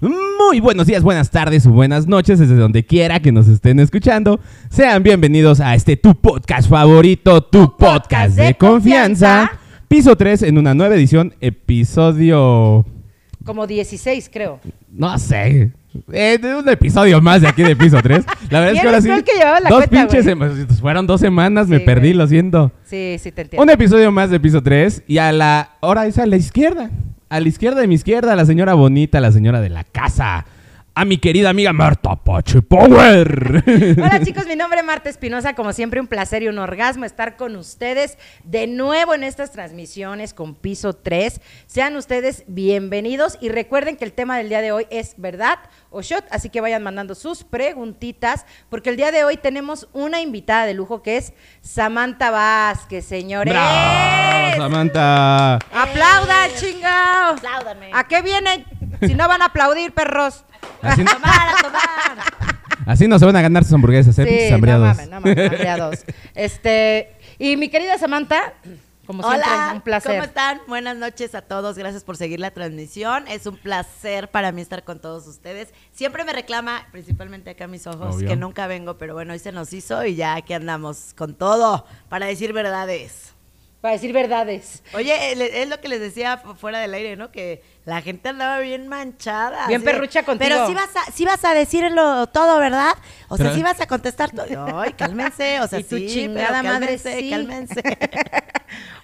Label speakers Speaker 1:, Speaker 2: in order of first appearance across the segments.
Speaker 1: Muy buenos días, buenas tardes o buenas noches desde donde quiera que nos estén escuchando. Sean bienvenidos a este tu podcast favorito, tu podcast de confianza. Piso 3 en una nueva edición, episodio...
Speaker 2: Como 16, creo.
Speaker 1: No sé. Eh, de un episodio más de aquí de piso 3. La verdad es que ahora sí.
Speaker 2: Bien, creo que llevaba la
Speaker 1: dos
Speaker 2: cuenta,
Speaker 1: pinches.
Speaker 2: güey.
Speaker 1: sema- Fueron dos semanas, me
Speaker 2: Sí,
Speaker 1: perdí,
Speaker 2: güey.
Speaker 1: lo siento.
Speaker 2: Sí, sí, te entiendo.
Speaker 1: Un episodio más de piso 3. Y a la. Ahora es a la izquierda. A la izquierda de mi izquierda, la señora bonita, la señora de la casa. A mi querida amiga Marta Pache Power.
Speaker 2: Hola chicos, mi nombre es Marta Espinosa, como siempre un placer y un orgasmo estar con ustedes de nuevo en estas transmisiones con piso 3. Sean ustedes bienvenidos y recuerden que el tema del día de hoy es verdad o shot, así que vayan mandando sus preguntitas porque el día de hoy tenemos una invitada de lujo que es Samantha Vázquez, señores. ¡Eh!
Speaker 1: ¡Bravo, Samantha!
Speaker 2: Aplaudan, chingao.
Speaker 3: Apláudame.
Speaker 2: ¿A qué vienen? Si no van a aplaudir, perros.
Speaker 1: Así,
Speaker 3: Tomar, a tomar.
Speaker 1: así no se van a ganar sus hamburguesas, ¿eh? Pinches
Speaker 2: no
Speaker 1: hambriados.
Speaker 2: mames, no mames, hambriados. Este, y mi querida Samantha, como siempre,
Speaker 3: Hola,
Speaker 2: un placer.
Speaker 3: ¿cómo están? Buenas noches a todos, gracias por seguir la transmisión. Es un placer para mí estar con todos ustedes. Siempre me reclama, principalmente acá a mis ojos,
Speaker 1: Obvio.
Speaker 3: que nunca vengo, pero bueno, hoy se nos hizo y ya aquí andamos con todo para decir verdades.
Speaker 2: Para decir verdades.
Speaker 3: Oye, el- es lo que les decía fu- fuera del aire, ¿no? Que la gente andaba bien manchada.
Speaker 2: Bien
Speaker 3: así de,
Speaker 2: perrucha contigo.
Speaker 3: Pero sí vas a, sí vas a decirlo todo, ¿verdad? O sea,
Speaker 1: Pero-
Speaker 3: sí vas a contestar todo. Ay, cálmense, o sea,
Speaker 2: Y tu
Speaker 3: sí, pero
Speaker 2: chingada madre,
Speaker 3: cálmense,
Speaker 2: sí.
Speaker 3: cálmense.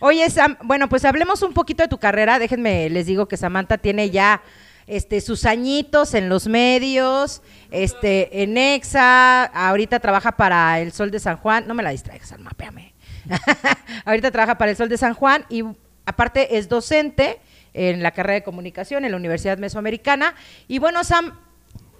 Speaker 2: Oye, Sam, bueno, pues hablemos un poquito de tu carrera. Déjenme, les digo que Samantha tiene ya este, sus añitos en los medios, este, en EXA, ahorita trabaja para El Sol de San Juan. No me la distraigas, Alma, espérame. ahorita trabaja para El Sol de San Juan y aparte es docente en la carrera de comunicación en la Universidad Mesoamericana. Y bueno, Sam,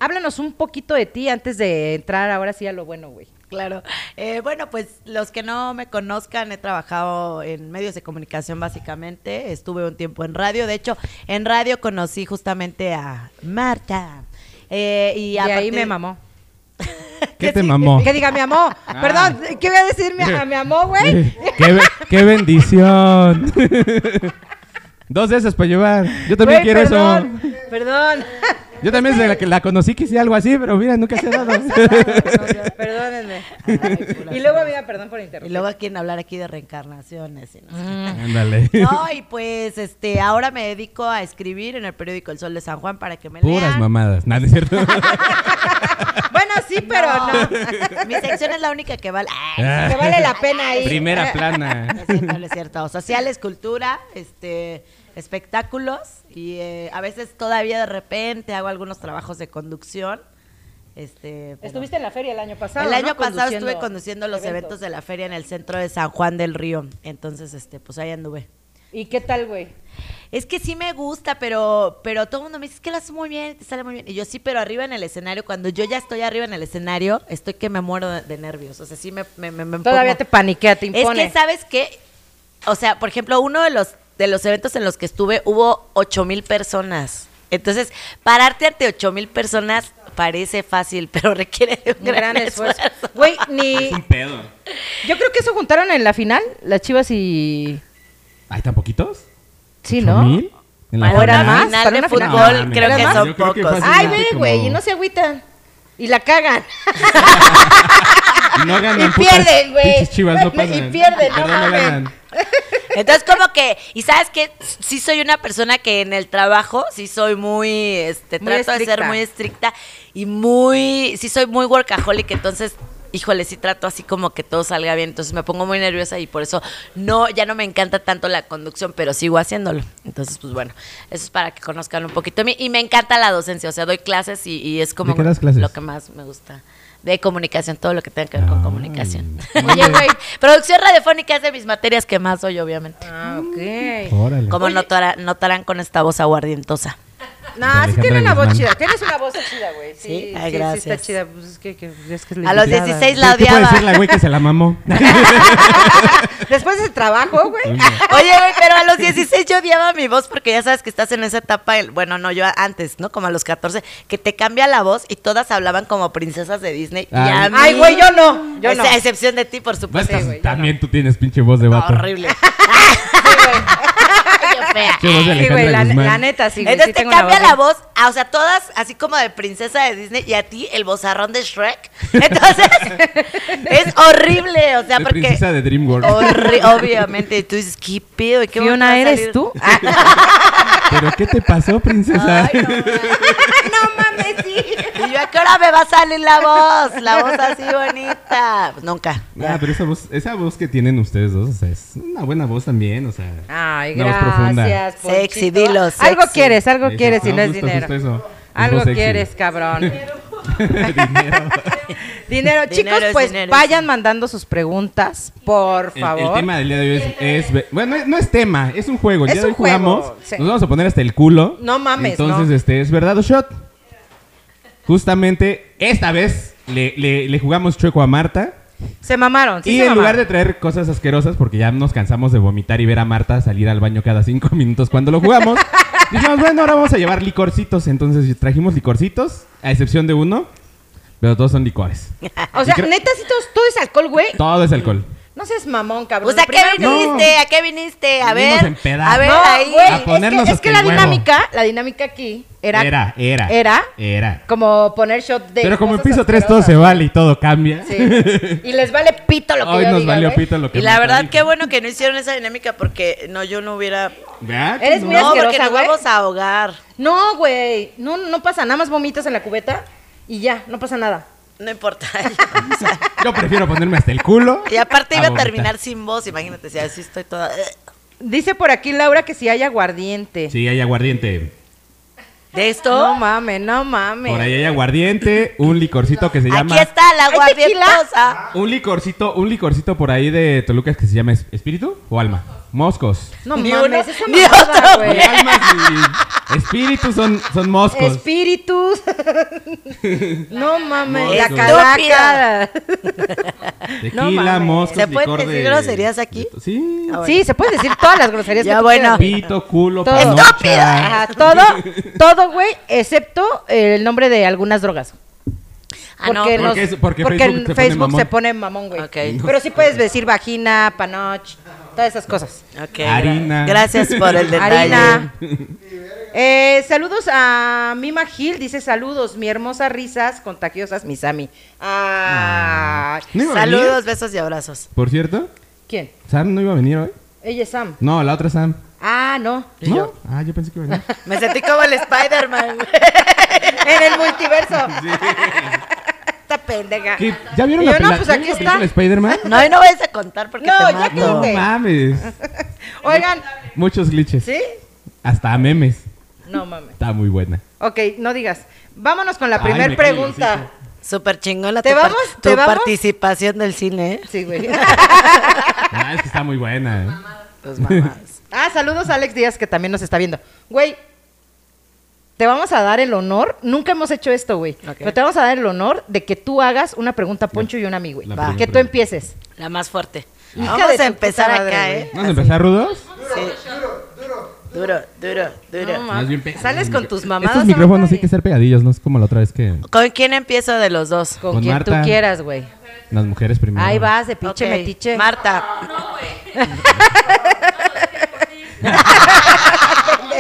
Speaker 2: háblanos un poquito de ti antes de entrar ahora sí a lo bueno, güey.
Speaker 3: Claro. Eh, bueno, pues los que no me conozcan, he trabajado en medios de comunicación básicamente. Estuve un tiempo en radio. De hecho, en radio conocí justamente a Marta. Eh, y
Speaker 2: Y
Speaker 3: a
Speaker 2: ahí
Speaker 3: partir-
Speaker 2: me mamó.
Speaker 1: ¿Qué te mamó?
Speaker 2: Que diga mi amor.
Speaker 1: Ah.
Speaker 2: Perdón, ¿qué voy a decir mi- a mi amor, güey?
Speaker 1: ¡Qué, be- qué bendición! Dos de esas para llevar. Yo también
Speaker 2: Güey,
Speaker 1: quiero
Speaker 2: perdón,
Speaker 1: eso.
Speaker 2: Perdón.
Speaker 1: Yo también desde la que la conocí quise algo así, pero mira, nunca se ha dado.
Speaker 2: Perdónenme.
Speaker 3: Ay, pura
Speaker 2: y luego,
Speaker 3: madre.
Speaker 2: amiga, perdón por
Speaker 3: Y
Speaker 2: interrumpir.
Speaker 3: luego a quien hablar aquí de reencarnaciones. y no sé qué.
Speaker 2: Mm.
Speaker 1: Ándale.
Speaker 3: No, y pues este, ahora me dedico a escribir en el periódico El Sol de San Juan para que me
Speaker 1: Puras
Speaker 3: lean.
Speaker 1: mamadas. Nada, es cierto.
Speaker 2: Bueno, sí, pero no.
Speaker 3: Mi sección es la única que vale. Ay,
Speaker 1: Ah.
Speaker 2: Que vale la pena ahí. Eh,
Speaker 1: Primera
Speaker 3: No
Speaker 1: plana.
Speaker 3: es cierto, no es cierto. Sociales, cultura, este, espectáculos y eh, a veces todavía de repente hago algunos trabajos de conducción. Este, pero-
Speaker 2: Estuviste en la feria el año pasado.
Speaker 3: el
Speaker 2: ¿no?
Speaker 3: año pasado
Speaker 2: Conduciendo
Speaker 3: estuve conduciendo los eventos de la feria en el centro de San Juan del Río, entonces este, pues ahí anduve.
Speaker 2: ¿Y qué tal, güey?
Speaker 3: Es que sí me gusta, pero, pero todo el mundo me dice "Es que lo haces muy bien, te sale muy bien. Y yo sí, pero arriba en el escenario, cuando yo ya estoy arriba en el escenario, estoy que me muero de, de nervios. O sea, sí me, me, me- me
Speaker 2: Todavía
Speaker 3: pongo-
Speaker 2: te paniquea, te impone.
Speaker 3: es que, ¿sabes qué? O sea, por ejemplo, uno de los, de los eventos en los que estuve hubo ocho mil personas. Entonces, pararte ante ocho mil personas parece fácil, pero requiere de un
Speaker 2: Un
Speaker 3: gran, esfuerzo.
Speaker 2: Güey, ni.
Speaker 1: pedo.
Speaker 2: Yo creo que eso juntaron en la final, las chivas y.
Speaker 1: ¿Hay tan poquitos?
Speaker 2: Sí,
Speaker 1: ¿Ocho
Speaker 2: ¿no?
Speaker 1: mil? ¿En la
Speaker 3: Para
Speaker 2: ¿Ahora
Speaker 3: una
Speaker 1: jornada?
Speaker 2: más?
Speaker 3: final
Speaker 2: ¿Para
Speaker 3: de
Speaker 2: una
Speaker 3: fútbol
Speaker 2: final?
Speaker 1: No, mames.
Speaker 3: creo que
Speaker 2: ¿Ahora
Speaker 3: son
Speaker 1: Yo creo que
Speaker 3: pocos.
Speaker 1: fácil.
Speaker 2: Ay,
Speaker 1: Sí,
Speaker 2: ve,
Speaker 1: como-
Speaker 2: güey, y no se agüitan. Y la cagan.
Speaker 1: Y no ganan.
Speaker 2: Y
Speaker 1: putas
Speaker 2: pierden, güey.
Speaker 1: pinches chivas, no
Speaker 2: Y
Speaker 1: pasan.
Speaker 2: pierden, no
Speaker 1: Perdón,
Speaker 2: mames.
Speaker 1: ganan.
Speaker 3: Entonces, como que, y sabes que sí soy una persona que en el trabajo sí soy muy, este,
Speaker 2: Muy
Speaker 3: trato de ser
Speaker 2: estricta.
Speaker 3: muy estricta y muy, sí soy muy workaholic, entonces, híjole, sí trato así como que todo salga bien, entonces me pongo muy nerviosa y por eso no, ya no me encanta tanto la conducción, pero sigo haciéndolo. Entonces, pues bueno, eso es para que conozcan un poquito de mí y me encanta la docencia, o sea, doy clases y, y es como
Speaker 1: ¿De qué das clases?
Speaker 3: lo que más me gusta. De comunicación, todo lo que tenga que ver con
Speaker 1: Ay.
Speaker 3: comunicación. Oye, güey, producción radiofónica es de mis materias que más soy, obviamente.
Speaker 2: Ah, ok.
Speaker 3: Mm.
Speaker 1: Órale.
Speaker 3: Como notará- notarán con esta voz aguardientosa.
Speaker 2: No,
Speaker 1: Alejandra
Speaker 2: sí tiene una voz
Speaker 1: Guzmán.
Speaker 2: chida. Tienes una voz chida, güey. Sí,
Speaker 3: Sí,
Speaker 2: sí,
Speaker 3: ay,
Speaker 2: sí está
Speaker 3: gracias.
Speaker 2: chida. Pues es que, que- es que es
Speaker 3: A los
Speaker 2: limitada.
Speaker 3: 16 la
Speaker 1: ¿Qué, qué puede
Speaker 3: odiaba.
Speaker 1: ser la güey que se la mamó?
Speaker 2: Después de ese trabajo, güey.
Speaker 3: Oye, güey, pero a los 16 yo odiaba mi voz porque ya sabes que estás en esa etapa, el- bueno, no, yo a- antes, ¿no? Como a los 14, que te cambia la voz y todas hablaban como princesas de Disney. Y a
Speaker 1: Ay.
Speaker 3: mí-
Speaker 2: Ay, güey, yo no. Yo
Speaker 3: O
Speaker 2: no.
Speaker 3: sea, A excepción de ti, por
Speaker 1: Pues,
Speaker 3: supuesto. güey.
Speaker 1: también tú tienes pinche voz de vato.
Speaker 3: Horrible. Qué fea.
Speaker 1: Pinche voz de
Speaker 2: Sí,
Speaker 1: Alejandra
Speaker 2: güey, la,
Speaker 1: Guzmán.
Speaker 2: la neta, sí, güey.
Speaker 3: Entonces
Speaker 2: sí
Speaker 3: te
Speaker 2: tengo una
Speaker 3: cambia la
Speaker 2: voz.
Speaker 3: voz, a- o sea, todas así como de princesa de Disney y a ti el bozarrón de Shrek. Entonces, es horrible, o sea,
Speaker 1: De
Speaker 3: porque...
Speaker 1: princesa de DreamWorks.
Speaker 3: Horri- obviamente, tú dices, ¿qué pedo? ¿Y qué voz
Speaker 2: Fiona,
Speaker 3: me va a
Speaker 2: ¿eres
Speaker 3: salir?"
Speaker 2: tú?
Speaker 1: ¿Pero qué te pasó, princesa?
Speaker 3: Ay, no, no mames, sí. Y yo, ¿a qué hora me va a salir la voz? La voz así bonita. Pues nunca.
Speaker 1: Ah, pero esa voz, esa voz que tienen ustedes dos, o sea, es una buena voz también, o sea.
Speaker 2: Ay,
Speaker 1: una voz profunda.
Speaker 2: gracias. Ponchito.
Speaker 3: Sexy, dilo,
Speaker 2: Algo
Speaker 3: sexy.
Speaker 2: quieres, algo
Speaker 1: Dices,
Speaker 2: quieres y no es
Speaker 1: justo,
Speaker 2: dinero.
Speaker 1: justo eso, es
Speaker 2: Algo
Speaker 1: voz sexy.
Speaker 2: quieres, cabrón.
Speaker 1: Dinero.
Speaker 2: Dinero, chicos,
Speaker 3: Dinero es
Speaker 2: pues
Speaker 3: dinero,
Speaker 2: vayan mandando sus preguntas, por
Speaker 1: El,
Speaker 2: favor.
Speaker 1: el tema del día de hoy es, es ve- bueno, no es tema, es un juego. El
Speaker 2: Es
Speaker 1: día de hoy
Speaker 2: un juego,
Speaker 1: jugamos,
Speaker 2: sí.
Speaker 1: nos vamos a poner hasta el culo.
Speaker 2: No mames,
Speaker 1: Entonces,
Speaker 2: no.
Speaker 1: este, es verdad o shot. Justamente esta vez le, le- le jugamos chueco a Marta.
Speaker 2: Se mamaron, sí
Speaker 1: y
Speaker 2: se
Speaker 1: en lugar
Speaker 2: mamaron.
Speaker 1: de traer cosas asquerosas, porque ya nos cansamos de vomitar y ver a Marta salir al baño cada cinco minutos cuando lo jugamos, dijimos, bueno, ahora vamos a llevar licorcitos. Entonces trajimos licorcitos, a excepción de uno, pero todos son licores.
Speaker 2: O sea,
Speaker 1: creo-
Speaker 2: neta, si todo, todo es alcohol, güey.
Speaker 1: Todo es alcohol.
Speaker 2: No seas mamón, cabrón.
Speaker 3: Pues, ¿a
Speaker 2: Lo
Speaker 3: qué
Speaker 2: primero que-
Speaker 3: viniste? ¿A qué viniste? A
Speaker 1: Vinimos
Speaker 3: ver.
Speaker 1: a empedar.
Speaker 3: A ver,
Speaker 2: No,
Speaker 3: ahí.
Speaker 2: güey,
Speaker 1: A ponernos
Speaker 2: es que, es
Speaker 1: hasta
Speaker 2: que
Speaker 1: el
Speaker 2: la
Speaker 1: huevo.
Speaker 2: dinámica, la dinámica aquí era...
Speaker 1: Era, era.
Speaker 2: Era.
Speaker 1: Era.
Speaker 2: Como poner shot de...
Speaker 1: Pero como en
Speaker 2: cosas
Speaker 1: piso 3 todo
Speaker 2: asquerosas.
Speaker 1: se vale y todo cambia.
Speaker 2: Sí. Y les vale pito lo que
Speaker 1: Hoy
Speaker 2: yo
Speaker 1: nos
Speaker 2: diga,
Speaker 1: valió
Speaker 2: güey.
Speaker 1: pito lo que
Speaker 3: Y la
Speaker 1: Marta
Speaker 3: verdad,
Speaker 1: dijo.
Speaker 3: qué bueno que no hicieron esa dinámica porque no, yo no hubiera.
Speaker 1: ¿Verdad que
Speaker 2: Eres
Speaker 1: no?
Speaker 2: muy
Speaker 3: No, porque
Speaker 2: asquerosa,
Speaker 3: nos
Speaker 2: güey.
Speaker 3: vamos a ahogar.
Speaker 2: No, güey. No, no pasa. Nada más vomitas en la cubeta y ya, no pasa nada.
Speaker 3: No importa.
Speaker 1: Yo prefiero ponerme hasta el culo.
Speaker 3: y aparte iba a
Speaker 1: vomitar.
Speaker 3: terminar sin voz, imagínate, si así estoy toda. eh.
Speaker 2: Dice por aquí Laura que si hay aguardiente.
Speaker 1: Sí, hay aguardiente.
Speaker 3: ¿De esto?
Speaker 2: No mames, no mames.
Speaker 1: Por ahí hay aguardiente, un licorcito que se llama
Speaker 3: Aquí está la
Speaker 2: ¿Hay tequila?
Speaker 3: guardientosa.
Speaker 1: Un licorcito, un licorcito por ahí de Toluca que se llama es- espíritu o alma. Moscos.
Speaker 2: No
Speaker 3: Ni
Speaker 2: mames,
Speaker 3: uno,
Speaker 2: es una
Speaker 3: ni
Speaker 2: mamada,
Speaker 3: otro,
Speaker 2: güey.
Speaker 1: Porque almas y espíritu son, son moscos.
Speaker 2: Espíritus. no mames. La
Speaker 3: Moscos.
Speaker 2: calaca. Ah, no
Speaker 1: Tequila,
Speaker 2: mames.
Speaker 1: moscos,
Speaker 3: ¿Se pueden
Speaker 1: licor
Speaker 3: decir
Speaker 1: de-
Speaker 3: groserías aquí?
Speaker 1: Sí.
Speaker 3: Ah, bueno.
Speaker 2: Sí, se pueden decir todas las groserías
Speaker 3: Ya,
Speaker 2: que tú quieras.
Speaker 3: bueno.
Speaker 1: Pito, culo,
Speaker 2: Todo.
Speaker 1: panocha. Ah.
Speaker 2: Ajá, todo, todo, güey, excepto eh, el nombre de algunas drogas.
Speaker 3: Ah, no.
Speaker 2: Porque,
Speaker 1: Porque
Speaker 2: nos-
Speaker 1: es- porque
Speaker 2: porque
Speaker 1: Facebook
Speaker 2: en
Speaker 1: se pone
Speaker 2: Facebook
Speaker 1: mamón.
Speaker 2: se pone mamón, güey.
Speaker 3: Ok.
Speaker 2: Pero sí puedes decir vagina, panoch, todas esas cosas.
Speaker 3: Ok,
Speaker 1: Harina.
Speaker 3: Gracias por el detalle.
Speaker 2: Harina. Eh, saludos a Mima Gil, dice saludos, mi hermosa risas contagiosas, Misami. Ah,
Speaker 1: ¿No iba a venir?
Speaker 3: Saludos, besos y abrazos.
Speaker 1: Por cierto,
Speaker 2: ¿Quién?
Speaker 1: Sam no iba a venir hoy.
Speaker 2: Ella es Sam.
Speaker 1: No, la otra Sam.
Speaker 2: Ah, no.
Speaker 3: Y
Speaker 1: ¿No?
Speaker 3: yo.
Speaker 1: Ah, yo pensé que iba a venir.
Speaker 3: Me sentí como el Spider-Man. güey.
Speaker 2: En el multiverso. Esta pendeja.
Speaker 1: ¿Qué? ¿Ya vieron
Speaker 2: Y yo,
Speaker 1: la,
Speaker 2: no,
Speaker 1: pela-
Speaker 2: pues
Speaker 1: ¿ya
Speaker 2: aquí
Speaker 1: vieron la
Speaker 2: está.
Speaker 1: película de Spider-Man?
Speaker 3: No, y no vayas a contar porque
Speaker 2: No,
Speaker 3: te
Speaker 2: ya
Speaker 3: mato.
Speaker 1: No
Speaker 2: cállate.
Speaker 1: mames.
Speaker 2: Oigan,
Speaker 1: Muchos glitches.
Speaker 2: ¿sí?
Speaker 1: Hasta memes.
Speaker 2: No mames.
Speaker 1: Está muy buena.
Speaker 2: Ok, no digas. Vámonos con la
Speaker 1: Ay,
Speaker 2: primer
Speaker 1: me callo el
Speaker 2: pregunta.
Speaker 3: Súper chingona
Speaker 2: ¿Te
Speaker 3: tu, par-
Speaker 2: vamos?
Speaker 3: tu
Speaker 2: ¿Te vamos?
Speaker 3: participación del cine. ¿eh?
Speaker 2: Sí, güey.
Speaker 1: Ah, es que está muy buena. ¿eh?
Speaker 3: Los mamás.
Speaker 2: Ah, saludos a Alex Díaz que también nos está viendo. Güey, te vamos a dar el honor, nunca hemos hecho esto, güey,
Speaker 3: Ok.
Speaker 2: pero te vamos a dar el honor de que tú hagas una pregunta a Poncho y una a mí, güey.
Speaker 1: La
Speaker 2: Va.
Speaker 1: primera
Speaker 2: Que tú
Speaker 1: pregunta.
Speaker 2: empieces.
Speaker 3: La más fuerte.
Speaker 2: Hija de
Speaker 3: Vamos
Speaker 2: tu
Speaker 3: a empezar
Speaker 2: puta madre,
Speaker 3: acá,
Speaker 2: güey.
Speaker 3: ¿eh?
Speaker 1: ¿Vamos a empezar rudos?
Speaker 3: Duro, duro, duro.
Speaker 2: No,
Speaker 1: Más bien
Speaker 2: mames.
Speaker 1: pegados,
Speaker 2: Sales con
Speaker 1: micro-
Speaker 2: tus mamadas.
Speaker 1: Estos micrófonos
Speaker 2: Amari.
Speaker 1: hay que ser pegadillos, no es como la otra vez que
Speaker 3: ¿Con quién empiezo de los dos?
Speaker 2: Con,
Speaker 1: con
Speaker 2: quien
Speaker 1: Marta.
Speaker 2: tú quieras, güey.
Speaker 1: las mujeres primero.
Speaker 2: Ahí vas de pinche
Speaker 3: Ok,
Speaker 2: metiche.
Speaker 3: Marta.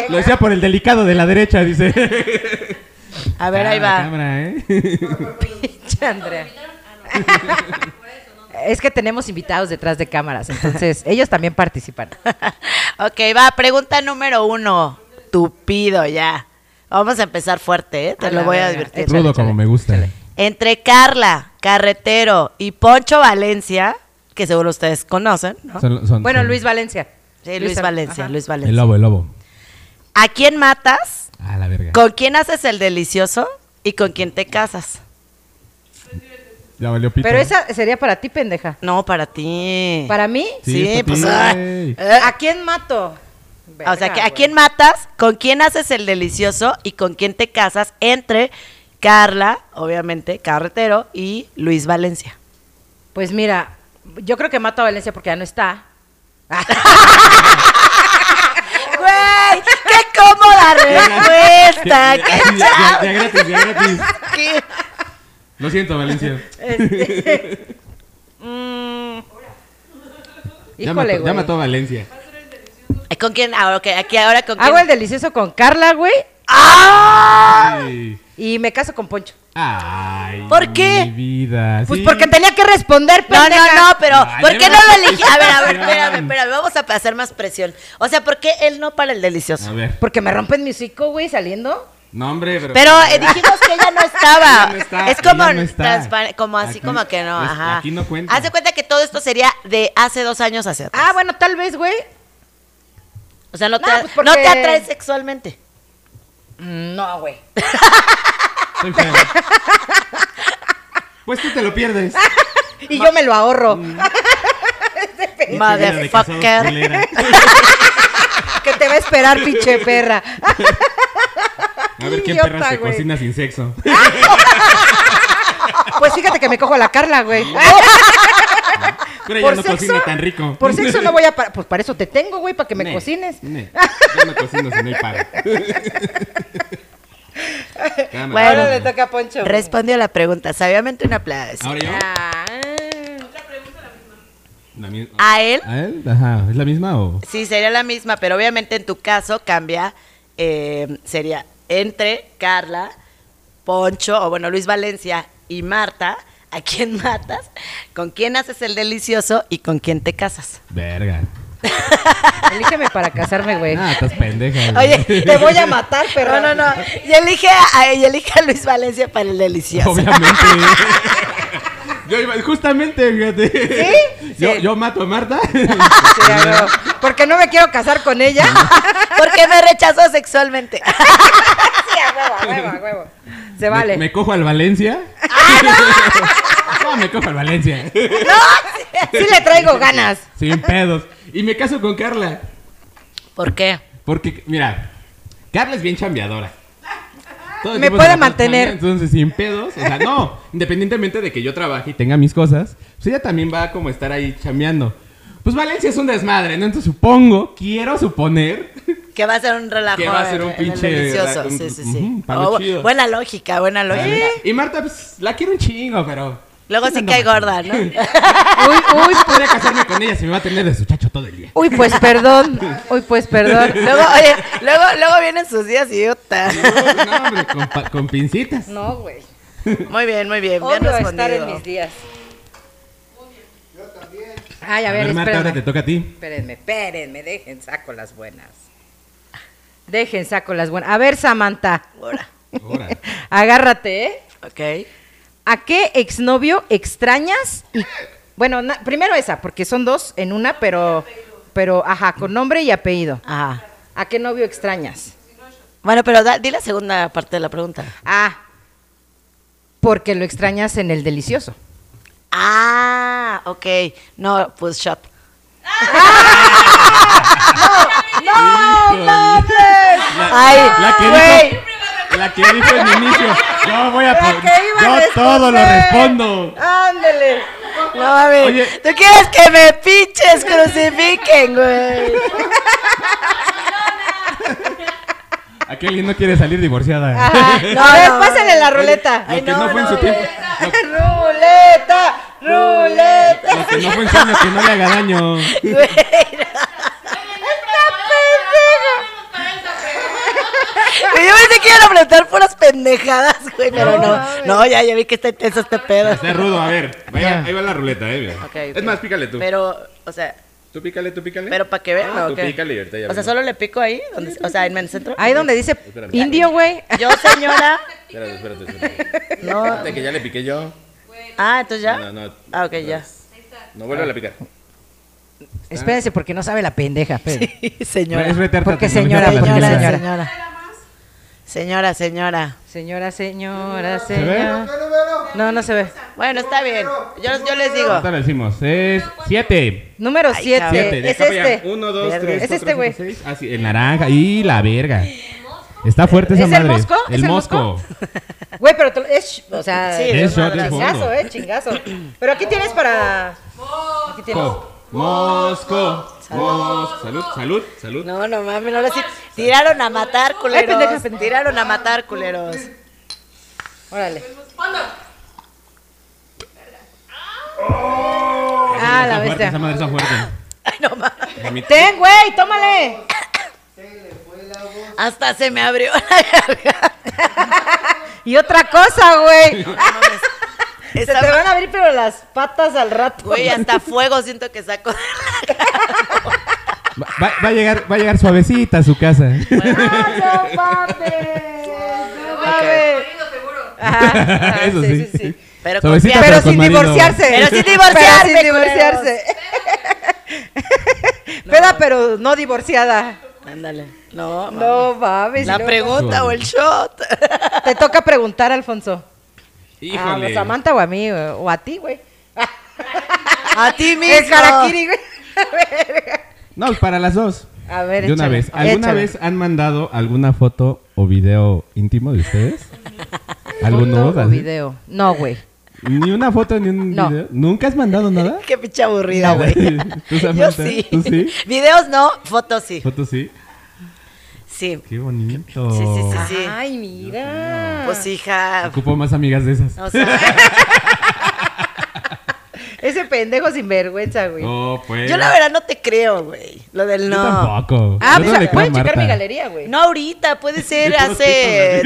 Speaker 1: Lo decía por el delicado de la derecha, dice.
Speaker 3: A ver, ahí va.
Speaker 1: Cámara, ¿eh?
Speaker 2: Pinche Andrea.
Speaker 3: ah,
Speaker 2: Es que tenemos invitados detrás de cámaras, entonces ellos también participan.
Speaker 3: ok, va, pregunta número uno. Tupido ya. Vamos a empezar fuerte, ¿eh? Te
Speaker 2: A
Speaker 3: lo
Speaker 2: la
Speaker 3: voy a
Speaker 2: verga.
Speaker 3: advertir.
Speaker 1: Rudo como me gusta.
Speaker 3: Entre Carla, Carretero y Poncho Valencia, que seguro ustedes conocen, ¿no?
Speaker 1: Son- son-
Speaker 2: Bueno,
Speaker 1: son-
Speaker 2: Luis Valencia.
Speaker 3: Sí, Luis Valencia,
Speaker 2: ajá.
Speaker 3: Luis
Speaker 1: El
Speaker 3: Valencia.
Speaker 1: lobo, el lobo.
Speaker 3: ¿A quién matas?
Speaker 1: Ah, la verga.
Speaker 3: ¿Con quién haces el delicioso? ¿Y con quién te casas?
Speaker 1: Ya valió pito.
Speaker 2: Pero esa sería para ti, pendeja.
Speaker 3: No, para ti.
Speaker 2: Para mí,
Speaker 3: Sí,
Speaker 1: está
Speaker 3: pues,
Speaker 1: bien.
Speaker 3: ay.
Speaker 2: ¿a quién mato?
Speaker 3: o sea, que ¿a quién matas? ¿Con quién haces el delicioso? ¿Y con quién te casas? Entre Carla, obviamente, Carretero, y Luis Valencia.
Speaker 2: Pues mira, yo creo que mato a Valencia porque ya no está.
Speaker 3: ¡Güey! ¡Qué cómoda respuesta!
Speaker 1: Ya-
Speaker 3: ¡Qué
Speaker 1: ya- ya- ya
Speaker 3: chavo!
Speaker 1: gratis, ya gratis. Lo siento, Valencia.
Speaker 2: Mm.
Speaker 1: Ya
Speaker 2: Híjole,
Speaker 1: mató- ya
Speaker 2: güey.
Speaker 1: mató a Valencia.
Speaker 3: ¿Con quién? Ahora, ok, aquí ahora con quién.
Speaker 2: Hago el delicioso con Carla, güey,
Speaker 3: ¡Ah!
Speaker 1: Sí.
Speaker 2: y me caso con Poncho.
Speaker 1: Ay,
Speaker 3: ¿Por qué?
Speaker 1: Mi vida.
Speaker 2: Pues
Speaker 1: sí.
Speaker 2: porque tenía que responder,
Speaker 3: No, no,
Speaker 2: pendeja.
Speaker 3: no, pero
Speaker 1: Ay,
Speaker 3: ¿por
Speaker 1: ya
Speaker 3: qué no
Speaker 1: me-
Speaker 3: lo elegí? A ver, a ver,
Speaker 1: Ya.
Speaker 3: espérame, espérame, vamos a hacer más presión. O sea, ¿por qué él no para el
Speaker 1: A
Speaker 3: delicioso?
Speaker 1: ver.
Speaker 2: Porque me rompen mi hocico, güey, saliendo.
Speaker 1: No, hombre, pero.
Speaker 3: Pero eh, dijimos que ella no
Speaker 1: Ella
Speaker 3: estaba.
Speaker 1: no está,
Speaker 3: es como,
Speaker 1: ella no está.
Speaker 3: transparente, como así
Speaker 1: Aquí-
Speaker 3: como que no,
Speaker 1: es-
Speaker 3: ajá.
Speaker 1: aquí no cuenta.
Speaker 3: Haz de cuenta que todo esto sería de hace dos años hacia atrás.
Speaker 2: Ah, bueno, tal vez, güey.
Speaker 3: O sea, no te,
Speaker 2: No, pues porque-
Speaker 3: no te atraes sexualmente.
Speaker 2: Mm, No, güey.
Speaker 1: Soy feo. Pues tú te lo pierdes.
Speaker 2: Ah, Y yo me lo ahorro.
Speaker 1: Mm. Casados
Speaker 3: Motherfucker.
Speaker 1: culera.
Speaker 2: que te va a esperar, pinche perra. Ah,
Speaker 1: A ver qué
Speaker 2: Idiota,
Speaker 1: perra se
Speaker 2: güey.
Speaker 1: cocina sin sexo.
Speaker 2: Pues fíjate que me cojo a la Carla, güey.
Speaker 1: Pero ella no cocina tan rico.
Speaker 2: Por sexo no voy a parar. Pues para eso te tengo, güey, para que me
Speaker 1: Ne,
Speaker 2: cocines.
Speaker 1: ne. Yo me cocino sin el paro. Cámara.
Speaker 3: Bueno. Ahora le
Speaker 2: toca a Poncho.
Speaker 3: Respondió la pregunta, sabiamente una aplauso.
Speaker 1: Ahora yo.
Speaker 2: Ah.
Speaker 1: La misma.
Speaker 3: A él,
Speaker 1: ¿A él? Ajá. ¿Es la misma o.?
Speaker 3: sí, sería la misma, pero obviamente en tu caso cambia. eh, sería entre Carla, Poncho, o bueno, Luis Valencia y Marta. ¿A quién matas? ¿Con quién haces el delicioso? ¿Y con quién te casas?
Speaker 1: Verga.
Speaker 2: Elígeme para casarme, güey.
Speaker 1: Ah, estás pendeja. güey.
Speaker 3: Oye,
Speaker 2: Te voy a matar, perra.
Speaker 3: No, no, no. Y elige a, y elige a Luis Valencia para el delicioso.
Speaker 1: Obviamente. Yo iba, justamente, fíjate.
Speaker 2: ¿Sí?
Speaker 1: Yo,
Speaker 2: Sí.
Speaker 1: yo mato a Marta.
Speaker 2: Sí, a huevo. Porque no me quiero casar con ella.
Speaker 3: Porque me rechazó sexualmente.
Speaker 2: Sí, a huevo, a huevo, a huevo. Se vale.
Speaker 1: Me, me cojo al Valencia. no, me cojo al Valencia.
Speaker 2: Sí le traigo ganas.
Speaker 1: Sin pedos. Y me caso con Carla.
Speaker 3: ¿Por qué?
Speaker 1: Porque, mira, Carla es bien chambeadora. Todo el
Speaker 2: Me
Speaker 1: tiempo
Speaker 2: puede
Speaker 1: se la pasa
Speaker 2: mantener.
Speaker 1: chambeando, Entonces, sin pedos. O sea, no. independientemente de que yo trabaje y tenga mis cosas, pues ella también va a como estar ahí chambeando. Pues Valencia es un desmadre, ¿no? Entonces supongo, quiero suponer.
Speaker 3: Que va a ser un relajo. eh,
Speaker 1: Que va a ser un
Speaker 3: en- en el
Speaker 1: pinche
Speaker 3: delicioso.
Speaker 1: ra- un-
Speaker 3: sí, sí, sí.
Speaker 1: ujú, palo
Speaker 3: Oh,
Speaker 1: chido.
Speaker 3: buena lógica, buena lógica. Eh,
Speaker 1: Y Marta, pues la quiero un chingo, pero.
Speaker 3: Luego sí
Speaker 1: No,
Speaker 3: cae
Speaker 1: no,
Speaker 3: gorda, ¿no?
Speaker 2: Uy, uy,
Speaker 1: Podría casarme con ella, se me va a tener de su chacho todo el día.
Speaker 2: uy, pues perdón. Uy, pues perdón.
Speaker 3: Luego, oye, luego, luego vienen sus días y puta.
Speaker 1: No, hombre, con, pa- con pincitas.
Speaker 2: No, güey.
Speaker 3: Muy bien, muy bien. Bien
Speaker 2: Odio estar en
Speaker 3: respondido.
Speaker 2: mis días. Ay, a
Speaker 1: A
Speaker 2: ver,
Speaker 1: ver, Marta, ahora te
Speaker 2: espérenme.
Speaker 1: toca a ti.
Speaker 2: Espérenme, espérenme, dejen saco las buenas. Dejen saco las buenas. A ver, Samantha,
Speaker 3: Ahora,
Speaker 1: Ahora.
Speaker 2: agárrate, ¿eh?
Speaker 3: Ok.
Speaker 2: ¿A qué exnovio extrañas? Y, bueno, na- primero esa, porque son dos en una, pero, pero, ajá, con nombre y apellido.
Speaker 3: Ajá.
Speaker 2: ¿A qué novio extrañas?
Speaker 3: Bueno, pero da- di la segunda parte de la pregunta.
Speaker 2: Ah, porque lo extrañas en el delicioso.
Speaker 3: Ah, ok. No, pues shot.
Speaker 1: ¡No,
Speaker 3: Ay,
Speaker 1: La que
Speaker 3: güey.
Speaker 1: dijo, la que dijo en el inicio, yo voy a
Speaker 2: La
Speaker 1: poner,
Speaker 2: que iba a
Speaker 1: yo todo lo
Speaker 2: responder.
Speaker 1: respondo.
Speaker 2: Ándele.
Speaker 3: No mames.
Speaker 1: Oye.
Speaker 3: Tú quieres que me pinches crucifiquen, güey.
Speaker 1: ¿A qué alguien no quiere salir divorciada?
Speaker 3: No,
Speaker 2: a ver,
Speaker 3: no,
Speaker 2: pásenle la
Speaker 3: no.
Speaker 2: ruleta.
Speaker 1: Lo
Speaker 3: Ay,
Speaker 1: que no,
Speaker 3: no,
Speaker 1: fue en su
Speaker 3: no,
Speaker 1: tiempo,
Speaker 2: Ruleta, ruleta.
Speaker 1: lo, lo que no fue en su año, que no le haga daño.
Speaker 3: Güey, Yo pensé que iban a preguntar puras pendejadas, güey, pero no. No, ya, ya vi que está intenso este pedo.
Speaker 1: Está rudo, a ver, vaya, ahí va la ruleta, eh. mira.
Speaker 3: Ok, ok.
Speaker 1: Es más, pícale tú.
Speaker 3: Pero, o sea,
Speaker 1: Tú pícale, tú pícale.
Speaker 3: pero para que vean,
Speaker 1: Ah,
Speaker 3: ¿no?
Speaker 1: tú
Speaker 3: ¿Qué?
Speaker 1: pícale y ahorita ya
Speaker 3: O sea,
Speaker 1: vemos.
Speaker 3: solo le pico ahí, donde- o sea, en el centro.
Speaker 2: Ahí donde dice
Speaker 1: Espérame.
Speaker 2: indio, güey.
Speaker 3: Yo, señora.
Speaker 1: Espérate, espérate, espérate.
Speaker 3: No.
Speaker 1: Espérate que ya le piqué yo.
Speaker 3: Ah, entonces ya.
Speaker 1: No, no, no.
Speaker 3: Ah, ok, ya.
Speaker 1: No vuelve a picar.
Speaker 2: Espérense porque no sabe la pendeja. espérense.
Speaker 3: Señora.
Speaker 1: Es retértate,
Speaker 2: Porque
Speaker 1: no,
Speaker 2: señora,
Speaker 1: ya te la
Speaker 2: porque
Speaker 1: tienes.
Speaker 2: señora.
Speaker 3: señora. Señora, señora.
Speaker 2: Señora, señora,
Speaker 1: ve?
Speaker 2: señora. No, no se ve.
Speaker 3: Bueno, está bien. Yo, yo les digo.
Speaker 1: ¿Cuánto le decimos? Es siete.
Speaker 2: Número
Speaker 3: Ay,
Speaker 2: 7.
Speaker 3: cabrón.
Speaker 1: Siete. de
Speaker 2: Es
Speaker 1: acá para allá.
Speaker 2: este.
Speaker 1: Uno, dos,
Speaker 3: Verde.
Speaker 1: tres,
Speaker 2: Es
Speaker 1: cuatro,
Speaker 2: este,
Speaker 1: cinco,
Speaker 2: güey.
Speaker 1: seis. Ah, sí, el naranja. Y la verga. Está fuerte
Speaker 2: ¿Es
Speaker 1: esa
Speaker 2: el
Speaker 1: madre.
Speaker 2: mosco? ¿Es el mosco? Güey, pero te lo- es, sh- o sea,
Speaker 3: Sí,
Speaker 1: es shot, es fondo.
Speaker 2: chingazo, eh, chingazo. Pero aquí tienes para aquí tienes.
Speaker 1: Mosco. Mosco. Mosco. Salud, salud, salud.
Speaker 3: No, no mames, ahora sí. Tiraron a matar, culeros.
Speaker 2: pendeja, pendeja.
Speaker 3: Tiraron a matar, culeros.
Speaker 2: Órale. Ah, la
Speaker 1: Está fuerte, Oh.
Speaker 2: bestia.
Speaker 1: Esa madre está fuerte.
Speaker 3: Ay, no mames.
Speaker 2: Ten, güey, tómale.
Speaker 3: Hasta se me abrió la garganta.
Speaker 2: Y otra cosa, güey. Se te
Speaker 3: Esa ma-
Speaker 2: van a abrir pero las patas al rato.
Speaker 3: Güey, hasta fuego siento que saco.
Speaker 1: Va, va- va a llegar, va a llegar suavecita a su casa.
Speaker 2: Ah, no mames. No mames. Ah, Ajá,
Speaker 1: Eso sí.
Speaker 3: Pero
Speaker 1: Suavecita,
Speaker 3: confiado.
Speaker 2: Pero
Speaker 1: con
Speaker 2: sin
Speaker 1: marido.
Speaker 2: divorciarse.
Speaker 3: Pero sin divorciarse,
Speaker 2: Pero sin
Speaker 3: culeros.
Speaker 2: divorciarse. Peda, pero no divorciada.
Speaker 3: Ándale. No, no.
Speaker 2: No mames.
Speaker 3: La
Speaker 2: no.
Speaker 3: pregunta o el shot.
Speaker 2: Te toca preguntar, Alfonso.
Speaker 1: Híjole.
Speaker 2: A Samantha o a mí, güey, o a ti, güey.
Speaker 3: A ti mismo.
Speaker 2: Es harakiri, güey. A ver.
Speaker 1: No, para las dos.
Speaker 2: A ver,
Speaker 1: De una
Speaker 2: échale.
Speaker 1: vez. ¿Alguna
Speaker 2: Échale.
Speaker 1: vez han mandado alguna foto o video íntimo de ustedes? ¿Algún
Speaker 2: Foto
Speaker 1: nudo,
Speaker 2: o
Speaker 1: así?
Speaker 2: video. No, güey.
Speaker 1: Ni una foto ni un
Speaker 2: No.
Speaker 1: video. ¿Nunca has mandado nada?
Speaker 3: Qué pinche aburrida, güey.
Speaker 1: ¿Tú,
Speaker 3: Yo
Speaker 1: Samantha?
Speaker 3: sí.
Speaker 1: ¿Tú sí?
Speaker 3: Videos no, fotos sí.
Speaker 1: ¿Fotos sí?
Speaker 3: Sí.
Speaker 1: Qué bonito.
Speaker 3: Sí, sí, sí, sí.
Speaker 2: Ay, mira.
Speaker 3: Pues hija.
Speaker 1: Ocupo más amigas de esas.
Speaker 3: O sea,
Speaker 2: Ese pendejo sin vergüenza, güey.
Speaker 1: No, pues.
Speaker 3: yo la verdad no te creo, güey. Lo del
Speaker 1: Yo
Speaker 3: no.
Speaker 1: tampoco.
Speaker 2: Ah,
Speaker 1: Yo no
Speaker 2: pues,
Speaker 1: le creo a
Speaker 2: pueden checar
Speaker 1: Marta.
Speaker 2: mi galería, güey.
Speaker 3: No ahorita, puede ser
Speaker 1: Yo no
Speaker 3: hace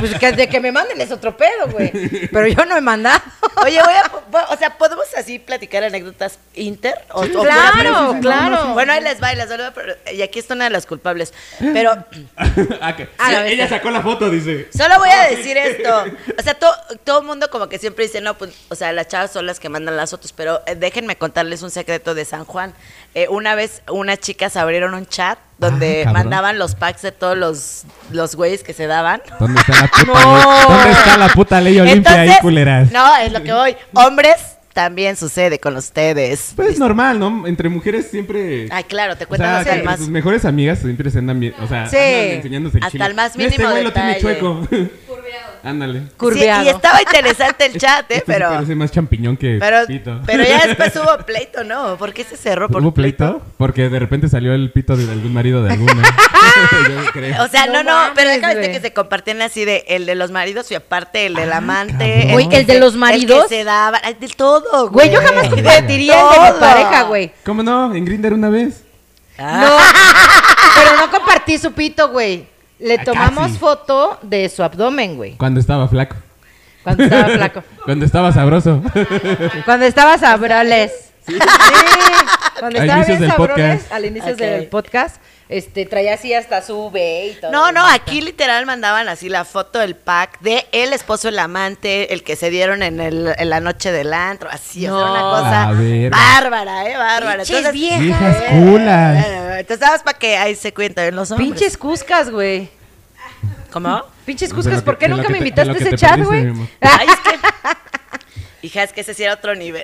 Speaker 2: Pues que de que me manden es otro pedo, güey. Pero yo no he mandado.
Speaker 3: Oye, voy a, po- o sea, ¿podemos así platicar anécdotas inter? O- o-
Speaker 2: claro,
Speaker 3: pero-
Speaker 2: sí, sí, sí, claro. no, no, sí.
Speaker 3: Bueno, ahí les va, y les vuelvo a pre- Y aquí está una de las culpables. Pero
Speaker 1: Ah, que-
Speaker 3: Ah,
Speaker 1: Sí, ella
Speaker 3: la bestia.
Speaker 1: sacó la foto, dice.
Speaker 3: solo voy a decir esto. O sea, to- todo el mundo como que siempre dice, no, pues, o sea, las chavas son las que mandan las fotos. Pero eh, déjenme contarles un secreto de San Juan. Eh, una vez unas chicas abrieron un chat
Speaker 1: Ah,
Speaker 3: donde
Speaker 1: cabrón.
Speaker 3: mandaban los packs de todos los, los güeyes que se daban.
Speaker 1: ¿Dónde está la puta ley? ¿Dónde está la puta ley Olimpia ahí,
Speaker 3: Entonces,
Speaker 1: culeras?
Speaker 3: No, es lo que voy. Hombres, también sucede con ustedes.
Speaker 1: Pues es normal, ¿no? Entre mujeres siempre.
Speaker 3: Ay, pues, claro, te
Speaker 1: O
Speaker 3: cuentan
Speaker 1: sea,
Speaker 3: hasta el
Speaker 1: entre
Speaker 3: más.
Speaker 1: sus mejores amigas siempre se andan bien. O sea,
Speaker 2: Sí.
Speaker 1: andan enseñándose el
Speaker 3: Hasta
Speaker 1: chile.
Speaker 3: el más
Speaker 1: Mira,
Speaker 3: mínimo
Speaker 1: Este güey lo tiene
Speaker 3: detalle.
Speaker 1: chueco. Ándale.
Speaker 2: Curveado.
Speaker 3: Sí, y estaba interesante el chat, ¿eh?
Speaker 1: Este sí
Speaker 3: Pero,
Speaker 1: Parece más champiñón que
Speaker 3: pero,
Speaker 1: pito.
Speaker 3: pero ya después hubo pleito, ¿no? ¿Por qué se cerró? ¿Por
Speaker 1: ¿Hubo pleito? Porque de repente salió el pito de algún marido de alguna. Yo creo.
Speaker 3: O sea,
Speaker 2: No
Speaker 3: no, no,
Speaker 2: mames,
Speaker 3: pero déjame
Speaker 2: güey.
Speaker 3: decirte que se compartían así de el de los maridos y aparte el del amante.
Speaker 1: Ah, cabrón. Güey,
Speaker 3: que
Speaker 2: ¿el de
Speaker 3: se-
Speaker 2: los maridos?
Speaker 3: El que se daba, ay, de todo, güey.
Speaker 2: Güey, yo jamás
Speaker 1: Güey.
Speaker 2: compartiría el de mi
Speaker 3: Todo. Ah.
Speaker 2: pareja, güey.
Speaker 1: ¿Cómo no? En Grinder una vez.
Speaker 2: No. Pero no compartí su pito, güey. Le
Speaker 1: Ah,
Speaker 2: tomamos
Speaker 1: casi.
Speaker 2: foto de su abdomen, güey.
Speaker 1: Cuando estaba flaco.
Speaker 2: Cuando estaba flaco.
Speaker 1: Cuando estaba sabroso.
Speaker 2: Cuando estaba sabroles. Sí. Cuando
Speaker 1: Al
Speaker 2: estaba
Speaker 1: inicio
Speaker 2: bien
Speaker 1: del
Speaker 2: sabroles,
Speaker 1: podcast.
Speaker 2: al inicio
Speaker 3: Ok.
Speaker 2: del podcast, este, traía así hasta su V y todo.
Speaker 3: No, no, aquí literal mandaban así la foto del pack de el esposo, el amante, el que se dieieron en, el, en la noche del antro, así, o sea,
Speaker 2: No.
Speaker 3: una
Speaker 1: La
Speaker 3: cosa
Speaker 1: verga.
Speaker 3: bárbara, eh, bárbara.
Speaker 2: Pinches viejas.
Speaker 1: Viejas
Speaker 3: Eh,
Speaker 1: culas.
Speaker 3: eh, Entonces, sabes para que ahí se cuentan los hombres.
Speaker 2: Pinches cuscas, güey.
Speaker 3: ¿Cómo?
Speaker 2: Pinches
Speaker 1: De
Speaker 2: cuscas,
Speaker 1: Pues lo que-
Speaker 2: ¿por qué
Speaker 1: de lo
Speaker 2: nunca
Speaker 1: que
Speaker 2: me
Speaker 1: te- de
Speaker 2: invitaste
Speaker 1: lo
Speaker 2: a
Speaker 1: que
Speaker 2: ese
Speaker 1: te
Speaker 2: chat,
Speaker 1: perdiste,
Speaker 2: güey?
Speaker 1: mi amor.
Speaker 3: Ay, es que... Hija, es que ese sí era otro nivel.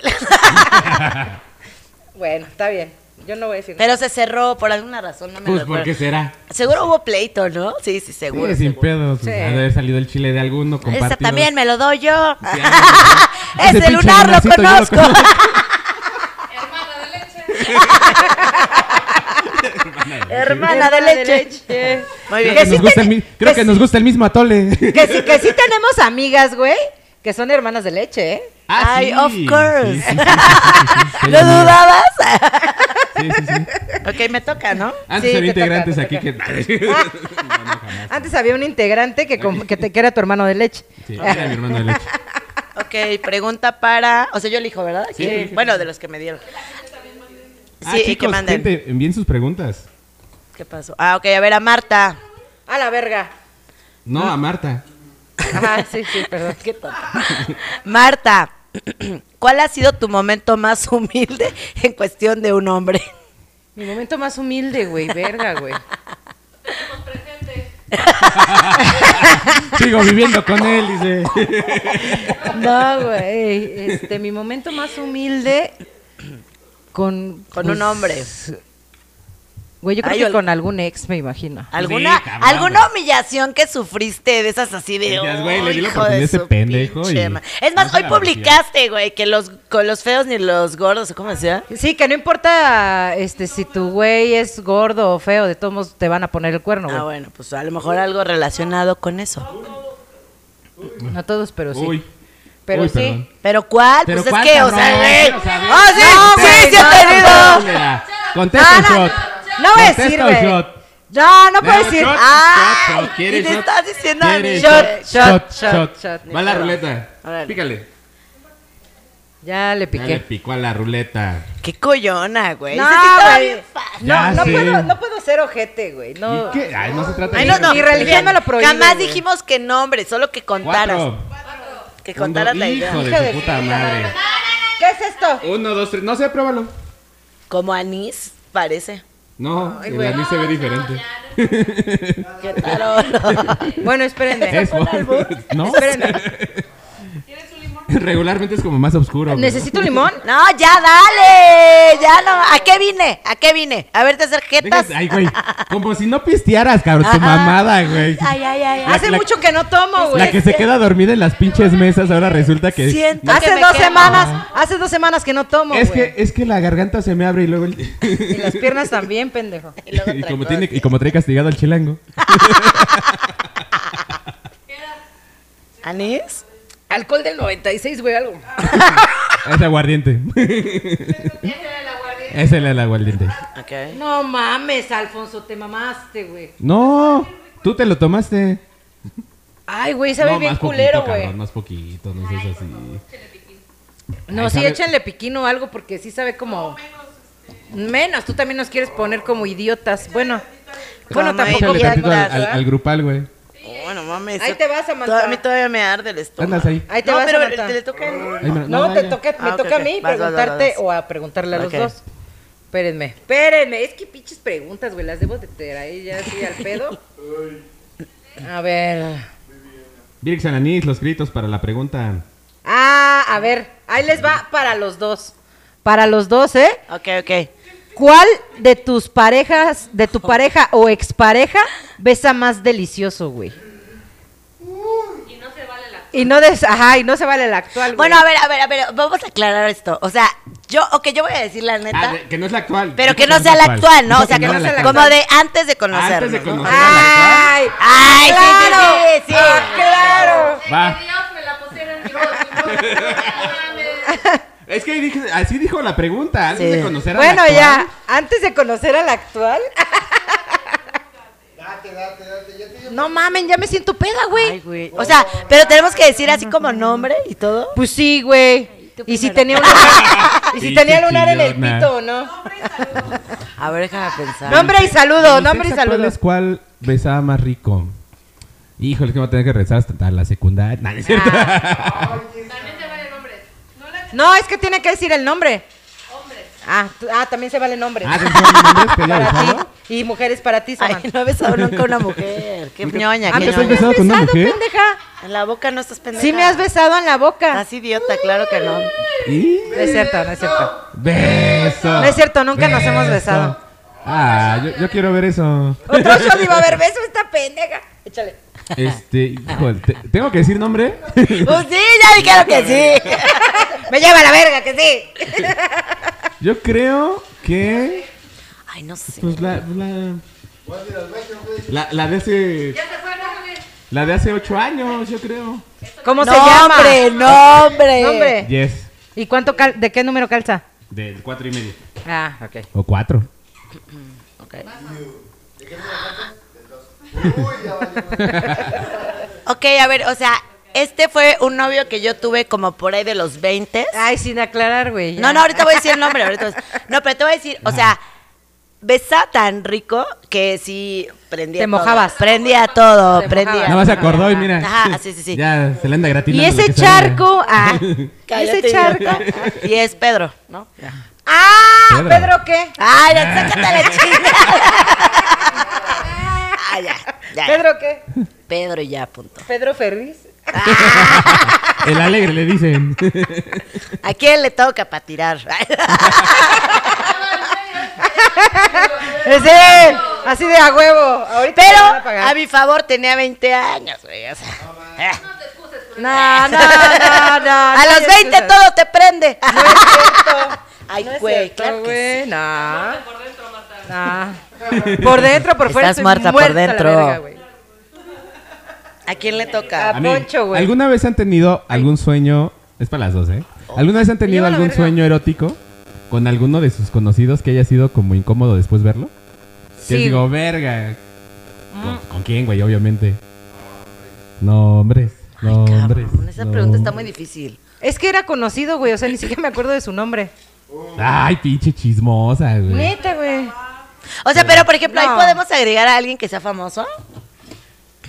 Speaker 2: Bueno, está bien. Yo no voy a decir nada.
Speaker 3: Pero se cerró por alguna razón, no me
Speaker 1: Pues,
Speaker 3: recuerdo.
Speaker 1: ¿por qué será?
Speaker 3: Seguro hubo pleito, ¿no? Sí, sí,
Speaker 1: Sí,
Speaker 3: seguro.
Speaker 1: sin
Speaker 3: seguro.
Speaker 1: pedos. pues,
Speaker 2: Sí.
Speaker 1: Ha de haber salido el chile de alguno compartido.
Speaker 3: Esa también me lo doy yo.
Speaker 1: Sí, ah, ese
Speaker 3: Ese
Speaker 1: pinche
Speaker 3: lunar lo
Speaker 1: lunarcito yo lo
Speaker 3: conozco.
Speaker 1: conozco.
Speaker 3: Hermana de leche. Muy
Speaker 1: Creo
Speaker 3: bien.
Speaker 1: que,
Speaker 2: sí
Speaker 1: nos gusta, el,
Speaker 2: tiene-
Speaker 1: mi- creo
Speaker 2: que
Speaker 1: que
Speaker 2: sí-
Speaker 1: nos gusta el mismo atole.
Speaker 2: Que sí, que sí tenemos amigas, güey, que son hermanas de leche, ¿eh?
Speaker 3: Ay, of course.
Speaker 1: Ah, Sí, sí, sí, sí, sí, sí, sí,
Speaker 3: ¿Lo
Speaker 1: sí,
Speaker 3: dudabas?
Speaker 1: Sí, sí, sí.
Speaker 3: ok, me toca, ¿no?
Speaker 1: Antes
Speaker 2: Sí,
Speaker 1: había
Speaker 2: te toca,
Speaker 1: integrantes
Speaker 2: te
Speaker 1: aquí que. no, no, jamás.
Speaker 2: Antes había un integrante que, com- que, te- que era tu hermano de leche.
Speaker 1: Sí, era mi hermano de leche.
Speaker 3: Ok, pregunta para... O sea, yo elijo, ¿verdad?
Speaker 1: Sí,
Speaker 3: Aquí.
Speaker 1: sí.
Speaker 3: Bueno, de los que me dieron.
Speaker 1: Ah,
Speaker 3: Sí, y que
Speaker 1: chicos,
Speaker 3: manden.
Speaker 1: gente, envíen sus preguntas.
Speaker 3: ¿Qué pasó? Ah, ok, a ver, a Marta.
Speaker 2: A la verga.
Speaker 1: No,
Speaker 3: Ah.
Speaker 1: a Marta.
Speaker 2: Ajá, sí, sí, perdón.
Speaker 3: Qué tonta. Marta, ¿cuál ha sido tu momento más humilde en cuestión de un hombre?
Speaker 2: Mi momento más humilde, güey, verga, güey.
Speaker 1: Sigo viviendo con él, dice.
Speaker 2: No, güey. Este, mi momento más humilde con. pues,
Speaker 3: Con un hombre.
Speaker 2: Güey, yo creo
Speaker 3: Ay,
Speaker 2: que
Speaker 3: al-
Speaker 2: con algún ex, me imagino.
Speaker 3: ¿Alguna,
Speaker 1: Sí, cabrón,
Speaker 3: alguna
Speaker 1: güey.
Speaker 3: humillación que sufriste de esas así de. "Oh,
Speaker 1: Decías, güey, le di la
Speaker 3: "Hijo
Speaker 1: oportunidad
Speaker 3: de
Speaker 1: a ese
Speaker 3: su
Speaker 1: pendejo
Speaker 3: pinche
Speaker 1: y
Speaker 3: ma-". Es más,
Speaker 1: no se
Speaker 3: hoy
Speaker 1: la
Speaker 3: publicaste, güey, que los, con los feos ni los gordos, ¿o ¿cómo decía?
Speaker 2: Sí, que no importa este si tu güey es gordo o feo, de todos modos te van a poner el cuerno, güey.
Speaker 3: Ah, bueno, pues a lo mejor algo relacionado con eso.
Speaker 2: No todos, pero sí.
Speaker 1: Uy.
Speaker 2: pero
Speaker 1: Uy,
Speaker 2: sí.
Speaker 1: perdón.
Speaker 3: Pues ¿Pero cuál?
Speaker 1: ¿Pero
Speaker 3: pues
Speaker 1: cuál,
Speaker 3: es que, o
Speaker 1: cabrón?
Speaker 3: sea, güey.
Speaker 1: Quiero saber.
Speaker 3: ¡Ah, sí!
Speaker 2: No,
Speaker 3: ¡Sí,
Speaker 2: güey,
Speaker 3: sí ha
Speaker 2: no,
Speaker 3: tenido!
Speaker 1: Mira, Contesta el shot.
Speaker 2: No voy a
Speaker 1: Contesta
Speaker 2: decir,
Speaker 1: o
Speaker 2: güey.
Speaker 1: shot.
Speaker 2: No, no puedo
Speaker 1: No,
Speaker 2: decir.
Speaker 1: shot,
Speaker 3: ¡Ah!
Speaker 1: shot, shot. ¿Quiere
Speaker 3: y te
Speaker 1: shot?
Speaker 3: estás diciendo a
Speaker 1: ¿Quiere
Speaker 3: mí.
Speaker 2: shot?
Speaker 1: Shot,
Speaker 2: Shot,
Speaker 1: shot,
Speaker 2: shot, shot, ni
Speaker 1: Va la
Speaker 2: pedo.
Speaker 1: ruleta.
Speaker 3: Órale.
Speaker 1: Pícale.
Speaker 2: Ya le
Speaker 1: Ya le
Speaker 2: piqué.
Speaker 1: picó a la ruleta.
Speaker 3: ¡Qué collona, güey!
Speaker 2: No,
Speaker 3: Ese sí estaba
Speaker 2: güey.
Speaker 3: bien fácil.
Speaker 2: No,
Speaker 1: Ya
Speaker 2: no
Speaker 1: sé.
Speaker 2: puedo, no puedo ser ojete, güey. No.
Speaker 1: ¿Y qué? Ay, no se trata
Speaker 3: Ay,
Speaker 1: de
Speaker 3: no,
Speaker 1: eso.
Speaker 3: no.
Speaker 2: Mi religión me lo prohíbe,
Speaker 3: Jamás
Speaker 2: güey.
Speaker 3: dijimos que nombre, solo que contaras.
Speaker 1: Cuatro.
Speaker 3: Que
Speaker 1: Un,
Speaker 3: contaras
Speaker 1: dos-
Speaker 3: la idea.
Speaker 1: Hijo
Speaker 2: Hija
Speaker 1: de
Speaker 2: de
Speaker 1: su puta
Speaker 2: su-
Speaker 1: madre.
Speaker 2: ¿Qué es esto?
Speaker 1: Uno, dos, tres. No sé, pruébalo.
Speaker 3: Como anís, parece.
Speaker 1: No, el anís se ve diferente.
Speaker 3: Qué tarolo.
Speaker 2: Bueno, espérenme.
Speaker 1: Es por- ¿No? Regularmente es como más oscuro. güey.
Speaker 2: ¿Necesito un limón?
Speaker 3: No, ya dale, ya no. ¿A qué vine? ¿A qué vine? A verte hacer jetas.
Speaker 1: Dejas- Ay, güey. Como si no pistearas, cabrón. Tu
Speaker 3: Ajá.
Speaker 1: mamada, güey.
Speaker 3: Ay, ay, ay. ay.
Speaker 2: Hace
Speaker 1: la-
Speaker 2: mucho que no tomo,
Speaker 1: La
Speaker 2: güey.
Speaker 1: que se queda dormida en las pinches mesas ahora resulta que...
Speaker 3: Siento que
Speaker 2: Hace
Speaker 3: me
Speaker 2: dos
Speaker 3: quemo.
Speaker 2: semanas, hace dos semanas que no tomo,
Speaker 1: Es
Speaker 2: güey.
Speaker 1: que, es que la garganta se me abre y luego el...
Speaker 2: Y las piernas también, pendejo.
Speaker 3: Y luego
Speaker 1: y,
Speaker 3: otra
Speaker 1: como
Speaker 3: cosa.
Speaker 1: tiene, y como trae castigado al chilango.
Speaker 3: ¿Anís?
Speaker 2: Alcohol del 96, güey, algo.
Speaker 1: Es aguardiente. es el del aguardiente.
Speaker 3: Ok.
Speaker 2: No mames, Alfonso, te mamaste, güey.
Speaker 1: No, tú te lo tomaste.
Speaker 2: Ay, güey, sabe
Speaker 1: no,
Speaker 2: bien
Speaker 1: más
Speaker 2: culero,
Speaker 1: poquito,
Speaker 2: güey.
Speaker 1: cabrón, más poquito, no seas así.
Speaker 2: No,
Speaker 1: Ay,
Speaker 2: sí,
Speaker 1: sabe-
Speaker 2: échenle piquín o algo porque sí sabe como...
Speaker 3: este.
Speaker 2: Menos, tú también nos quieres poner como idiotas. Bueno, bueno,
Speaker 3: Como
Speaker 2: tampoco
Speaker 1: Échale
Speaker 3: idiotas,
Speaker 1: tantito al,
Speaker 2: idiotas,
Speaker 1: al-
Speaker 2: ¿verdad?
Speaker 1: al grupal, güey.
Speaker 3: Bueno, mames.
Speaker 2: Ahí
Speaker 3: eso-
Speaker 2: te vas, Samantha.
Speaker 3: A mí todavía me arde el estómago.
Speaker 1: Andas ahí.
Speaker 2: Ahí te
Speaker 3: no,
Speaker 2: vas,
Speaker 3: pero
Speaker 2: Samantha.
Speaker 3: te le toca el-
Speaker 1: Ay, mira,
Speaker 2: No,
Speaker 1: no,
Speaker 2: te
Speaker 1: ya.
Speaker 2: toca, me
Speaker 3: Ah, ok,
Speaker 2: toca
Speaker 3: ok.
Speaker 2: a mí
Speaker 3: Vas, vas, vas,
Speaker 2: preguntarte
Speaker 3: vas.
Speaker 2: o a preguntarle a los
Speaker 3: Ok.
Speaker 2: dos. Espérenme, espérenme, es que pinches preguntas, güey, las debo de tener ahí ya así al pedo. A ver.
Speaker 1: Virx Ananís, los gritos para la pregunta.
Speaker 2: Ah, a ver, ahí les va para los dos. Para los dos, ¿eh?
Speaker 3: Ok, ok.
Speaker 2: ¿Cuál de tus parejas, de tu pareja o expareja, besa más delicioso, güey? Y no se vale el actual. Y no, des- ajá, y no se vale el actual, güey.
Speaker 3: Bueno, a ver, a ver, a ver. Vamos a aclarar esto. O sea, yo, ok, yo voy a decir la neta.
Speaker 1: Ah, de- que no es la actual.
Speaker 3: Pero
Speaker 1: Dijo
Speaker 3: que no sea la actual, ¿no? O sea,
Speaker 1: Dijo
Speaker 3: como,
Speaker 1: era la
Speaker 3: como
Speaker 1: actual.
Speaker 3: de antes de conocernos.
Speaker 1: Antes de
Speaker 3: ¿no?
Speaker 1: conocer a la actual.
Speaker 2: ¡Ay!
Speaker 3: ¡Ay, sí, sí, sí, sí!
Speaker 2: Ah, ¡Claro!
Speaker 1: Va.
Speaker 4: Que Dios me la pusiera en mi voz, mi voz. No mames.
Speaker 1: Es que dije- así dijo la pregunta, antes
Speaker 3: Sí.
Speaker 1: de conocer a la
Speaker 2: Bueno,
Speaker 1: actual.
Speaker 2: ya, antes de conocer al actual. No mamen, ya me siento peda,
Speaker 3: Ay,
Speaker 2: güey.
Speaker 3: güey. O sea, pero tenemos que decir así como nombre y todo.
Speaker 2: Pues sí, güey. Y si tenía un y si
Speaker 1: Sí,
Speaker 2: tenía
Speaker 1: qué
Speaker 2: lunar en el
Speaker 1: chillona.
Speaker 2: pito o no.
Speaker 3: A ver, déjame pensar.
Speaker 2: Nombre y saludo,
Speaker 1: ¿Los
Speaker 2: nombre y
Speaker 1: ex actuales
Speaker 2: saludo.
Speaker 1: ¿Cuál besaba más rico? Híjole, que me voy a tener que rezar hasta la secundaria. Nah, no es cierto.
Speaker 2: Ah. No, es que tiene que decir el nombre. Ah, tú- ah, también se vale nombre.
Speaker 1: Ah, ¿te ponen nombres? ¿Te la
Speaker 2: para ti
Speaker 1: besaba?
Speaker 2: y mujeres para ti,
Speaker 3: Ay,
Speaker 2: Samantha.
Speaker 3: no he besado nunca a una mujer. Qué pues, ñoña,
Speaker 2: Ah,
Speaker 1: ¿Nunca
Speaker 3: qué
Speaker 1: te has
Speaker 3: ñoña.
Speaker 1: besado con una mujer?
Speaker 2: pendeja.
Speaker 3: En la boca no Ah, estás pendeja.
Speaker 2: Sí me has besado en la boca.
Speaker 3: Estás idiota, claro que no.
Speaker 1: Y-
Speaker 2: No es cierto, no es cierto.
Speaker 1: Beso.
Speaker 2: No es cierto, nunca nos hemos besado.
Speaker 1: Ah, yo, yo quiero ver eso.
Speaker 2: Otro shot iba a haber beso esta pendeja. Échale.
Speaker 1: Este, híjole, te- ¿tengo que decir nombre?
Speaker 3: Pues sí, ya dijeron que sí.
Speaker 2: Me lleva a la verga, que sí.
Speaker 1: Yo creo que.
Speaker 3: Ay, no
Speaker 2: este.
Speaker 3: sé.
Speaker 1: Pues la. La, la, la de hace. La de hace ocho años, yo creo.
Speaker 2: ¿Cómo se llama?
Speaker 3: Nombre, nombre.
Speaker 2: Nombre.
Speaker 1: Yes.
Speaker 2: ¿Y cuánto cal- de qué número calza?
Speaker 1: Del cuatro y medio.
Speaker 2: Ah, ok.
Speaker 1: O cuatro.
Speaker 3: Ok, a ver, o sea, este fue un novio que yo tuve como por ahí de los 20.
Speaker 2: Ay, sin aclarar, güey. ya.
Speaker 3: No, no, ahorita voy a decir el nombre. Ahorita voy a decir- No, pero te voy a decir, o sea, besa tan rico que sí prendía
Speaker 2: Te
Speaker 3: todo.
Speaker 2: mojabas.
Speaker 3: Prendía todo,
Speaker 2: Te
Speaker 3: prendía.
Speaker 1: Nada más se acordó y mira.
Speaker 3: Ajá,
Speaker 2: Ah,
Speaker 3: sí, sí, sí.
Speaker 1: Ya se le anda gratinando.
Speaker 2: Y
Speaker 1: lo
Speaker 2: ese
Speaker 1: que sabía.
Speaker 2: charco, ah,
Speaker 3: Cállate,
Speaker 2: ese charco.
Speaker 3: idiota. Y es Pedro, ¿no?
Speaker 2: Ah,
Speaker 1: Pedro.
Speaker 2: Pedro, ¿qué?
Speaker 3: Ay, ya, sácate la chingada. Ah, ya, ya, ya.
Speaker 2: ¿Pedro qué?
Speaker 3: Pedro y ya, punto.
Speaker 2: ¿Pedro Ferris?
Speaker 1: El alegre le dicen.
Speaker 3: ¿A quién le toca para tirar?
Speaker 2: Es él. Así de a huevo. Ahorita
Speaker 3: Pero
Speaker 2: me van a pagar.
Speaker 3: a mi favor tenía 20 años, güey. o sea, eh.
Speaker 2: No, no, no, no.
Speaker 3: a los 20
Speaker 2: todos.
Speaker 3: todo te prende.
Speaker 2: No es cierto.
Speaker 3: Ay,
Speaker 2: No es
Speaker 3: güey,
Speaker 2: cierto,
Speaker 3: claro que
Speaker 2: güey, no. No. Por dentro, por fuera.
Speaker 3: Estás
Speaker 2: estoy
Speaker 3: muerta por
Speaker 2: muerta la
Speaker 3: dentro.
Speaker 2: verga, güey.
Speaker 3: ¿A quién le toca?
Speaker 2: A Poncho, güey.
Speaker 1: ¿Alguna vez han tenido algún sueño? Es para las dos, ¿eh? ¿Alguna vez han tenido
Speaker 2: Lleva la
Speaker 1: algún
Speaker 2: verga.
Speaker 1: sueño erótico con alguno de sus conocidos que haya sido como incómodo después verlo?
Speaker 2: Sí.
Speaker 1: Que
Speaker 2: Mm.
Speaker 1: digo, verga. ¿Con, con quién, güey? Obviamente. No, hombres. No, hombres.
Speaker 3: Cabrón, esa
Speaker 1: no,
Speaker 3: pregunta está muy
Speaker 1: hombres.
Speaker 3: difícil.
Speaker 2: Es que era conocido, güey. O sea, ni siquiera me acuerdo de su nombre.
Speaker 1: Ay, pinche chismosa, güey.
Speaker 2: Neta, güey.
Speaker 3: O sea, pero por ejemplo,
Speaker 2: No.
Speaker 3: ahí podemos agregar a alguien que sea famoso.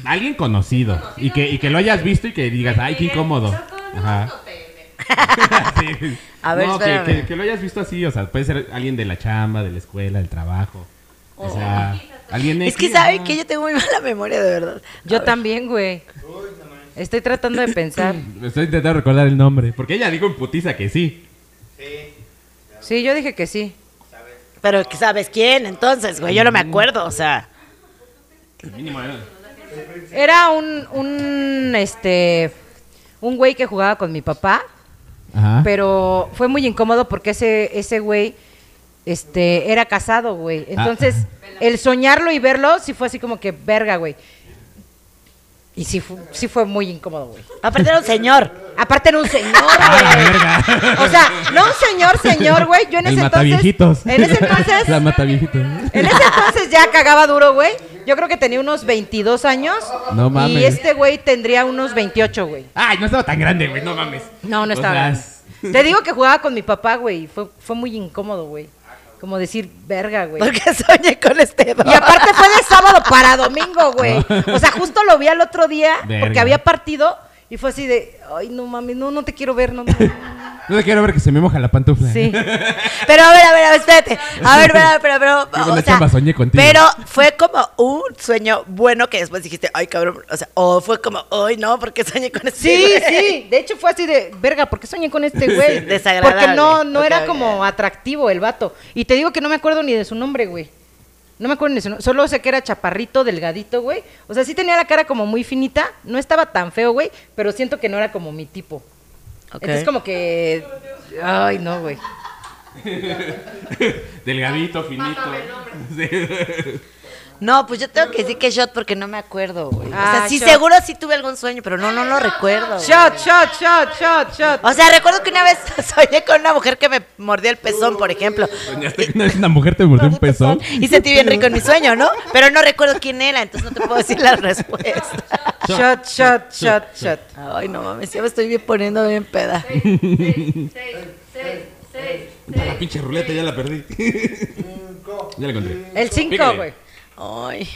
Speaker 1: Alguien conocido. Y que, y que lo hayas visto y que digas, ay, qué incómodo. Ajá. Sí.
Speaker 3: A ver,
Speaker 1: no, que,
Speaker 3: espérame.
Speaker 1: que- que lo hayas visto así, o sea, puede ser alguien de la chamba, de la escuela, del trabajo. O sea, alguien
Speaker 3: Es que
Speaker 1: X, ajá.
Speaker 3: saben que yo tengo muy mala memoria, de verdad.
Speaker 2: Yo también, güey. Estoy tratando de pensar.
Speaker 1: Estoy intentando recordar el nombre. Porque ella dijo en putiza que sí.
Speaker 2: Sí, yo dije que sí.
Speaker 3: Pero que sabes quién, entonces, güey, yo no me acuerdo, o sea.
Speaker 2: Era un, un, este, un güey que jugaba con mi papá.
Speaker 1: Ajá.
Speaker 2: pero fue muy incómodo porque ese ese güey este era casado, güey.
Speaker 1: Ah.
Speaker 2: Entonces, el soñarlo y verlo sí fue así como que verga, güey. Y sí fue, sí fue muy incómodo, güey.
Speaker 3: Aparte era un señor.
Speaker 2: Aparte era un señor,
Speaker 1: Ah,
Speaker 2: güey. O sea, no un señor, señor, güey. Yo en
Speaker 1: el
Speaker 2: ese
Speaker 1: mataviejitos.
Speaker 2: entonces. En ese entonces.
Speaker 1: La mataviejitos.
Speaker 2: En ese entonces ya cagaba duro, güey. Yo creo que tenía unos 22 años.
Speaker 1: No mames.
Speaker 2: Y este güey tendría unos 28, güey.
Speaker 1: Ay, no estaba tan grande, güey, no mames.
Speaker 2: No, no estaba.
Speaker 1: O sea,
Speaker 2: grande. Te digo que jugaba con mi papá, güey. y Fue, fue muy incómodo, güey. Como decir, verga, güey.
Speaker 3: Porque soñé con este don.
Speaker 2: Y aparte fue de sábado para domingo, güey. O sea, justo lo vi al otro día porque
Speaker 1: Verga.
Speaker 2: había partido y fue así de, ay, no mami, no, no te quiero ver, no. no, no".
Speaker 1: No te quiero ver que se me moja la pantufla. ¿eh?
Speaker 2: Sí.
Speaker 3: Pero a ver, a ver, a ver, espérate. A ver, pero, pero, pero,
Speaker 1: Yo con
Speaker 3: o
Speaker 1: la
Speaker 3: sea,
Speaker 1: chamba soñé contigo.
Speaker 3: pero fue como un sueño bueno que después dijiste, ay, cabrón, o sea, o fue como, ay, no, porque soñé con este
Speaker 2: Sí,
Speaker 3: güey?"
Speaker 2: sí. De hecho fue así de, verga, ¿por qué soñé con este güey?
Speaker 3: Desagradable.
Speaker 2: Porque no, no
Speaker 3: Ok,
Speaker 2: era
Speaker 3: ok.
Speaker 2: como atractivo el vato. Y te digo que no me acuerdo ni de su nombre, güey. No me acuerdo ni de su nombre. Solo sé que era chaparrito, delgadito, güey. O sea, sí tenía la cara como muy finita. No estaba tan feo, güey. Pero siento que no era como mi tipo.
Speaker 3: Ok.
Speaker 2: Entonces como que... Ay, no, güey.
Speaker 1: Delgadito, finito. Sí.
Speaker 3: No, pues yo tengo que decir que shot porque no me acuerdo, güey. o sea,
Speaker 2: Ah,
Speaker 3: sí,
Speaker 2: shot.
Speaker 3: seguro sí tuve algún sueño, pero no, no lo recuerdo. Oh, güey.
Speaker 2: Shot, shot, shot, shot, shot.
Speaker 3: O sea, recuerdo que una vez soñé con una mujer que me mordió el pezón, por ejemplo.
Speaker 1: Soñaste que una vez una mujer te mordió un pezón.
Speaker 3: Y sentí bien rico en mi sueño, ¿no? Pero no recuerdo quién era, entonces no te puedo decir la respuesta.
Speaker 2: Shot, shot, shot, shot.
Speaker 3: Ay, no mames, ya me estoy bien poniendo bien peda.
Speaker 1: La pinche ruleta ya la perdí. ya la encontré.
Speaker 2: El 5,
Speaker 1: Pícale.
Speaker 2: güey.
Speaker 3: Ay.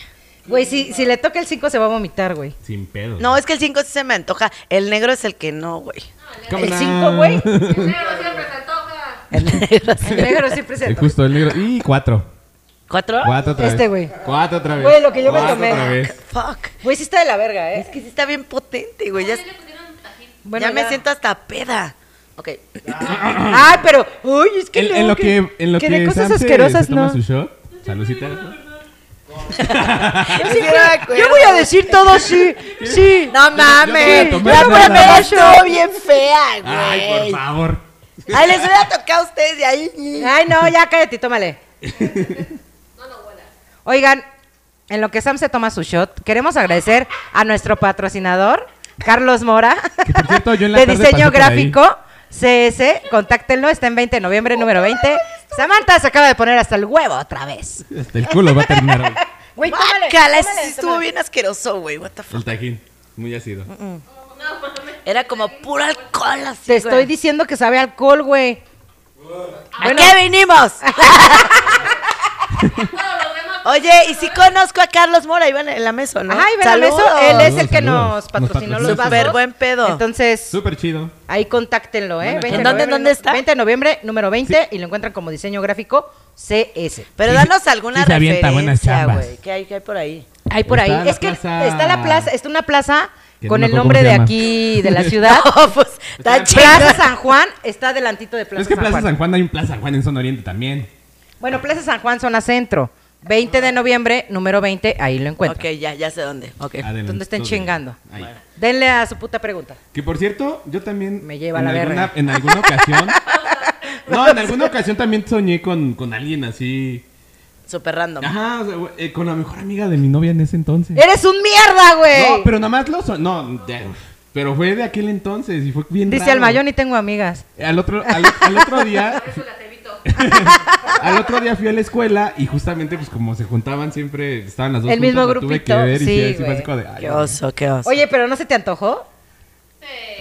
Speaker 2: Güey, si, si le toca el 5 se va a vomitar, güey.
Speaker 1: Sin pedo.
Speaker 3: No, es que el 5 sí se me antoja. El negro es el que no, güey.
Speaker 1: Cámara.
Speaker 2: el cinco, güey.
Speaker 3: El negro sí.
Speaker 2: El negro siempre se
Speaker 1: Eh,
Speaker 2: toca.
Speaker 1: Justo el negro. Y cuatro.
Speaker 3: ¿Cuatro?
Speaker 1: Cuatro otra
Speaker 2: Este, güey.
Speaker 1: vez. Cuatro otra vez.
Speaker 2: Güey, lo que yo me
Speaker 1: Cuatro
Speaker 2: tomé.
Speaker 1: otra vez.
Speaker 3: Fuck.
Speaker 2: Güey, sí está de la verga, ¿eh?
Speaker 3: Es que sí está bien potente, güey. Ya,
Speaker 2: Bueno,
Speaker 3: ya me siento hasta peda. Ok.
Speaker 2: Ay, pero. Uy, es que.
Speaker 1: En,
Speaker 2: no,
Speaker 1: en lo que, en lo que,
Speaker 2: que de cosas
Speaker 1: Sam se-
Speaker 2: asquerosas,
Speaker 1: se toma
Speaker 2: no.
Speaker 1: su shot, salucita.
Speaker 3: Yo,
Speaker 2: Yo voy a decir todo, sí. Sí.
Speaker 3: No mames.
Speaker 1: Yo no
Speaker 3: Yo
Speaker 1: voy a tomar
Speaker 3: no me
Speaker 1: nada.
Speaker 3: estoy bien fea,
Speaker 1: Ay,
Speaker 3: güey.
Speaker 1: por favor.
Speaker 3: Ay, les hubiera tocado a ustedes de ahí.
Speaker 2: Ay, no, ya cállate, y tómale. Oigan, en lo que Sam se toma su shot, queremos agradecer a nuestro patrocinador, Carlos Mora,
Speaker 1: Que, por cierto, yo en la
Speaker 2: de
Speaker 1: tarde
Speaker 2: diseño
Speaker 1: pasé por ahí.
Speaker 2: gráfico, CS. Contáctenlo, está en 20 de noviembre, número 20. Samantha se acaba de poner hasta el huevo otra vez.
Speaker 1: Hasta Este, el culo va a terminar hoy.
Speaker 2: Güey,
Speaker 3: Guácala, ese sí estuvo bien asqueroso, güey. What the fuck.
Speaker 1: El tajín. Muy ácido.
Speaker 2: Mm,
Speaker 3: Era como puro alcohol así,
Speaker 2: Te
Speaker 3: güey.
Speaker 2: estoy diciendo que sabe a alcohol, güey.
Speaker 3: Ah, ¿A qué vinimos? Oye, y si conozco a Carlos Mora, iban en la mesa, ¿no?
Speaker 2: Ajá, y verán
Speaker 3: Saludos.
Speaker 2: eso, él es el
Speaker 1: Saludos,
Speaker 2: que
Speaker 1: saludos.
Speaker 2: nos
Speaker 1: Nos
Speaker 2: patrocinó
Speaker 1: patrocinó.
Speaker 2: los vasos.
Speaker 3: Súper buen pedo.
Speaker 2: Entonces,
Speaker 1: Súper chido.
Speaker 2: ahí contáctenlo, ¿eh?
Speaker 1: Buena
Speaker 2: 20 de
Speaker 3: chamba. ¿En dónde-
Speaker 2: noviembre,
Speaker 3: dónde está?
Speaker 2: 20 de noviembre, número 20, y lo encuentran como diseño gráfico CS.
Speaker 3: Pero
Speaker 1: Sí,
Speaker 3: danos
Speaker 1: sí,
Speaker 3: alguna
Speaker 1: sí se avienta buenas
Speaker 3: referencia,
Speaker 1: chambas.
Speaker 3: güey. ¿Qué hay, qué hay por ahí?
Speaker 2: Hay por ahí.
Speaker 1: Está la
Speaker 2: es que
Speaker 1: plaza-
Speaker 2: está la plaza, está una plaza
Speaker 1: Que no
Speaker 2: con
Speaker 1: me
Speaker 2: el
Speaker 1: acuerdo
Speaker 2: nombre
Speaker 1: cómo
Speaker 2: de
Speaker 1: se llama.
Speaker 2: aquí, de la ciudad.
Speaker 3: No, pues, está
Speaker 2: Plaza
Speaker 3: chido.
Speaker 2: San Juan está delantito de Plaza,
Speaker 1: es que
Speaker 2: San,
Speaker 1: Plaza
Speaker 2: Juan.
Speaker 1: San Juan hay un Plaza San Juan en Zona Oriente también.
Speaker 2: Bueno, Plaza San Juan, zona centro. 20 de noviembre, número 20, ahí lo encuentro.
Speaker 3: Ok, ya, ya sé dónde. Ok.
Speaker 1: Adelante.
Speaker 2: ¿Dónde estén
Speaker 1: Todo
Speaker 2: chingando?
Speaker 1: bien. Ahí.
Speaker 2: Denle a su puta pregunta.
Speaker 1: Que por cierto, yo también.
Speaker 2: Me lleva
Speaker 1: en
Speaker 2: la
Speaker 1: alguna,
Speaker 2: verga.
Speaker 1: En alguna ocasión. no, en alguna ocasión también soñé con, con alguien así.
Speaker 3: Súper random.
Speaker 1: Ajá, o sea, güey, eh, con la mejor amiga de mi novia en ese entonces.
Speaker 2: ¡Eres un mierda, güey!
Speaker 1: No, pero nada más lo so- No, de- pero fue de aquel entonces y fue bien
Speaker 2: Dice
Speaker 1: raro.
Speaker 2: al mayor, ni tengo amigas.
Speaker 1: Al otro, al, al otro día. al otro día fui a la escuela y justamente, pues como se juntaban siempre, estaban las dos.
Speaker 2: El mismo
Speaker 1: juntas, la tuve
Speaker 2: grupito,
Speaker 1: que ver y
Speaker 2: sí,
Speaker 1: sí, fue
Speaker 2: güey.
Speaker 1: así como de, ay,
Speaker 3: Qué
Speaker 1: no.
Speaker 3: oso, qué oso.
Speaker 2: Oye, pero ¿no se te antojó?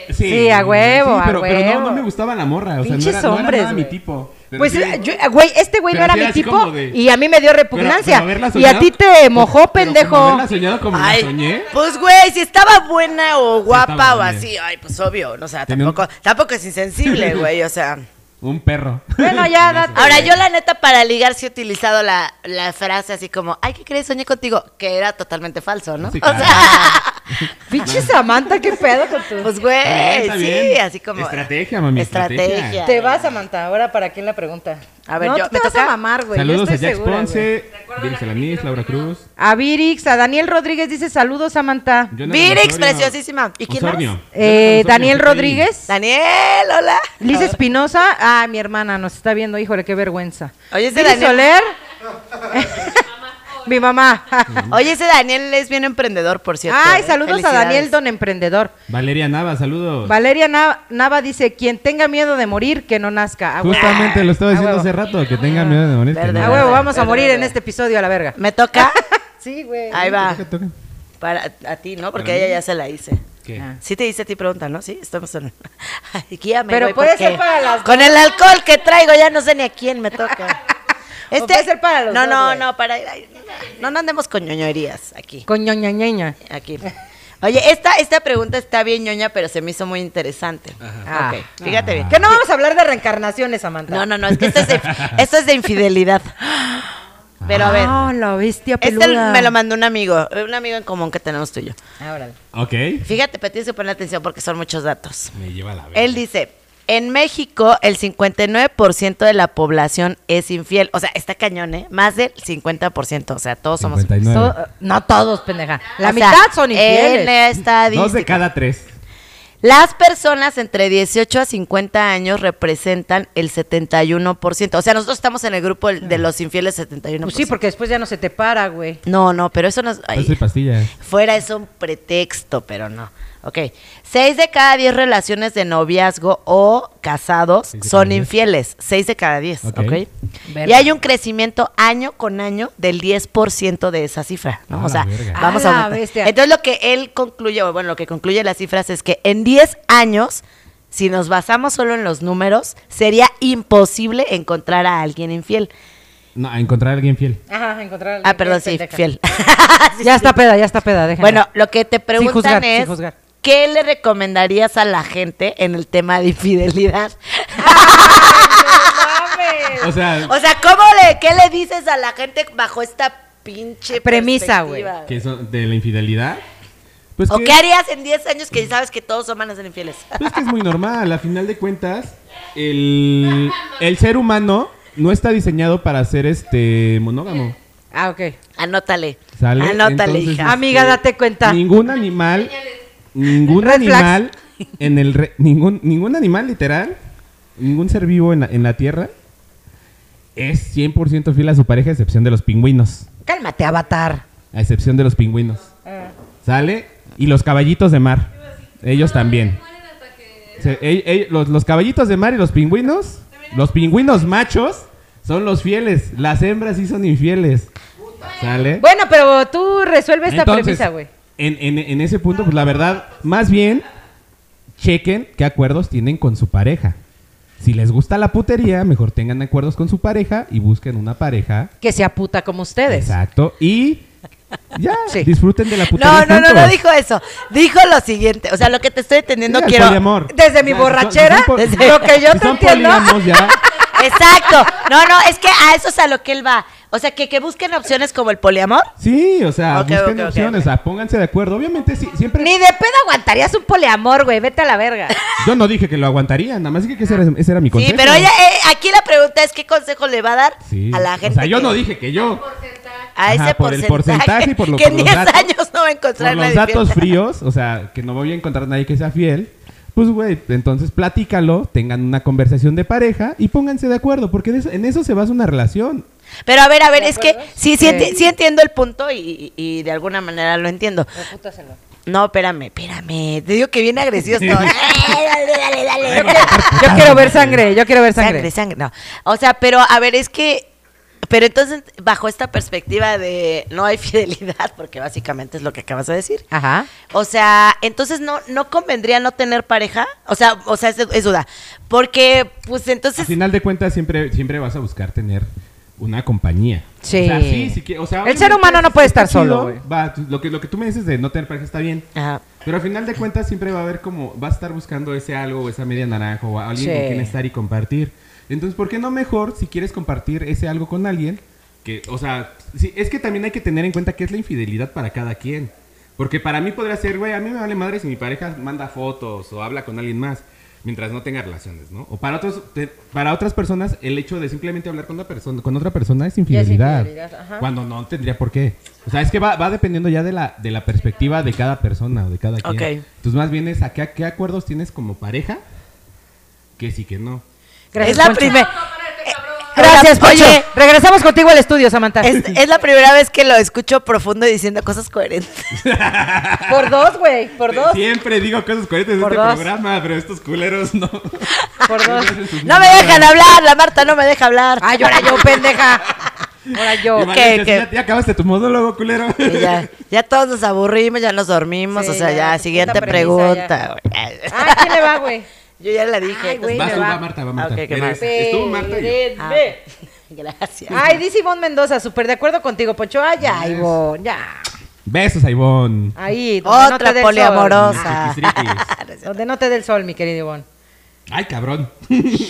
Speaker 1: Sí,
Speaker 2: Sí, a huevo, a
Speaker 1: pero, pero
Speaker 2: huevo.
Speaker 1: no, no me gustaba la morra. O sea, no
Speaker 2: Pinches
Speaker 1: era, no era
Speaker 2: hombres,
Speaker 1: nada mi
Speaker 2: güey.
Speaker 1: tipo. pero
Speaker 2: Pues,
Speaker 1: sí.
Speaker 2: eh, yo- eh, güey, este güey no
Speaker 1: Pero
Speaker 2: era
Speaker 1: sí
Speaker 2: mi
Speaker 1: así
Speaker 2: tipo
Speaker 1: como de-
Speaker 2: y a mí me dio
Speaker 1: Pero-
Speaker 2: repugnancia.
Speaker 1: pero haberla
Speaker 2: y a
Speaker 1: soñado-
Speaker 2: ti te mojó,
Speaker 1: pero- pero Como
Speaker 2: pendejo.
Speaker 1: haberla soñado como la
Speaker 3: Ay,
Speaker 1: soñé.
Speaker 3: pues güey, si estaba buena o guapa
Speaker 1: estaba
Speaker 3: o
Speaker 1: buena.
Speaker 3: así, ay, pues obvio, o sea,
Speaker 1: Tenía un-
Speaker 3: tampoco, tampoco es insensible, güey, o sea.
Speaker 1: Un perro.
Speaker 2: Bueno, ya, date.
Speaker 3: Ahora, yo la neta para ligar sí he utilizado la, la frase así como, ay, ¿qué crees? Soñé contigo, que era totalmente falso, ¿no?
Speaker 1: Sí,
Speaker 3: O
Speaker 1: claro.
Speaker 3: sea,
Speaker 2: Pinche Samantha, qué pedo con tu...
Speaker 3: pues güey,
Speaker 1: Está bien, está
Speaker 3: sí,
Speaker 1: bien.
Speaker 3: así como.
Speaker 1: Estrategia, mami,
Speaker 3: Estrategia.
Speaker 1: estrategia.
Speaker 2: Te vas, Samantha. Ahora, ¿para quién la pregunta?
Speaker 3: A ver,
Speaker 2: no,
Speaker 3: yo-
Speaker 2: tú
Speaker 3: ¿me
Speaker 2: te vas
Speaker 3: toca?
Speaker 2: a mamar, güey.
Speaker 1: Saludos
Speaker 2: yo
Speaker 1: a
Speaker 2: estoy
Speaker 1: Jax
Speaker 2: segura, güey.
Speaker 1: Ponce, Viri Alanis, Laura Cruz.
Speaker 2: A Virix, a Daniel Rodríguez dice saludos, Samantha.
Speaker 1: Jonathan
Speaker 3: Virix,
Speaker 1: Osorio.
Speaker 3: preciosísima. ¿Y quién
Speaker 1: Osornio.
Speaker 3: más?
Speaker 2: Eh,
Speaker 1: Jonathan Osorio,
Speaker 2: Daniel
Speaker 1: Pepe.
Speaker 2: Rodríguez.
Speaker 3: Daniel, hola.
Speaker 2: Liz Espinosa. Ah, mi hermana nos está viendo. Híjole, qué vergüenza.
Speaker 3: Oye, ese
Speaker 2: Viri
Speaker 3: Daniel-
Speaker 2: Soler. mi mamá.
Speaker 3: Oye, ese Daniel es bien emprendedor, por cierto.
Speaker 2: Ay,
Speaker 3: ¿eh?
Speaker 2: saludos a Daniel
Speaker 3: Felicidades.
Speaker 2: Don Emprendedor.
Speaker 1: Valeria Nava, saludos.
Speaker 2: Valeria Na- Nava dice, quien tenga miedo de morir, que no nazca. Ah, A huevo.
Speaker 1: Justamente lo estaba
Speaker 2: A
Speaker 1: diciendo
Speaker 2: huevo.
Speaker 1: hace rato, que tenga miedo de morir. que
Speaker 3: Verde,
Speaker 1: no.
Speaker 2: A huevo, vamos a
Speaker 3: Verde,
Speaker 2: morir
Speaker 3: verde.
Speaker 2: en este episodio a la verga.
Speaker 3: ¿Me toca?
Speaker 2: Sí, güey.
Speaker 3: Ahí va.
Speaker 1: Toca, toca.
Speaker 3: Para a ti, ¿no? Porque
Speaker 1: Para
Speaker 3: a ella
Speaker 1: mí.
Speaker 3: ya se la hice.
Speaker 1: ¿Qué?
Speaker 2: Ah.
Speaker 3: Sí te hice a ti pregunta, ¿no? Sí, estamos en... Ay, guíame,
Speaker 2: Pero
Speaker 3: güey,
Speaker 2: puede
Speaker 3: porque
Speaker 2: ser para las
Speaker 3: Con el alcohol que traigo ya no sé ni a quién me toca.
Speaker 2: O puede ser para los
Speaker 3: No,
Speaker 2: dos,
Speaker 3: no,
Speaker 2: güey.
Speaker 3: no, para... ay, No, no andemos con ñoñorías aquí,
Speaker 2: Con ñoñañeña.
Speaker 3: aquí. Oye, esta, esta pregunta está bien ñoña, pero se me hizo muy interesante.
Speaker 2: Ah.
Speaker 3: Ok, fíjate bien.
Speaker 2: Que no vamos a hablar de reencarnaciones, Samantha.
Speaker 3: No, no, no, es que esto es de, esto es de infidelidad. Pero a ver,
Speaker 2: Ah, la bestia
Speaker 3: este
Speaker 2: peluda.
Speaker 3: me lo mandó un amigo, un amigo en común que tenemos tú y yo.
Speaker 2: Ah, órale.
Speaker 1: Ok.
Speaker 3: Fíjate, pero tienes que poner atención porque son muchos datos.
Speaker 1: Me lleva la verga.
Speaker 3: Él dice, en México el 59% de la población es infiel. O sea, está cañón, ¿eh? Más del 50%. O sea, todos somos...
Speaker 1: 59.
Speaker 2: To- no todos, pendeja. La
Speaker 3: O sea,
Speaker 2: mitad son infieles.
Speaker 3: En esta
Speaker 1: Dos de
Speaker 3: estadística,
Speaker 1: cada tres.
Speaker 3: Las personas entre 18 a 50 años representan el 71%. O sea, nosotros estamos en el grupo del- de los infieles 71%.
Speaker 2: Pues sí, porque después ya no se te para, güey.
Speaker 3: No, no, pero eso no es... ay.
Speaker 1: Dos de pastillas.
Speaker 3: Fuera es un pretexto, pero no. Ok. Seis de cada diez relaciones de noviazgo o casados
Speaker 1: Seis de cada
Speaker 3: son
Speaker 1: diez.
Speaker 3: infieles. Seis de cada diez, ¿ok?
Speaker 1: Ok.
Speaker 2: Verga.
Speaker 3: Y hay un crecimiento año con año del 10% de esa cifra, ¿no?
Speaker 1: A
Speaker 3: o
Speaker 1: la
Speaker 3: sea,
Speaker 1: verga.
Speaker 3: vamos
Speaker 2: A
Speaker 3: a
Speaker 2: la
Speaker 3: aumentar.
Speaker 2: bestia.
Speaker 3: Entonces lo que él concluye, o bueno, lo que concluye las cifras es que en 10 años, si nos basamos solo en los números, sería imposible encontrar a alguien infiel.
Speaker 1: No, a encontrar a alguien fiel.
Speaker 2: Ajá, encontrar. este,
Speaker 3: Ah, perdón, sí, fiel.
Speaker 2: Ya está peda, ya está peda, déjame.
Speaker 3: Bueno, lo que te preguntan
Speaker 2: juzgar, sin
Speaker 3: es
Speaker 2: juzgar.
Speaker 3: ¿qué le recomendarías a la gente en el tema de infidelidad?
Speaker 1: O sea,
Speaker 3: o sea, ¿cómo le, qué le dices a la gente bajo esta pinche
Speaker 2: Premisa, güey.
Speaker 3: perspectiva,
Speaker 1: que son de la infidelidad. Pues
Speaker 3: ¿O
Speaker 1: que,
Speaker 3: qué harías en 10 años que sabes que todos son van a ser infieles?
Speaker 1: pues que es muy normal. A final de cuentas, el, el ser humano no está diseñado para ser este monógamo.
Speaker 2: Ah, ok.
Speaker 3: Anótale.
Speaker 1: ¿Sale?
Speaker 3: Anótale,
Speaker 1: Entonces, este,
Speaker 3: hija.
Speaker 2: Amiga, date cuenta.
Speaker 1: Ningún animal, ningún
Speaker 2: Red flags.
Speaker 1: animal en el re- ningún ningún animal literal, ningún ser vivo en la, en la tierra es 100% fiel a su pareja a excepción de los pingüinos,
Speaker 2: Cálmate, avatar.
Speaker 1: a excepción de los pingüinos. ¿Sale? Y los caballitos de mar. Ellos también. Se- ell- ell- los, los caballitos de mar y los pingüinos, los pingüinos machos son los fieles, las hembras sí son infieles. ¿Sale?
Speaker 2: Bueno, pero tú resuelve esta
Speaker 1: Entonces,
Speaker 2: premisa, güey.
Speaker 1: En, en- en ese punto, pues la verdad, más bien, chequen qué acuerdos tienen con su pareja. Si les gusta la putería, mejor tengan acuerdos con su pareja y busquen una pareja.
Speaker 2: Que sea puta como ustedes.
Speaker 1: Exacto. Y ya,
Speaker 2: Sí.
Speaker 1: disfruten de la
Speaker 3: No,
Speaker 1: putería.
Speaker 3: no, no, no
Speaker 1: juntos.
Speaker 3: dijo eso. Dijo lo siguiente. O sea, lo que te estoy entendiendo
Speaker 1: Sí, al
Speaker 3: quiero.
Speaker 1: poliamor.
Speaker 2: Desde mi
Speaker 1: O sea, si son- si son
Speaker 2: borrachera,
Speaker 1: pol-
Speaker 2: desde lo que yo te
Speaker 1: si son
Speaker 2: entiendo.
Speaker 1: polígamos ya,
Speaker 3: Exacto. No, no, es que a eso es a lo que él va. O sea, que, que busquen opciones como el poliamor.
Speaker 1: Sí, o sea,
Speaker 3: Ok,
Speaker 1: busquen
Speaker 3: ok, ok,
Speaker 1: opciones,
Speaker 3: ok.
Speaker 1: o sea, pónganse de acuerdo. Obviamente, sí, siempre.
Speaker 2: Ni de pedo aguantarías un poliamor, güey. Vete a la verga.
Speaker 1: Yo no dije que lo aguantaría, nada más dije que ese era, ese era mi consejo.
Speaker 3: Sí, pero ella, eh, aquí la pregunta es: ¿qué consejo le va a dar
Speaker 1: Sí.
Speaker 3: a la gente?
Speaker 1: O sea, yo
Speaker 3: que-
Speaker 1: no dije que yo.
Speaker 3: A ese
Speaker 1: Ajá, por el
Speaker 3: porcentaje,
Speaker 1: porcentaje y por lo-
Speaker 3: que en
Speaker 1: por los
Speaker 3: 10
Speaker 1: datos.
Speaker 3: años no va a encontrar
Speaker 1: Por los
Speaker 3: nadie
Speaker 1: datos
Speaker 3: fiel.
Speaker 1: fríos, o sea, que no voy a encontrar nadie que sea fiel. Pues, güey, entonces platícalo, tengan una conversación de pareja y pónganse de acuerdo, porque de eso- en eso se basa una relación.
Speaker 3: Pero a ver, a ver, es que
Speaker 2: acuerdas?
Speaker 3: sí, sí, enti-
Speaker 2: Sí.
Speaker 3: sí entiendo el punto y, y de alguna manera lo entiendo.
Speaker 2: Repútaselo.
Speaker 3: No, espérame, espérame. Te digo que bien agresivo estoy. dale, dale, dale.
Speaker 1: pues,
Speaker 2: Yo quiero ver sangre, yo quiero ver
Speaker 3: Sangre,
Speaker 2: sangre.
Speaker 3: sangre, no. O sea, pero a ver, es que. Pero entonces, bajo esta perspectiva de no hay fidelidad, porque básicamente es lo que acabas de decir.
Speaker 2: Ajá.
Speaker 3: O sea, entonces no, no convendría no tener pareja. O sea, o sea, es, es duda. Porque, pues
Speaker 1: Al
Speaker 3: entonces.
Speaker 1: final de cuentas, siempre, siempre vas a buscar tener una compañía.
Speaker 2: Sí.
Speaker 1: O sea, sí, que- o sea,
Speaker 2: El
Speaker 1: obviamente
Speaker 2: ser humano no puede
Speaker 1: está
Speaker 2: estar solo,
Speaker 1: chido,
Speaker 2: güey.
Speaker 1: va, tú- lo, que, lo que tú me dices de no tener pareja está bien.
Speaker 3: Ajá.
Speaker 1: Pero al final de cuentas siempre va a haber como, va a estar buscando ese algo o esa media naranja o a alguien
Speaker 2: Sí.
Speaker 1: con quien estar y compartir. Entonces, ¿por qué no mejor si quieres compartir ese algo con alguien? Que, o sea, sí, es que también hay que tener en cuenta qué es la infidelidad para cada quien. Porque para mí podría ser, güey, a mí me vale madre si mi pareja manda fotos o habla con alguien más mientras no tenga relaciones, ¿no? O para otros te- para otras personas el hecho de simplemente hablar con una persona con otra persona es infidelidad,
Speaker 2: infidelidad, ajá.
Speaker 1: cuando no tendría por qué. O sea, es que va, va dependiendo ya de la de la perspectiva de cada persona o de cada quien.
Speaker 3: Ok.
Speaker 1: Entonces más bien es a qué, qué acuerdos tienes como pareja que sí que no.
Speaker 2: Gracias,
Speaker 3: es la
Speaker 2: Poncho.
Speaker 3: primera.
Speaker 2: Gracias, Poncho.
Speaker 3: Oye,
Speaker 2: Regresamos contigo al estudio, Samantha.
Speaker 3: es, es la primera vez que lo escucho profundo y diciendo cosas coherentes.
Speaker 2: Por dos, güey. Por dos.
Speaker 1: Siempre digo cosas coherentes en
Speaker 2: Por
Speaker 1: este
Speaker 2: dos.
Speaker 1: programa, pero estos culeros no.
Speaker 2: Por dos.
Speaker 3: No me dejan hablar, la Marta no me deja hablar.
Speaker 2: Ay, ahora Ah, yo, pendeja. Ahora yo.
Speaker 1: Y vale,
Speaker 3: ¿qué,
Speaker 1: ya-
Speaker 3: qué?
Speaker 1: Ya, ya acabaste tu monólogo, culero.
Speaker 3: Y ya, ya todos nos aburrimos, ya nos dormimos,
Speaker 2: Sí,
Speaker 3: o sea,
Speaker 2: ya,
Speaker 3: ya,
Speaker 2: tu
Speaker 3: siguiente
Speaker 2: puta premisa,
Speaker 3: pregunta. güey.
Speaker 2: Ah, ¿quién le va, güey?
Speaker 3: Yo ya la dije.
Speaker 2: Ay, güey, me
Speaker 1: Vas
Speaker 3: entonces- Ah,
Speaker 1: tú,
Speaker 2: va.
Speaker 1: va Ah, Marta, va Marta.
Speaker 3: Ok, ¿qué
Speaker 1: Eres-
Speaker 3: más?
Speaker 1: Estuvo Marta y yo.
Speaker 3: Ah, Gracias.
Speaker 2: Ay, dice Ivonne Mendoza, súper de acuerdo contigo, Poncho. Ay, ya, Ivonne, ya.
Speaker 1: Besos a Ivonne.
Speaker 2: Ahí, donde no te
Speaker 3: Otra
Speaker 2: dé el sol. Ah,
Speaker 3: poliamorosa.
Speaker 1: Triquis,
Speaker 2: Donde no te dé el sol, mi querido Ivonne.
Speaker 1: Ay, cabrón.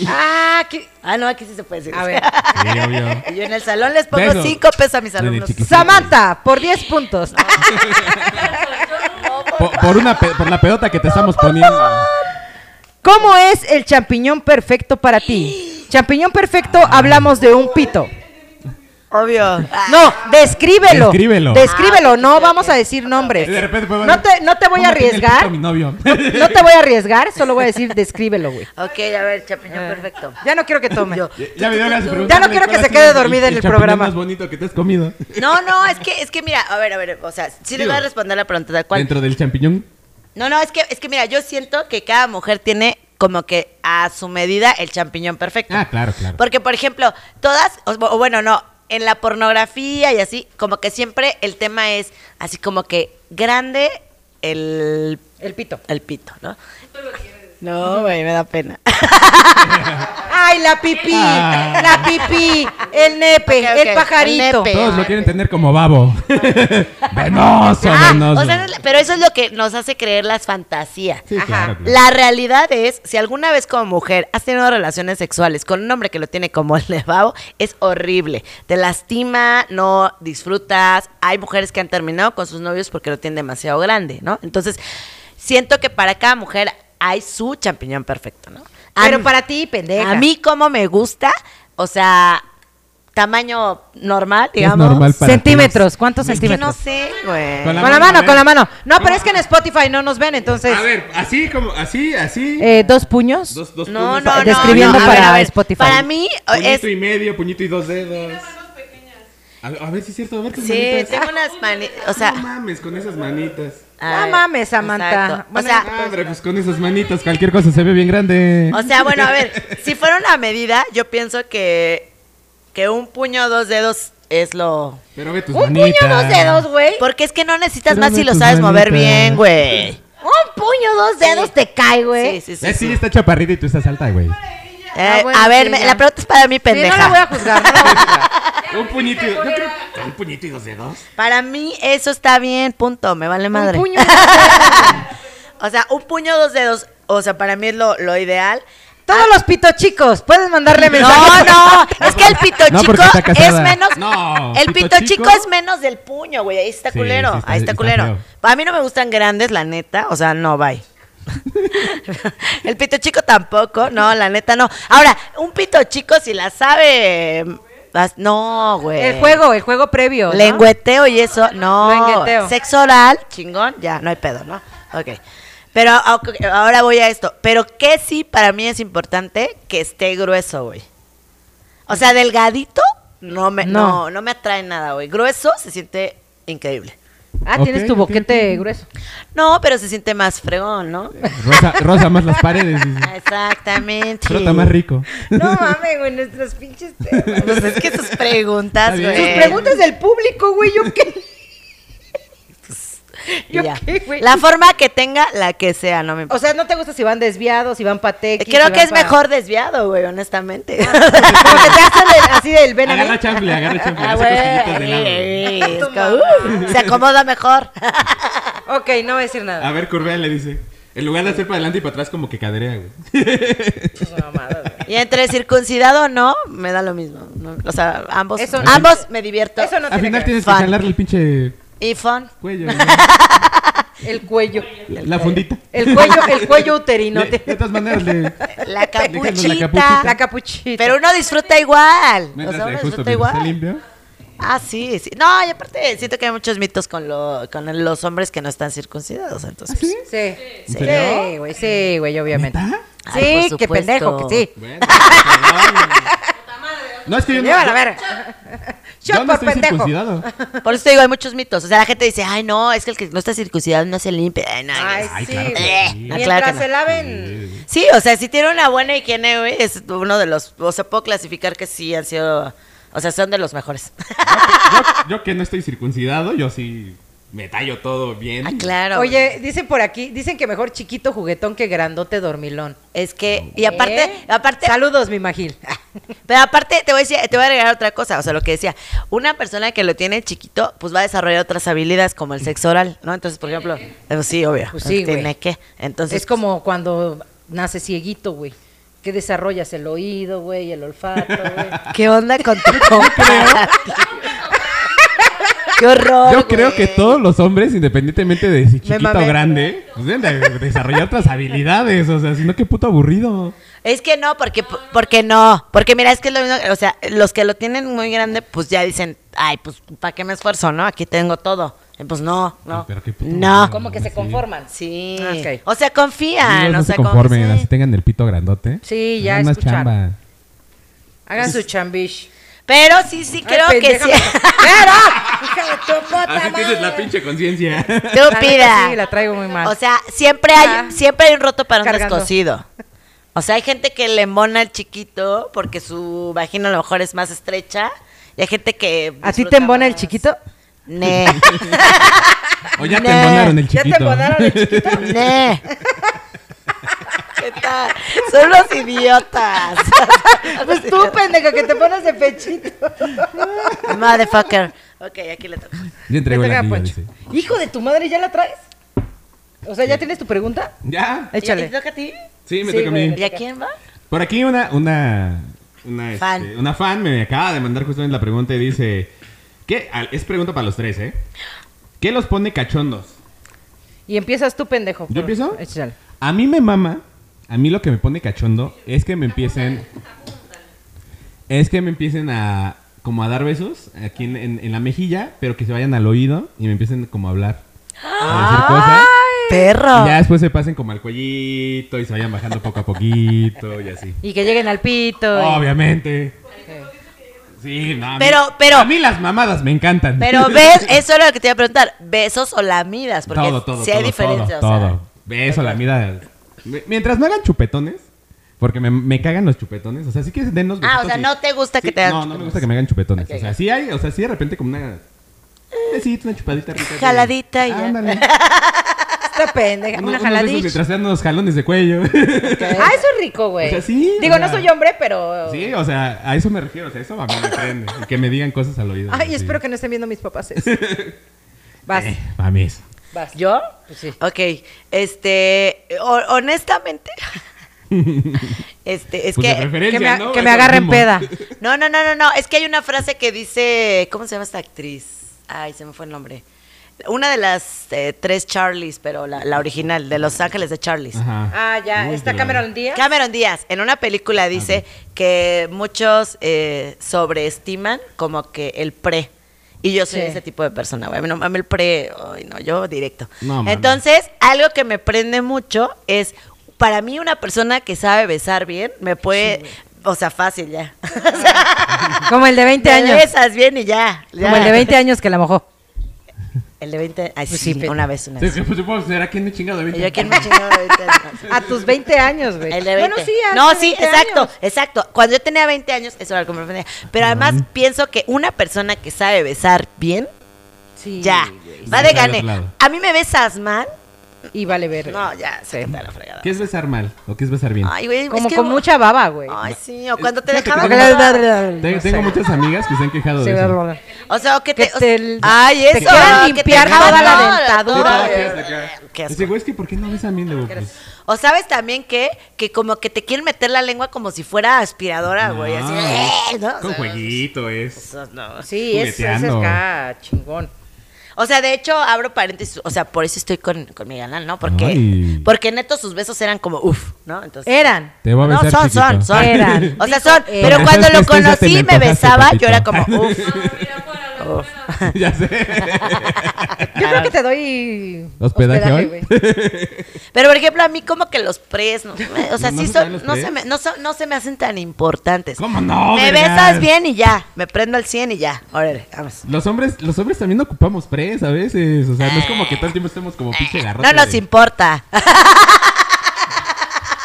Speaker 2: Ah, que...
Speaker 3: ah, no, aquí sí se puede decir.
Speaker 2: A ver.
Speaker 1: Sí, obvio.
Speaker 3: Y Yo en el salón les pongo
Speaker 1: Besos.
Speaker 3: cinco pesos a mis
Speaker 1: Desde
Speaker 3: alumnos.
Speaker 1: chiquis-
Speaker 2: Samantha, por 10 puntos.
Speaker 1: Por, por una pe- por la pelota que te estamos poniendo.
Speaker 2: ¿Cómo es el champiñón perfecto para ti? Champiñón perfecto, hablamos de un pito.
Speaker 3: Obvio.
Speaker 2: No, descríbelo.
Speaker 1: Descríbelo.
Speaker 3: Ah,
Speaker 2: Descríbelo, no vamos a decir nombres.
Speaker 1: De repente fue,
Speaker 2: No te, no te voy a
Speaker 1: ¿cómo tiene el pito
Speaker 2: arriesgar.
Speaker 1: mi novio.
Speaker 2: No te voy a arriesgar, solo voy a decir descríbelo, güey.
Speaker 3: Ok, a ver, chapiñón, perfecto.
Speaker 2: Ya no quiero que tome.
Speaker 3: Yo.
Speaker 1: Ya me dio ganas
Speaker 2: Ya no
Speaker 1: de preguntarle
Speaker 2: quiero que
Speaker 1: cuál
Speaker 2: se
Speaker 1: ha sido
Speaker 2: quede dormida en el
Speaker 1: champiñón
Speaker 2: programa.
Speaker 1: más bonito que te has comido.
Speaker 3: No, no, es que, es que mira, a ver, a ver, o sea, sí les
Speaker 1: Digo.
Speaker 3: voy a responder la pregunta tal cual.
Speaker 1: Dentro del champiñón.
Speaker 3: No, no, es que, es que mira, yo siento que cada mujer tiene como que a su medida el champiñón perfecto.
Speaker 1: Ah, claro, claro.
Speaker 3: Porque, por ejemplo, todas, o, o bueno, no, en la pornografía y así, como que siempre el tema es así como que grande el,
Speaker 2: El pito.
Speaker 3: el pito, ¿no? No, güey, me da pena.
Speaker 2: Ay, la pipí,
Speaker 1: Ah.
Speaker 2: la pipí, el nepe,
Speaker 3: Ok, ok,
Speaker 2: el pajarito.
Speaker 3: el nepe.
Speaker 1: Todos lo quieren tener como babo. venoso,
Speaker 3: Ah,
Speaker 1: venoso.
Speaker 3: o sea, no es la- pero eso es lo que nos hace creer las fantasías.
Speaker 1: Sí, claro, claro.
Speaker 3: La realidad es, si alguna vez como mujer has tenido relaciones sexuales con un hombre que lo tiene como el nevado, es horrible. Te lastima, no disfrutas. Hay mujeres que han terminado con sus novios porque lo tienen demasiado grande, ¿no? Entonces, siento que para cada mujer hay su champiñón perfecto, ¿no? A
Speaker 2: Pero
Speaker 3: mí-
Speaker 2: para ti, pendeja.
Speaker 3: a mí como me gusta, o sea, tamaño normal,
Speaker 1: ¿Qué es
Speaker 3: digamos.
Speaker 1: normal para ti?
Speaker 2: centímetros, ¿cuántos
Speaker 3: Es que no
Speaker 2: centímetros?
Speaker 3: sé, güey.
Speaker 1: Con
Speaker 2: Con la mano,
Speaker 1: ¿eh?
Speaker 2: con la mano. No, pero es que en Spotify no nos ven, entonces.
Speaker 1: A ver, así como, así, así.
Speaker 2: eh, ¿Dos puños?
Speaker 1: dos, este dos
Speaker 3: No,
Speaker 1: puños.
Speaker 3: no, no.
Speaker 2: Describiendo
Speaker 3: no, a
Speaker 2: para
Speaker 3: ver, a ver,
Speaker 2: Spotify.
Speaker 3: Para mí o- es.
Speaker 1: Puñito y medio, puñito y dos dedos. A ver, a ver si es cierto, a ver tus
Speaker 3: Sí,
Speaker 2: pues,
Speaker 1: manitas.
Speaker 2: ah.
Speaker 3: tengo unas manitas. O sea.
Speaker 1: no mames, con esas manitas.
Speaker 3: a ver,
Speaker 2: mames, Samantha.
Speaker 3: exacto. O
Speaker 2: Bueno,
Speaker 3: sea,
Speaker 1: Ah, hombre, pues con esas manitas cualquier cosa se ve bien grande.
Speaker 3: o sea, bueno, a ver, si fuera una medida, yo pienso que, que un puño, dos dedos es lo.
Speaker 1: Pero ve tus
Speaker 2: Un
Speaker 1: manitas.
Speaker 2: puño, dos dedos, güey.
Speaker 3: Porque es que no necesitas
Speaker 1: Pero
Speaker 3: más
Speaker 1: ve
Speaker 3: si lo
Speaker 1: tus
Speaker 3: sabes mover
Speaker 1: manitas.
Speaker 3: bien, güey.
Speaker 2: Un puño, dos dedos
Speaker 3: Sí.
Speaker 2: te cae,
Speaker 3: Sí,
Speaker 2: güey.
Speaker 3: sí, sí.
Speaker 1: Eh,
Speaker 3: sí.
Speaker 1: sí, está chaparrita y tú estás alta, güey.
Speaker 3: Eh,
Speaker 2: Ah, bueno,
Speaker 3: a ver,
Speaker 2: sí,
Speaker 3: me-
Speaker 2: ya.
Speaker 3: la pregunta es para mí,
Speaker 2: Sí, no
Speaker 3: pendeja.
Speaker 2: la voy a juzgar. no la voy a juzgar.
Speaker 1: Un puñito, y, yo creo, un puñito y dos dedos.
Speaker 3: Para mí eso está bien, punto, me vale madre.
Speaker 2: puño,
Speaker 3: o sea, un puño, dos dedos, o sea, para mí es lo, lo ideal.
Speaker 2: Todos los pito chicos, pueden mandarle mensajes.
Speaker 3: No, no, es que el pito
Speaker 1: No, porque
Speaker 3: chico
Speaker 1: está casada.
Speaker 3: es menos.
Speaker 1: No,
Speaker 3: el pito,
Speaker 1: pito
Speaker 3: chico
Speaker 1: chico.
Speaker 3: es menos del puño, güey. Ahí está
Speaker 1: Sí,
Speaker 3: culero.
Speaker 1: sí está-
Speaker 3: ahí está,
Speaker 1: está
Speaker 3: culero.
Speaker 1: feo.
Speaker 3: A mí no me gustan grandes, la neta. O sea, no, bye. el pito chico tampoco. No, la neta no. Ahora, un pito chico, si la sabe. las- No, güey.
Speaker 2: El juego, el juego previo. ¿no?
Speaker 3: Lengüeteo y eso, no.
Speaker 2: Lengüeteo.
Speaker 3: Sexo oral, chingón, ya, no hay pedo, ¿no? Ok. Pero ah, ok, ahora voy a esto. Pero que sí para mí es importante que esté grueso, güey. O sea, delgadito, no me, no.
Speaker 2: No.
Speaker 3: No, me atrae nada, güey. Grueso se siente increíble.
Speaker 2: Ah, tienes
Speaker 1: Ok,
Speaker 2: tu
Speaker 1: ok,
Speaker 2: boquete
Speaker 1: ok.
Speaker 2: grueso.
Speaker 3: No, pero se siente más fregón, ¿no?
Speaker 1: Rosa, rosa más las paredes. dice.
Speaker 3: Exactamente.
Speaker 1: Frota más rico.
Speaker 2: No mames, güey, nuestros pinches temas.
Speaker 3: Pues es que sus preguntas,
Speaker 1: Está
Speaker 3: güey.
Speaker 1: bien.
Speaker 2: Sus preguntas del público, güey, yo qué.
Speaker 3: Y
Speaker 2: ¿Yo
Speaker 3: ya.
Speaker 2: qué, güey?
Speaker 3: La forma que tenga, la que sea, no me importa.
Speaker 2: O sea, ¿no te gusta si van desviados, si van pa' tequis, si
Speaker 3: Eh, Creo que
Speaker 2: van
Speaker 3: es
Speaker 2: pa-
Speaker 3: mejor desviado, güey, honestamente.
Speaker 2: Como que te hacen el- así del ven a mí.
Speaker 1: Agarra chanfle, agarra chanfle.
Speaker 3: Ah,
Speaker 1: hace cosquillitas de lado.
Speaker 3: güey, es como, uh, Se acomoda mejor.
Speaker 2: Ok, no voy a decir nada.
Speaker 1: A ver, Corbea le dice. En lugar de hacer para adelante y para atrás, como que caderea, güey.
Speaker 3: Y entre circuncidado o no, me da lo mismo. ¿no? O sea, ambos,
Speaker 2: Eso-
Speaker 3: ambos me divierto.
Speaker 2: Eso no
Speaker 1: Al
Speaker 2: tiene
Speaker 1: final
Speaker 2: que ver.
Speaker 1: tienes que
Speaker 3: Fan.
Speaker 1: jalarle el pinche
Speaker 3: Y fun.
Speaker 1: cuello,
Speaker 2: El cuello.
Speaker 1: la, la fundita.
Speaker 2: El cuello, el cuello uterino.
Speaker 1: Le- de todas maneras, le. Déjanos la
Speaker 3: La capuchita.
Speaker 1: capuchita.
Speaker 2: La capuchita.
Speaker 3: Pero uno disfruta igual. O
Speaker 1: Mientras
Speaker 3: sea,
Speaker 1: le
Speaker 3: uno
Speaker 1: justo
Speaker 3: disfruta
Speaker 1: mientras está
Speaker 3: igual.
Speaker 1: limpio.
Speaker 3: Ah, sí, sí. No, y aparte, siento que hay muchos mitos con, lo, con los hombres que no están circuncidados. Entonces,
Speaker 1: Ah, ¿Sí?
Speaker 2: Sí. Sí,
Speaker 1: serio?
Speaker 2: güey, sí, güey, obviamente.
Speaker 1: ¿Neta?
Speaker 3: Ay,
Speaker 2: Sí,
Speaker 3: por
Speaker 2: qué
Speaker 3: supuesto.
Speaker 2: pendejo, que sí.
Speaker 1: Bueno, cabrón. No, es que yo no.
Speaker 2: Llévala, a ver.
Speaker 1: Yo
Speaker 2: Shot
Speaker 1: no
Speaker 2: por
Speaker 1: estoy
Speaker 2: pendejo.
Speaker 1: circuncidado.
Speaker 3: por eso te digo, hay muchos mitos. O sea, la gente dice, ay, no, es que el que no está circuncidado no se limpia. Ay, no,
Speaker 2: Ay,
Speaker 1: Ay,
Speaker 2: sí,
Speaker 1: claro que
Speaker 2: güey.
Speaker 3: Eh,
Speaker 1: sí.
Speaker 3: no,
Speaker 2: Mientras
Speaker 3: claro que no.
Speaker 2: se laven.
Speaker 3: Sí, o sea, si tiene una buena higiene, güey, es uno de los, o sea, puedo clasificar que sí han sido, o sea, son de los mejores.
Speaker 1: Yo, yo que no estoy circuncidado, yo sí me tallo todo bien.
Speaker 3: ah, claro.
Speaker 2: Oye, dicen por aquí, dicen que mejor chiquito juguetón que grandote dormilón.
Speaker 3: es que y aparte,
Speaker 2: ¿Eh?
Speaker 3: aparte,
Speaker 2: Saludos, mi Magil.
Speaker 3: Ah, pero aparte te voy a decir, te voy a agregar otra cosa, o sea, lo que decía, una persona que lo tiene chiquito, pues va a desarrollar otras habilidades como el sexo oral, ¿no? Entonces, por ejemplo, eh, sí, obvio,
Speaker 2: Pues sí,
Speaker 3: tiene
Speaker 2: güey.
Speaker 3: que, entonces
Speaker 2: Es como cuando nace cieguito, güey. Que desarrollas el oído, güey, el olfato, güey.
Speaker 3: ¿qué onda con tu compa? Qué horror.
Speaker 1: Yo creo que todos los hombres, independientemente de si chiquito
Speaker 2: mamé.
Speaker 1: o grande, pues deben de desarrollar otras habilidades. O sea, si no, qué puto aburrido.
Speaker 3: Es que no, porque, porque no. Porque mira, es que es lo mismo. O sea, los que lo tienen muy grande, pues ya dicen, ay, pues, ¿para qué me esfuerzo, no? Aquí tengo todo. Y pues no, no.
Speaker 1: Pero qué puto
Speaker 3: No.
Speaker 1: aburrido,
Speaker 2: Como que se
Speaker 1: sí.
Speaker 2: conforman.
Speaker 3: Sí.
Speaker 2: Ah, ok.
Speaker 3: O sea, confían.
Speaker 2: Ah,
Speaker 1: Amigos,
Speaker 3: o
Speaker 1: no
Speaker 3: sea,
Speaker 1: se
Speaker 3: como-
Speaker 1: conformen,
Speaker 3: sí.
Speaker 1: así tengan el pito grandote.
Speaker 2: Sí, ya
Speaker 1: Hagan más
Speaker 2: escucharon.
Speaker 1: chamba.
Speaker 2: Hagan su chambish.
Speaker 3: Pero sí, sí, creo
Speaker 2: Ay,
Speaker 3: que sí.
Speaker 2: pendeja. ¡Claro! ¡Hija de tu puta
Speaker 1: Así Ah, tienes la
Speaker 2: madre!
Speaker 1: pinche conciencia.
Speaker 2: La neta
Speaker 3: Estúpida.
Speaker 2: Sí, la traigo muy mal.
Speaker 3: O sea, siempre hay,
Speaker 2: Ah.
Speaker 3: siempre hay un roto para un
Speaker 2: Cargando.
Speaker 3: descosido. O sea, hay gente que le embona al chiquito porque su vagina a lo mejor es más estrecha. Y hay gente que.
Speaker 2: ¿A ti te
Speaker 3: disfruta
Speaker 2: embona el
Speaker 3: más.
Speaker 2: chiquito?
Speaker 3: Ne.
Speaker 1: O ya te
Speaker 3: Nah.
Speaker 1: embonaron el chiquito.
Speaker 2: ¿Ya te embonaron el chiquito?
Speaker 3: Ne. ¿Qué tal? Son los idiotas.
Speaker 2: Pues tú, pendeja, que te pones de pechito.
Speaker 3: Motherfucker. Ok, aquí le toca.
Speaker 1: Ya entregó
Speaker 2: Te
Speaker 1: el
Speaker 2: toca,
Speaker 1: anillo,
Speaker 2: Poncho.
Speaker 1: dice.
Speaker 2: Hijo de tu madre, ¿ya la traes? O sea, ¿ya tienes tu pregunta?
Speaker 1: ¿Ya?
Speaker 3: ¿Y a ti
Speaker 2: Échale.
Speaker 3: ¿Te toca a ti?
Speaker 1: Sí, me
Speaker 2: Sí,
Speaker 1: toca a mí.
Speaker 2: güey.
Speaker 3: ¿Y a quién va?
Speaker 1: Por aquí una, una, una,
Speaker 3: Fan.
Speaker 1: este, una fan me acaba de mandar justamente la pregunta y dice, ¿qué? al- Es pregunta para los tres, ¿eh? ¿Qué los pone cachondos?
Speaker 2: Y empiezas tú, pendejo.
Speaker 1: ¿Yo empiezo?
Speaker 2: Échale.
Speaker 1: A mí me mama, a mí lo que me pone cachondo es que me empiecen... Es que me empiecen a... Como a dar besos aquí en, en- en la mejilla, pero que se vayan al oído y me empiecen como a hablar. A decir cosas.
Speaker 3: Perro.
Speaker 1: Y ya después se pasen como al cuellito y se vayan bajando poco a poquito y así.
Speaker 2: Y que lleguen al pito.
Speaker 1: Ah.
Speaker 2: y-
Speaker 1: Obviamente. Sí, no. a mí-
Speaker 3: Pero- pero-
Speaker 1: A mí las mamadas me encantan.
Speaker 3: Pero ves, eso era lo que te iba a preguntar. ¿Besos o lamidas? Porque
Speaker 1: todo, todo.
Speaker 3: si hay
Speaker 1: todo,
Speaker 3: diferencia.
Speaker 1: Todo,
Speaker 3: o sea.
Speaker 1: todo. Beso, la mira. M- Mientras no hagan chupetones. Porque me, me cagan los chupetones. O sea, sí que denos
Speaker 3: Ah,
Speaker 1: besitos
Speaker 3: o sea,
Speaker 1: y-
Speaker 3: no te gusta que
Speaker 1: sí,
Speaker 3: te hagan
Speaker 1: No, no me gusta que me hagan chupetones.
Speaker 3: Ok.
Speaker 1: O sea, sí hay. O sea, sí de repente como una. un besito, una chupadita rica. de-
Speaker 3: Jaladita y ya.
Speaker 1: Ándale.
Speaker 2: Esta pendeja. Una
Speaker 1: Uno- unos besos
Speaker 2: jaladilla.
Speaker 1: Mientras sean unos jalones de cuello.
Speaker 2: Ah, eso es rico, güey.
Speaker 1: O sea, sí,
Speaker 2: Digo,
Speaker 1: o
Speaker 2: no
Speaker 1: sea-
Speaker 2: soy hombre, pero.
Speaker 1: Sí, o sea, a eso me refiero. O sea, eso a mí me prende. Que me digan cosas al oído.
Speaker 2: Ay,
Speaker 1: sí.
Speaker 2: espero que no estén viendo mis papás eso. Vas,
Speaker 1: Eh, mames.
Speaker 2: vas.
Speaker 3: ¿Yo?
Speaker 2: Pues sí.
Speaker 3: Ok, este, ho- honestamente, Este, es
Speaker 1: Pues de
Speaker 3: que.
Speaker 1: preferencia.
Speaker 2: Que me,
Speaker 1: ¿no?
Speaker 2: que me
Speaker 1: Eso
Speaker 2: agarren
Speaker 1: mismo.
Speaker 2: peda.
Speaker 3: No, no, no, no, no. Es que hay una frase que dice. ¿Cómo se llama esta actriz? Ay, se me fue el nombre. Una de las eh, tres Charlies, pero la, la original, de Los Ángeles de Charlies.
Speaker 1: Ajá.
Speaker 2: Ah, ya.
Speaker 1: Uy,
Speaker 2: ¿Está
Speaker 1: pero-
Speaker 2: Cameron Díaz?
Speaker 3: Cameron Díaz, en una película dice que muchos eh, sobreestiman como que el pre. Y yo soy
Speaker 2: Sí.
Speaker 3: ese tipo de persona, güey. A mí no mames el pre, ay, no, yo directo.
Speaker 1: No mames.
Speaker 3: Entonces, algo que me prende mucho es, para mí una persona que sabe besar bien, me puede, o sea, fácil ya. O sea,
Speaker 2: Como el de 20
Speaker 3: me
Speaker 2: años.
Speaker 3: besas bien y ya. ya.
Speaker 2: Como el de 20 años que la mojó.
Speaker 3: El de 20, ay,
Speaker 2: Pues
Speaker 3: sí,
Speaker 2: sí, pero-
Speaker 3: una vez, una
Speaker 1: Sí,
Speaker 3: vez.
Speaker 1: sí, pues, supongo que será quien me chingado de
Speaker 3: Y
Speaker 1: 20.
Speaker 3: Yo quién me chingó de 20 años?
Speaker 2: A tus 20 años, güey.
Speaker 3: El de
Speaker 2: Bueno,
Speaker 3: 20.
Speaker 2: sí, hace
Speaker 3: no, sí,
Speaker 2: 20
Speaker 3: exacto,
Speaker 2: años.
Speaker 3: exacto. Cuando yo tenía 20 años, eso era lo que me ofendía. Pero además pienso que una persona que sabe besar bien,
Speaker 2: Sí,
Speaker 3: ya,
Speaker 2: güey.
Speaker 1: Sí,
Speaker 3: va de
Speaker 1: está del
Speaker 3: gane.
Speaker 1: otro lado.
Speaker 3: A mí me besas mal,
Speaker 2: Y vale ver.
Speaker 3: no, ya, se la fregada.
Speaker 1: ¿Qué es besar mal o qué es besar bien?
Speaker 3: Ay, güey,
Speaker 2: Como
Speaker 3: es que-
Speaker 2: con mucha baba, güey.
Speaker 3: Ay, sí, o cuando te
Speaker 1: Fíjate que
Speaker 3: dejaban.
Speaker 1: tengo-
Speaker 2: No
Speaker 1: Te-
Speaker 2: sé.
Speaker 1: tengo muchas amigas que se han quejado
Speaker 2: Sí,
Speaker 1: de eso.
Speaker 2: verdad.
Speaker 3: O sea, o que
Speaker 2: que
Speaker 3: te. o-
Speaker 2: te-
Speaker 3: ay, eso.
Speaker 2: te quieran
Speaker 3: que
Speaker 2: limpiar
Speaker 3: dejaban-
Speaker 2: toda la
Speaker 3: no,
Speaker 2: dentadura.
Speaker 3: toda-
Speaker 2: Te
Speaker 3: Qué asco.
Speaker 1: Dice, güey, es que ¿por qué no ves a mí? Le digo, pues,
Speaker 3: O sabes también que, que como que te quieren meter la lengua como si fuera aspiradora, güey. Así,
Speaker 1: no,
Speaker 3: "Eh", ¿no? O
Speaker 1: Con
Speaker 3: sea,
Speaker 1: jueguito es.
Speaker 3: eso no.
Speaker 2: Sí, es, es
Speaker 1: Jugueteando.
Speaker 2: acá, chingón.
Speaker 3: O sea, de hecho, abro paréntesis, o sea, por eso estoy con, con mi galán, ¿no? Porque,
Speaker 1: Ay.
Speaker 3: porque neto sus besos eran como, uff, ¿no? Entonces,
Speaker 2: Eran.
Speaker 1: Te voy a
Speaker 3: no,
Speaker 1: besar,
Speaker 3: son,
Speaker 1: chiquito.
Speaker 3: son, son.
Speaker 2: Eran.
Speaker 3: O sea, son.
Speaker 2: Dijo,
Speaker 3: Pero
Speaker 2: eran.
Speaker 3: cuando
Speaker 1: Entonces,
Speaker 3: lo
Speaker 1: tú ya te me
Speaker 3: conocí, me
Speaker 1: antojaste,
Speaker 3: besaba, yo era como,
Speaker 1: papito.
Speaker 3: uff.
Speaker 1: ya sé.
Speaker 2: Yo creo que te doy
Speaker 1: Hospedaje hoy.
Speaker 2: güey.
Speaker 3: Pero, por ejemplo, a mí como que los pres, no, me- o sea,
Speaker 1: ¿No
Speaker 3: sí
Speaker 1: se te dan
Speaker 3: son,
Speaker 1: los
Speaker 3: no, se
Speaker 1: pres?
Speaker 3: me, no, son- no se me hacen tan importantes.
Speaker 1: ¿Cómo no?
Speaker 3: me
Speaker 1: vergas?
Speaker 3: besas bien y ya, me prendo al 100 y ya. Órale, vamos.
Speaker 1: Los hombres, los hombres también ocupamos pres a veces. O sea, no es como que todo el tiempo estemos como pinche garrote.
Speaker 3: No nos
Speaker 1: de-
Speaker 3: importa.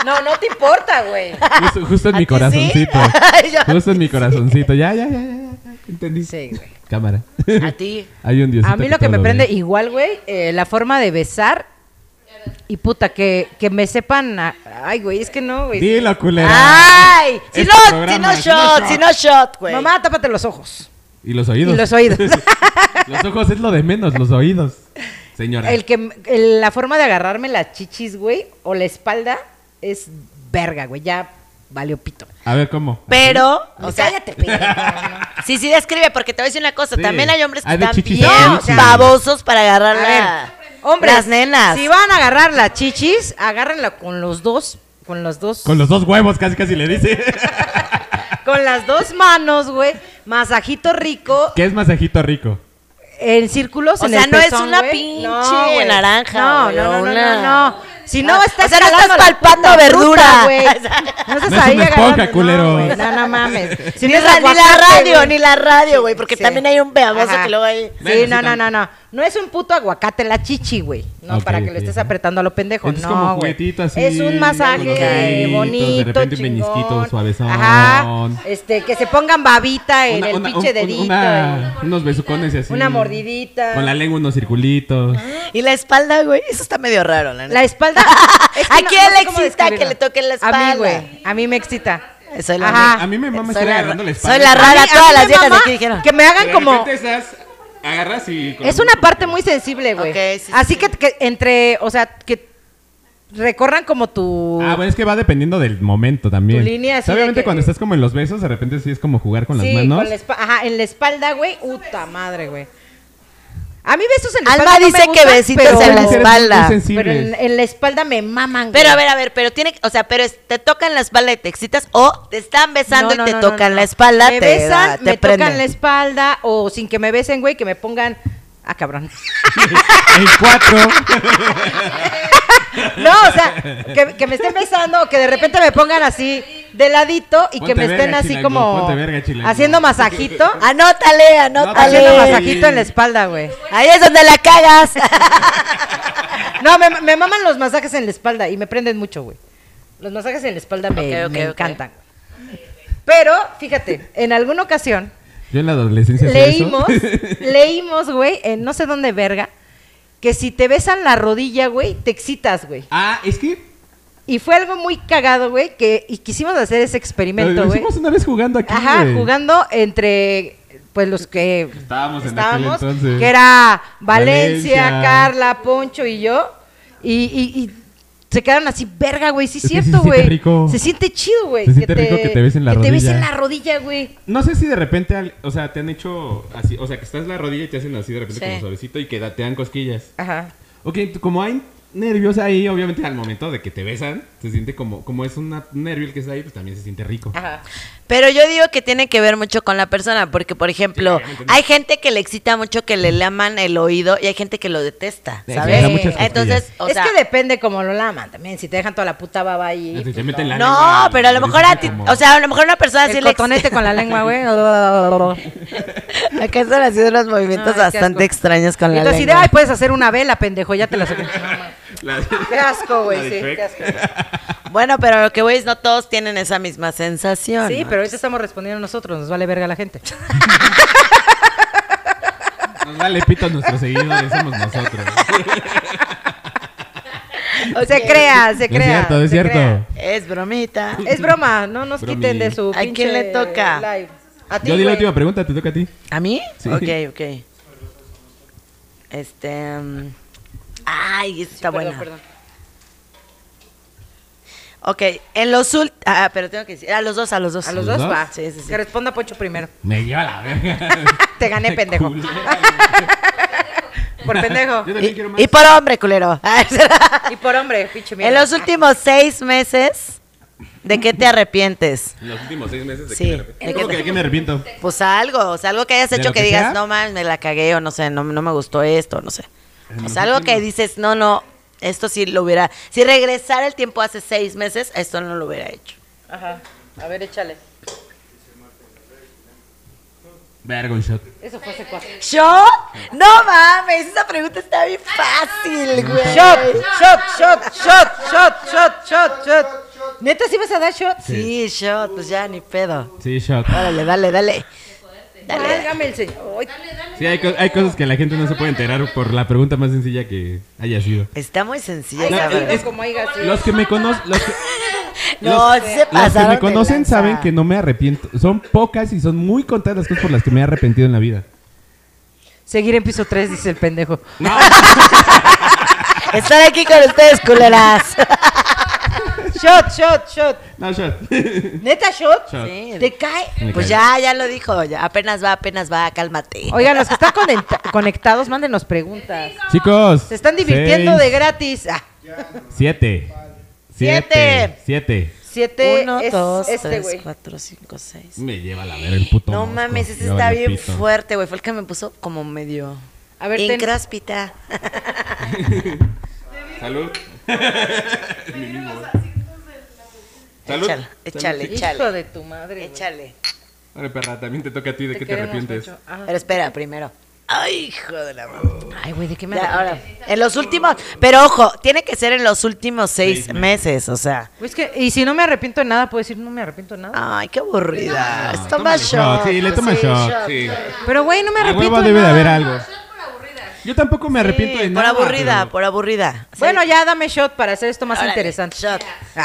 Speaker 2: No, no te importa, güey.
Speaker 1: Justo, justo en
Speaker 3: ¿A
Speaker 1: mi
Speaker 3: ti sí?
Speaker 1: corazoncito.
Speaker 3: Yo-
Speaker 1: Justo en mi corazoncito. Ya, ya, ya, ya. ya. Entendí.
Speaker 2: Sí, güey.
Speaker 1: Cámara.
Speaker 3: A ti.
Speaker 1: Hay un diosito.
Speaker 2: A mí lo que
Speaker 1: todo
Speaker 2: me prende
Speaker 1: ve.
Speaker 2: igual, güey, eh, la forma de besar. Y puta, que, que me sepan. a- Ay, güey, es que no, güey.
Speaker 1: Dilo, culera.
Speaker 2: Ah.
Speaker 3: Ay, si
Speaker 1: Este
Speaker 3: no, si
Speaker 1: programa,
Speaker 3: no shot, si no shot, güey.
Speaker 2: Mamá, tápate los ojos.
Speaker 1: Y los oídos.
Speaker 2: Y los oídos.
Speaker 1: Los ojos es lo de menos, los oídos. Señora.
Speaker 2: el que, m- el- la forma de agarrarme las chichis, güey, o la espalda, es verga, güey. Ya valió pito.
Speaker 1: A ver, ¿cómo?
Speaker 3: Pero, o
Speaker 2: Pues
Speaker 3: sea,
Speaker 2: cállate, pendejo.
Speaker 3: sí, sí describe, porque te voy a decir una cosa,
Speaker 1: Sí.
Speaker 3: también hay hombres que
Speaker 1: Hay de
Speaker 3: están
Speaker 1: chichis
Speaker 3: bien
Speaker 1: a chichis.
Speaker 3: babosos para agarrar
Speaker 2: A
Speaker 3: la,
Speaker 2: ver, hombres,
Speaker 3: las nenas.
Speaker 2: Si van a agarrar las chichis, agárrenla con los dos, con los dos,
Speaker 1: Con los dos huevos, casi, casi le dice.
Speaker 2: con las dos manos, güey. Masajito rico
Speaker 1: ¿Qué es masajito rico?
Speaker 2: en círculos.
Speaker 3: O
Speaker 2: en
Speaker 3: sea,
Speaker 2: el
Speaker 3: no es
Speaker 2: pezón,
Speaker 3: una
Speaker 2: güey.
Speaker 3: pinche
Speaker 2: güey.
Speaker 3: naranja,
Speaker 2: No,
Speaker 3: güey,
Speaker 2: no,
Speaker 3: o
Speaker 2: no, no,
Speaker 3: una-
Speaker 2: no, no. Si no,
Speaker 3: Ah,
Speaker 2: estás
Speaker 3: o sea, no estás
Speaker 2: jalando la
Speaker 3: palpando
Speaker 2: puta
Speaker 3: verdura.
Speaker 2: güey. No
Speaker 1: No
Speaker 2: estás
Speaker 1: es
Speaker 2: ahí
Speaker 1: una esponja,
Speaker 2: agarrando- no,
Speaker 1: culero.
Speaker 2: güey, No, no mames. Si
Speaker 3: ni,
Speaker 2: no es
Speaker 3: la, ni la
Speaker 2: aguacate,
Speaker 3: radio,
Speaker 2: güey.
Speaker 3: ni la radio, güey, porque
Speaker 2: Sí.
Speaker 3: también hay un baboso
Speaker 2: Ajá.
Speaker 3: que luego hay...
Speaker 2: Sí,
Speaker 1: Bueno,
Speaker 2: no,
Speaker 1: sí,
Speaker 2: no, no,
Speaker 1: también.
Speaker 2: no. No es un puto aguacate la chichi, güey. No,
Speaker 1: Ok,
Speaker 2: para que lo
Speaker 1: ok,
Speaker 2: estés
Speaker 1: ok.
Speaker 2: apretando a lo pendejo.
Speaker 1: Entonces,
Speaker 2: no,
Speaker 1: como
Speaker 2: güey.
Speaker 1: juguetito así,
Speaker 2: Es un
Speaker 1: con los
Speaker 2: masaje
Speaker 1: deditos, de
Speaker 2: bonito,
Speaker 1: repente un
Speaker 2: chingón.
Speaker 1: pellizquito suavezón.
Speaker 2: Ajá. Este, que se pongan babita en el pinche
Speaker 1: un- un-
Speaker 2: dedito. eh.
Speaker 1: una- unos besucones y así.
Speaker 2: Una mordidita. Ah.
Speaker 1: Con la lengua unos circulitos.
Speaker 3: Y la espalda, güey, eso está medio raro, la
Speaker 2: y-
Speaker 3: neta.
Speaker 2: La espalda. es que
Speaker 3: ¿A quién le
Speaker 2: cómo
Speaker 3: excita que
Speaker 2: describirlo.
Speaker 3: le toquen la
Speaker 2: A
Speaker 3: espalda?
Speaker 2: mí, güey. A mí me excita.
Speaker 3: Soy la
Speaker 2: Ajá.
Speaker 3: neta.
Speaker 1: A mí me mama
Speaker 3: Soy
Speaker 1: estar
Speaker 3: la-
Speaker 1: agarrando la
Speaker 3: Soy
Speaker 1: espalda.
Speaker 3: la rara,
Speaker 2: A mí- a
Speaker 3: todas
Speaker 2: mí
Speaker 3: las
Speaker 2: me
Speaker 3: viejas de
Speaker 2: mama
Speaker 3: aquí dijeron.
Speaker 2: Que me hagan
Speaker 1: De
Speaker 2: como.
Speaker 1: repente estás, agarras y... con
Speaker 2: Es
Speaker 1: la-
Speaker 2: una parte muy sensible, güey.
Speaker 3: Ok, sí, sí,
Speaker 2: Así
Speaker 3: sí.
Speaker 2: Que, que entre, o sea, que recorran como tu...
Speaker 1: Ah, bueno, es que va dependiendo del momento también.
Speaker 2: Tu línea así de
Speaker 1: Obviamente
Speaker 2: que-
Speaker 1: cuando estás como en los besos, de repente sí es como jugar con
Speaker 2: sí,
Speaker 1: las manos.
Speaker 2: con la espa- Ajá, en la espalda, güey. Puta madre, güey. A mí besos en la
Speaker 3: Alma
Speaker 2: espalda no me
Speaker 3: dice que
Speaker 2: gustan,
Speaker 3: besitos
Speaker 2: pero-
Speaker 3: en la
Speaker 1: Mujeres muy
Speaker 3: espalda.
Speaker 1: sensibles.
Speaker 2: Pero en, en la espalda me maman,
Speaker 3: Pero a
Speaker 2: güey.
Speaker 3: ver, a ver, pero tiene, que- o sea, pero es- te tocan la espalda y te excitas o te están besando
Speaker 2: No, no,
Speaker 3: y te
Speaker 2: no, no,
Speaker 3: tocan
Speaker 2: no.
Speaker 3: la espalda,
Speaker 2: Me
Speaker 3: te
Speaker 2: besan,
Speaker 3: da- te
Speaker 2: me
Speaker 3: prenden.
Speaker 2: tocan la espalda o sin que me besen, güey, que me pongan... Ah, cabrón.
Speaker 1: En cuatro.
Speaker 2: No, o sea, que, que me estén besando o que de repente me pongan así de ladito y
Speaker 1: Ponte
Speaker 2: que me estén
Speaker 1: verga,
Speaker 2: así
Speaker 1: chilango,
Speaker 2: como
Speaker 1: ponte verga, chilango.
Speaker 2: haciendo masajito.
Speaker 3: Anótale,
Speaker 2: Haciendo
Speaker 3: anótale.
Speaker 1: Anótale.
Speaker 2: masajito en la espalda, güey.
Speaker 3: Ahí es donde la cagas.
Speaker 2: No, me, me maman los masajes en la espalda y me prenden mucho, güey. Los masajes en la espalda me,
Speaker 3: Ok, ok,
Speaker 2: me
Speaker 3: ok.
Speaker 2: encantan. Pero, fíjate, en alguna ocasión
Speaker 1: Yo en la adolescencia hacía eso.
Speaker 2: leímos, leímos, güey, en no sé dónde verga, que si te besan la rodilla, güey, te excitas, güey.
Speaker 1: ah, es que...
Speaker 2: Y fue algo muy cagado, güey, que y quisimos hacer ese experimento,
Speaker 1: Lo
Speaker 2: güey.
Speaker 1: hicimos una vez jugando aquí,
Speaker 2: Ajá,
Speaker 1: güey.
Speaker 2: jugando entre pues los que
Speaker 1: Estábamos en aquel entonces.
Speaker 2: que era Valencia,
Speaker 1: Valencia.
Speaker 2: Carla, Poncho y yo. Y, y- y se quedan así, verga, güey, sí es
Speaker 1: Es que sí
Speaker 2: cierto,
Speaker 1: se siente
Speaker 2: güey.
Speaker 1: rico.
Speaker 2: Se siente chido, güey.
Speaker 1: Se siente rico que te besen la
Speaker 2: que te besen
Speaker 1: rodilla.
Speaker 2: la rodilla, güey.
Speaker 1: No sé si de repente, al- o sea, te han hecho así, o sea, que estás en la rodilla y te hacen así de repente
Speaker 3: Sí.
Speaker 1: como suavecito y que da- te dan cosquillas.
Speaker 2: Ajá.
Speaker 1: Ok, tú- como hay nervios ahí, obviamente al momento de que te besan, se siente como, como es una- un nervio el que está ahí, pues también se siente rico.
Speaker 3: Ah,
Speaker 2: Ajá.
Speaker 3: Pero yo digo que tiene que ver mucho con la persona, porque por ejemplo,
Speaker 1: obviamente no.
Speaker 3: hay gente que le excita mucho que le laman el oído y hay gente que lo detesta,
Speaker 1: Sí,
Speaker 3: ¿sabes?
Speaker 2: sí, da muchas
Speaker 3: Entonces, o
Speaker 2: es
Speaker 3: sea,
Speaker 2: que depende cómo lo laman también. Si te dejan toda la puta baba ahí.
Speaker 1: Entonces,
Speaker 2: pues,
Speaker 1: te meten la lengua
Speaker 3: no,
Speaker 1: y-
Speaker 3: pero a lo
Speaker 1: y
Speaker 3: mejor
Speaker 1: dicen
Speaker 3: a ti,
Speaker 1: como-
Speaker 3: o sea, a lo mejor una persona sí
Speaker 2: el
Speaker 3: le excita-
Speaker 2: cotonete con la lengua, güey.
Speaker 3: Acá están haciendo unos movimientos
Speaker 2: Ay, qué asco.
Speaker 3: bastante extraños con
Speaker 2: y
Speaker 3: la
Speaker 2: tú así de,
Speaker 3: lengua.
Speaker 2: ay, puedes hacer una vela, pendejo, ya te la saqué.
Speaker 1: La-
Speaker 2: Qué asco,
Speaker 1: la
Speaker 2: güey,
Speaker 1: de
Speaker 2: sí,
Speaker 1: Shrek.
Speaker 2: qué asco.
Speaker 3: Bueno, pero lo que voy es no todos tienen esa misma sensación.
Speaker 2: Sí,
Speaker 3: ¿no?
Speaker 2: pero ahorita estamos respondiendo nosotros, nos vale verga la gente.
Speaker 1: Nos vale pito a nuestros seguidores, somos nosotros.
Speaker 2: Se crea, se
Speaker 1: Es
Speaker 2: crea.
Speaker 1: cierto, es
Speaker 2: se
Speaker 1: cierto.
Speaker 2: crea.
Speaker 3: Es bromita.
Speaker 2: Es broma, no nos
Speaker 1: Bromi.
Speaker 2: quiten de su
Speaker 3: ¿A quién
Speaker 2: pinche
Speaker 3: le toca?
Speaker 2: live. A ti,
Speaker 1: Yo di la
Speaker 2: güey.
Speaker 1: última pregunta, te toca a ti.
Speaker 3: ¿A mí?
Speaker 1: Sí.
Speaker 3: Ok, ok. Este. mm, Ay, esta
Speaker 2: Ah,
Speaker 3: está buena.
Speaker 2: Perdón,
Speaker 3: Ok, en los ult... Ah, pero tengo que decir. A los dos, a los dos.
Speaker 2: perdón. A los
Speaker 1: ¿Los
Speaker 2: dos,
Speaker 1: dos?
Speaker 2: va.
Speaker 3: Sí, sí, sí.
Speaker 2: Que responda Pocho primero.
Speaker 1: Me lleva la verga.
Speaker 2: Te gané, pendejo. Por pendejo.
Speaker 1: Yo también
Speaker 3: Y,
Speaker 1: quiero más.
Speaker 3: y por hombre, culero. Ay,
Speaker 2: Y por hombre, pinche
Speaker 3: en
Speaker 2: mierda.
Speaker 3: los últimos seis meses, ¿de qué te arrepientes?
Speaker 1: En los últimos seis meses de
Speaker 3: Sí.
Speaker 1: que me arrepiento. ¿Cómo que de qué me arrepiento?
Speaker 3: Pues algo, o sea, algo que hayas
Speaker 1: ¿De
Speaker 3: hecho
Speaker 1: lo
Speaker 3: que,
Speaker 1: que
Speaker 3: digas,
Speaker 1: sea?
Speaker 3: no man, me la cagué, o no sé, no, no me gustó esto, no sé.
Speaker 1: En
Speaker 3: O
Speaker 1: los
Speaker 3: sea, algo que
Speaker 1: últimos-
Speaker 3: dices, no, no, esto sí lo hubiera. Si regresara el tiempo hace seis meses, esto no lo hubiera hecho.
Speaker 2: Ajá. A ver, échale.
Speaker 1: Verga, un shot.
Speaker 2: Eso fue hace cuatro.
Speaker 3: ¿Shot? No mames, esa pregunta está bien fácil, güey.
Speaker 2: Shot, shot, shot, shot, shot, shot, shot, shot. ¿Neta sí vas a dar shot?
Speaker 3: Sí, shot, pues ya ni pedo.
Speaker 1: Sí, shot.
Speaker 3: Dale, dale, dale. Dale.
Speaker 2: Válgame el señor. Ay,
Speaker 1: Sí, hay, co- hay cosas que la gente no se puede enterar por la pregunta más sencilla que haya sido.
Speaker 3: Está muy sencilla.
Speaker 2: ay,
Speaker 3: esa
Speaker 1: No,
Speaker 2: sabido
Speaker 3: pregunta.
Speaker 1: es-
Speaker 2: como oiga, sí.
Speaker 1: Los que me conocen, los que,
Speaker 3: No,
Speaker 1: los-
Speaker 3: sí se
Speaker 1: los que
Speaker 3: pasaron
Speaker 1: me
Speaker 3: de
Speaker 1: conocen
Speaker 3: lanza.
Speaker 1: saben que no me arrepiento. Son pocas y son muy contadas las cosas por las que me he arrepentido en la vida.
Speaker 2: Seguir en piso 3, dice el pendejo.
Speaker 3: Estar aquí con ustedes, culeras.
Speaker 2: Shot, shot, shot.
Speaker 1: No, shot.
Speaker 2: ¿Neta shot?
Speaker 1: Shot.
Speaker 3: Sí.
Speaker 2: ¿Te cae?
Speaker 1: Me
Speaker 3: Pues
Speaker 1: cae.
Speaker 3: ya, ya lo dijo. ya. Apenas va, apenas va, cálmate.
Speaker 2: Oigan, los que están conecta- conectados, mándenos preguntas.
Speaker 1: Chicos.
Speaker 2: Se están divirtiendo
Speaker 1: seis,
Speaker 2: de gratis. Ah,
Speaker 1: Siete.
Speaker 3: Siete.
Speaker 1: Siete.
Speaker 2: siete.
Speaker 3: Uno,
Speaker 2: es
Speaker 3: dos,
Speaker 2: este,
Speaker 3: tres,
Speaker 2: güey.
Speaker 3: cuatro, cinco, seis.
Speaker 1: Me lleva la verga el puto.
Speaker 3: No
Speaker 1: mosco.
Speaker 3: mames, ese
Speaker 1: Ya
Speaker 3: está
Speaker 1: valió
Speaker 3: bien
Speaker 1: pito.
Speaker 3: fuerte, güey. Fue el que me puso como medio.
Speaker 2: A ver, ten-
Speaker 3: Incráspita.
Speaker 1: Salud. Salud.
Speaker 3: Échale, échale,
Speaker 2: Hijo
Speaker 3: échale.
Speaker 2: de tu madre. güey.
Speaker 3: Échale.
Speaker 1: Dale, perra, también te toca a ti. ¿De
Speaker 2: Te
Speaker 1: qué te
Speaker 2: queremos
Speaker 1: arrepientes?
Speaker 2: mucho. Ajá.
Speaker 3: Pero espera, primero. Ay, hijo de la madre.
Speaker 2: Ay, güey, ¿de qué me
Speaker 3: Ya,
Speaker 2: arrepiento?
Speaker 3: ahora, en los últimos, pero ojo, tiene que ser en los últimos seis,
Speaker 1: Seis
Speaker 3: meses, o sea.
Speaker 2: Güey, es Pues que, y si no me arrepiento de nada, puedo decir, no me arrepiento de nada.
Speaker 3: Ay, qué
Speaker 1: Ah,
Speaker 3: aburrida. Toma
Speaker 1: tómale
Speaker 3: shot.
Speaker 1: Sí, le toma
Speaker 3: Sí,
Speaker 1: shot.
Speaker 3: shot.
Speaker 1: Sí.
Speaker 2: Pero, güey, no me
Speaker 1: A
Speaker 2: arrepiento
Speaker 1: Ah,
Speaker 2: de
Speaker 1: huevo debe de
Speaker 2: nada.
Speaker 1: haber algo. Yo tampoco me arrepiento de
Speaker 3: Sí,
Speaker 1: nada.
Speaker 3: Por aburrida,
Speaker 1: pero-
Speaker 3: por aburrida.
Speaker 2: Bueno, ya dame shot para hacer esto más
Speaker 3: Órale,
Speaker 2: interesante. Ah.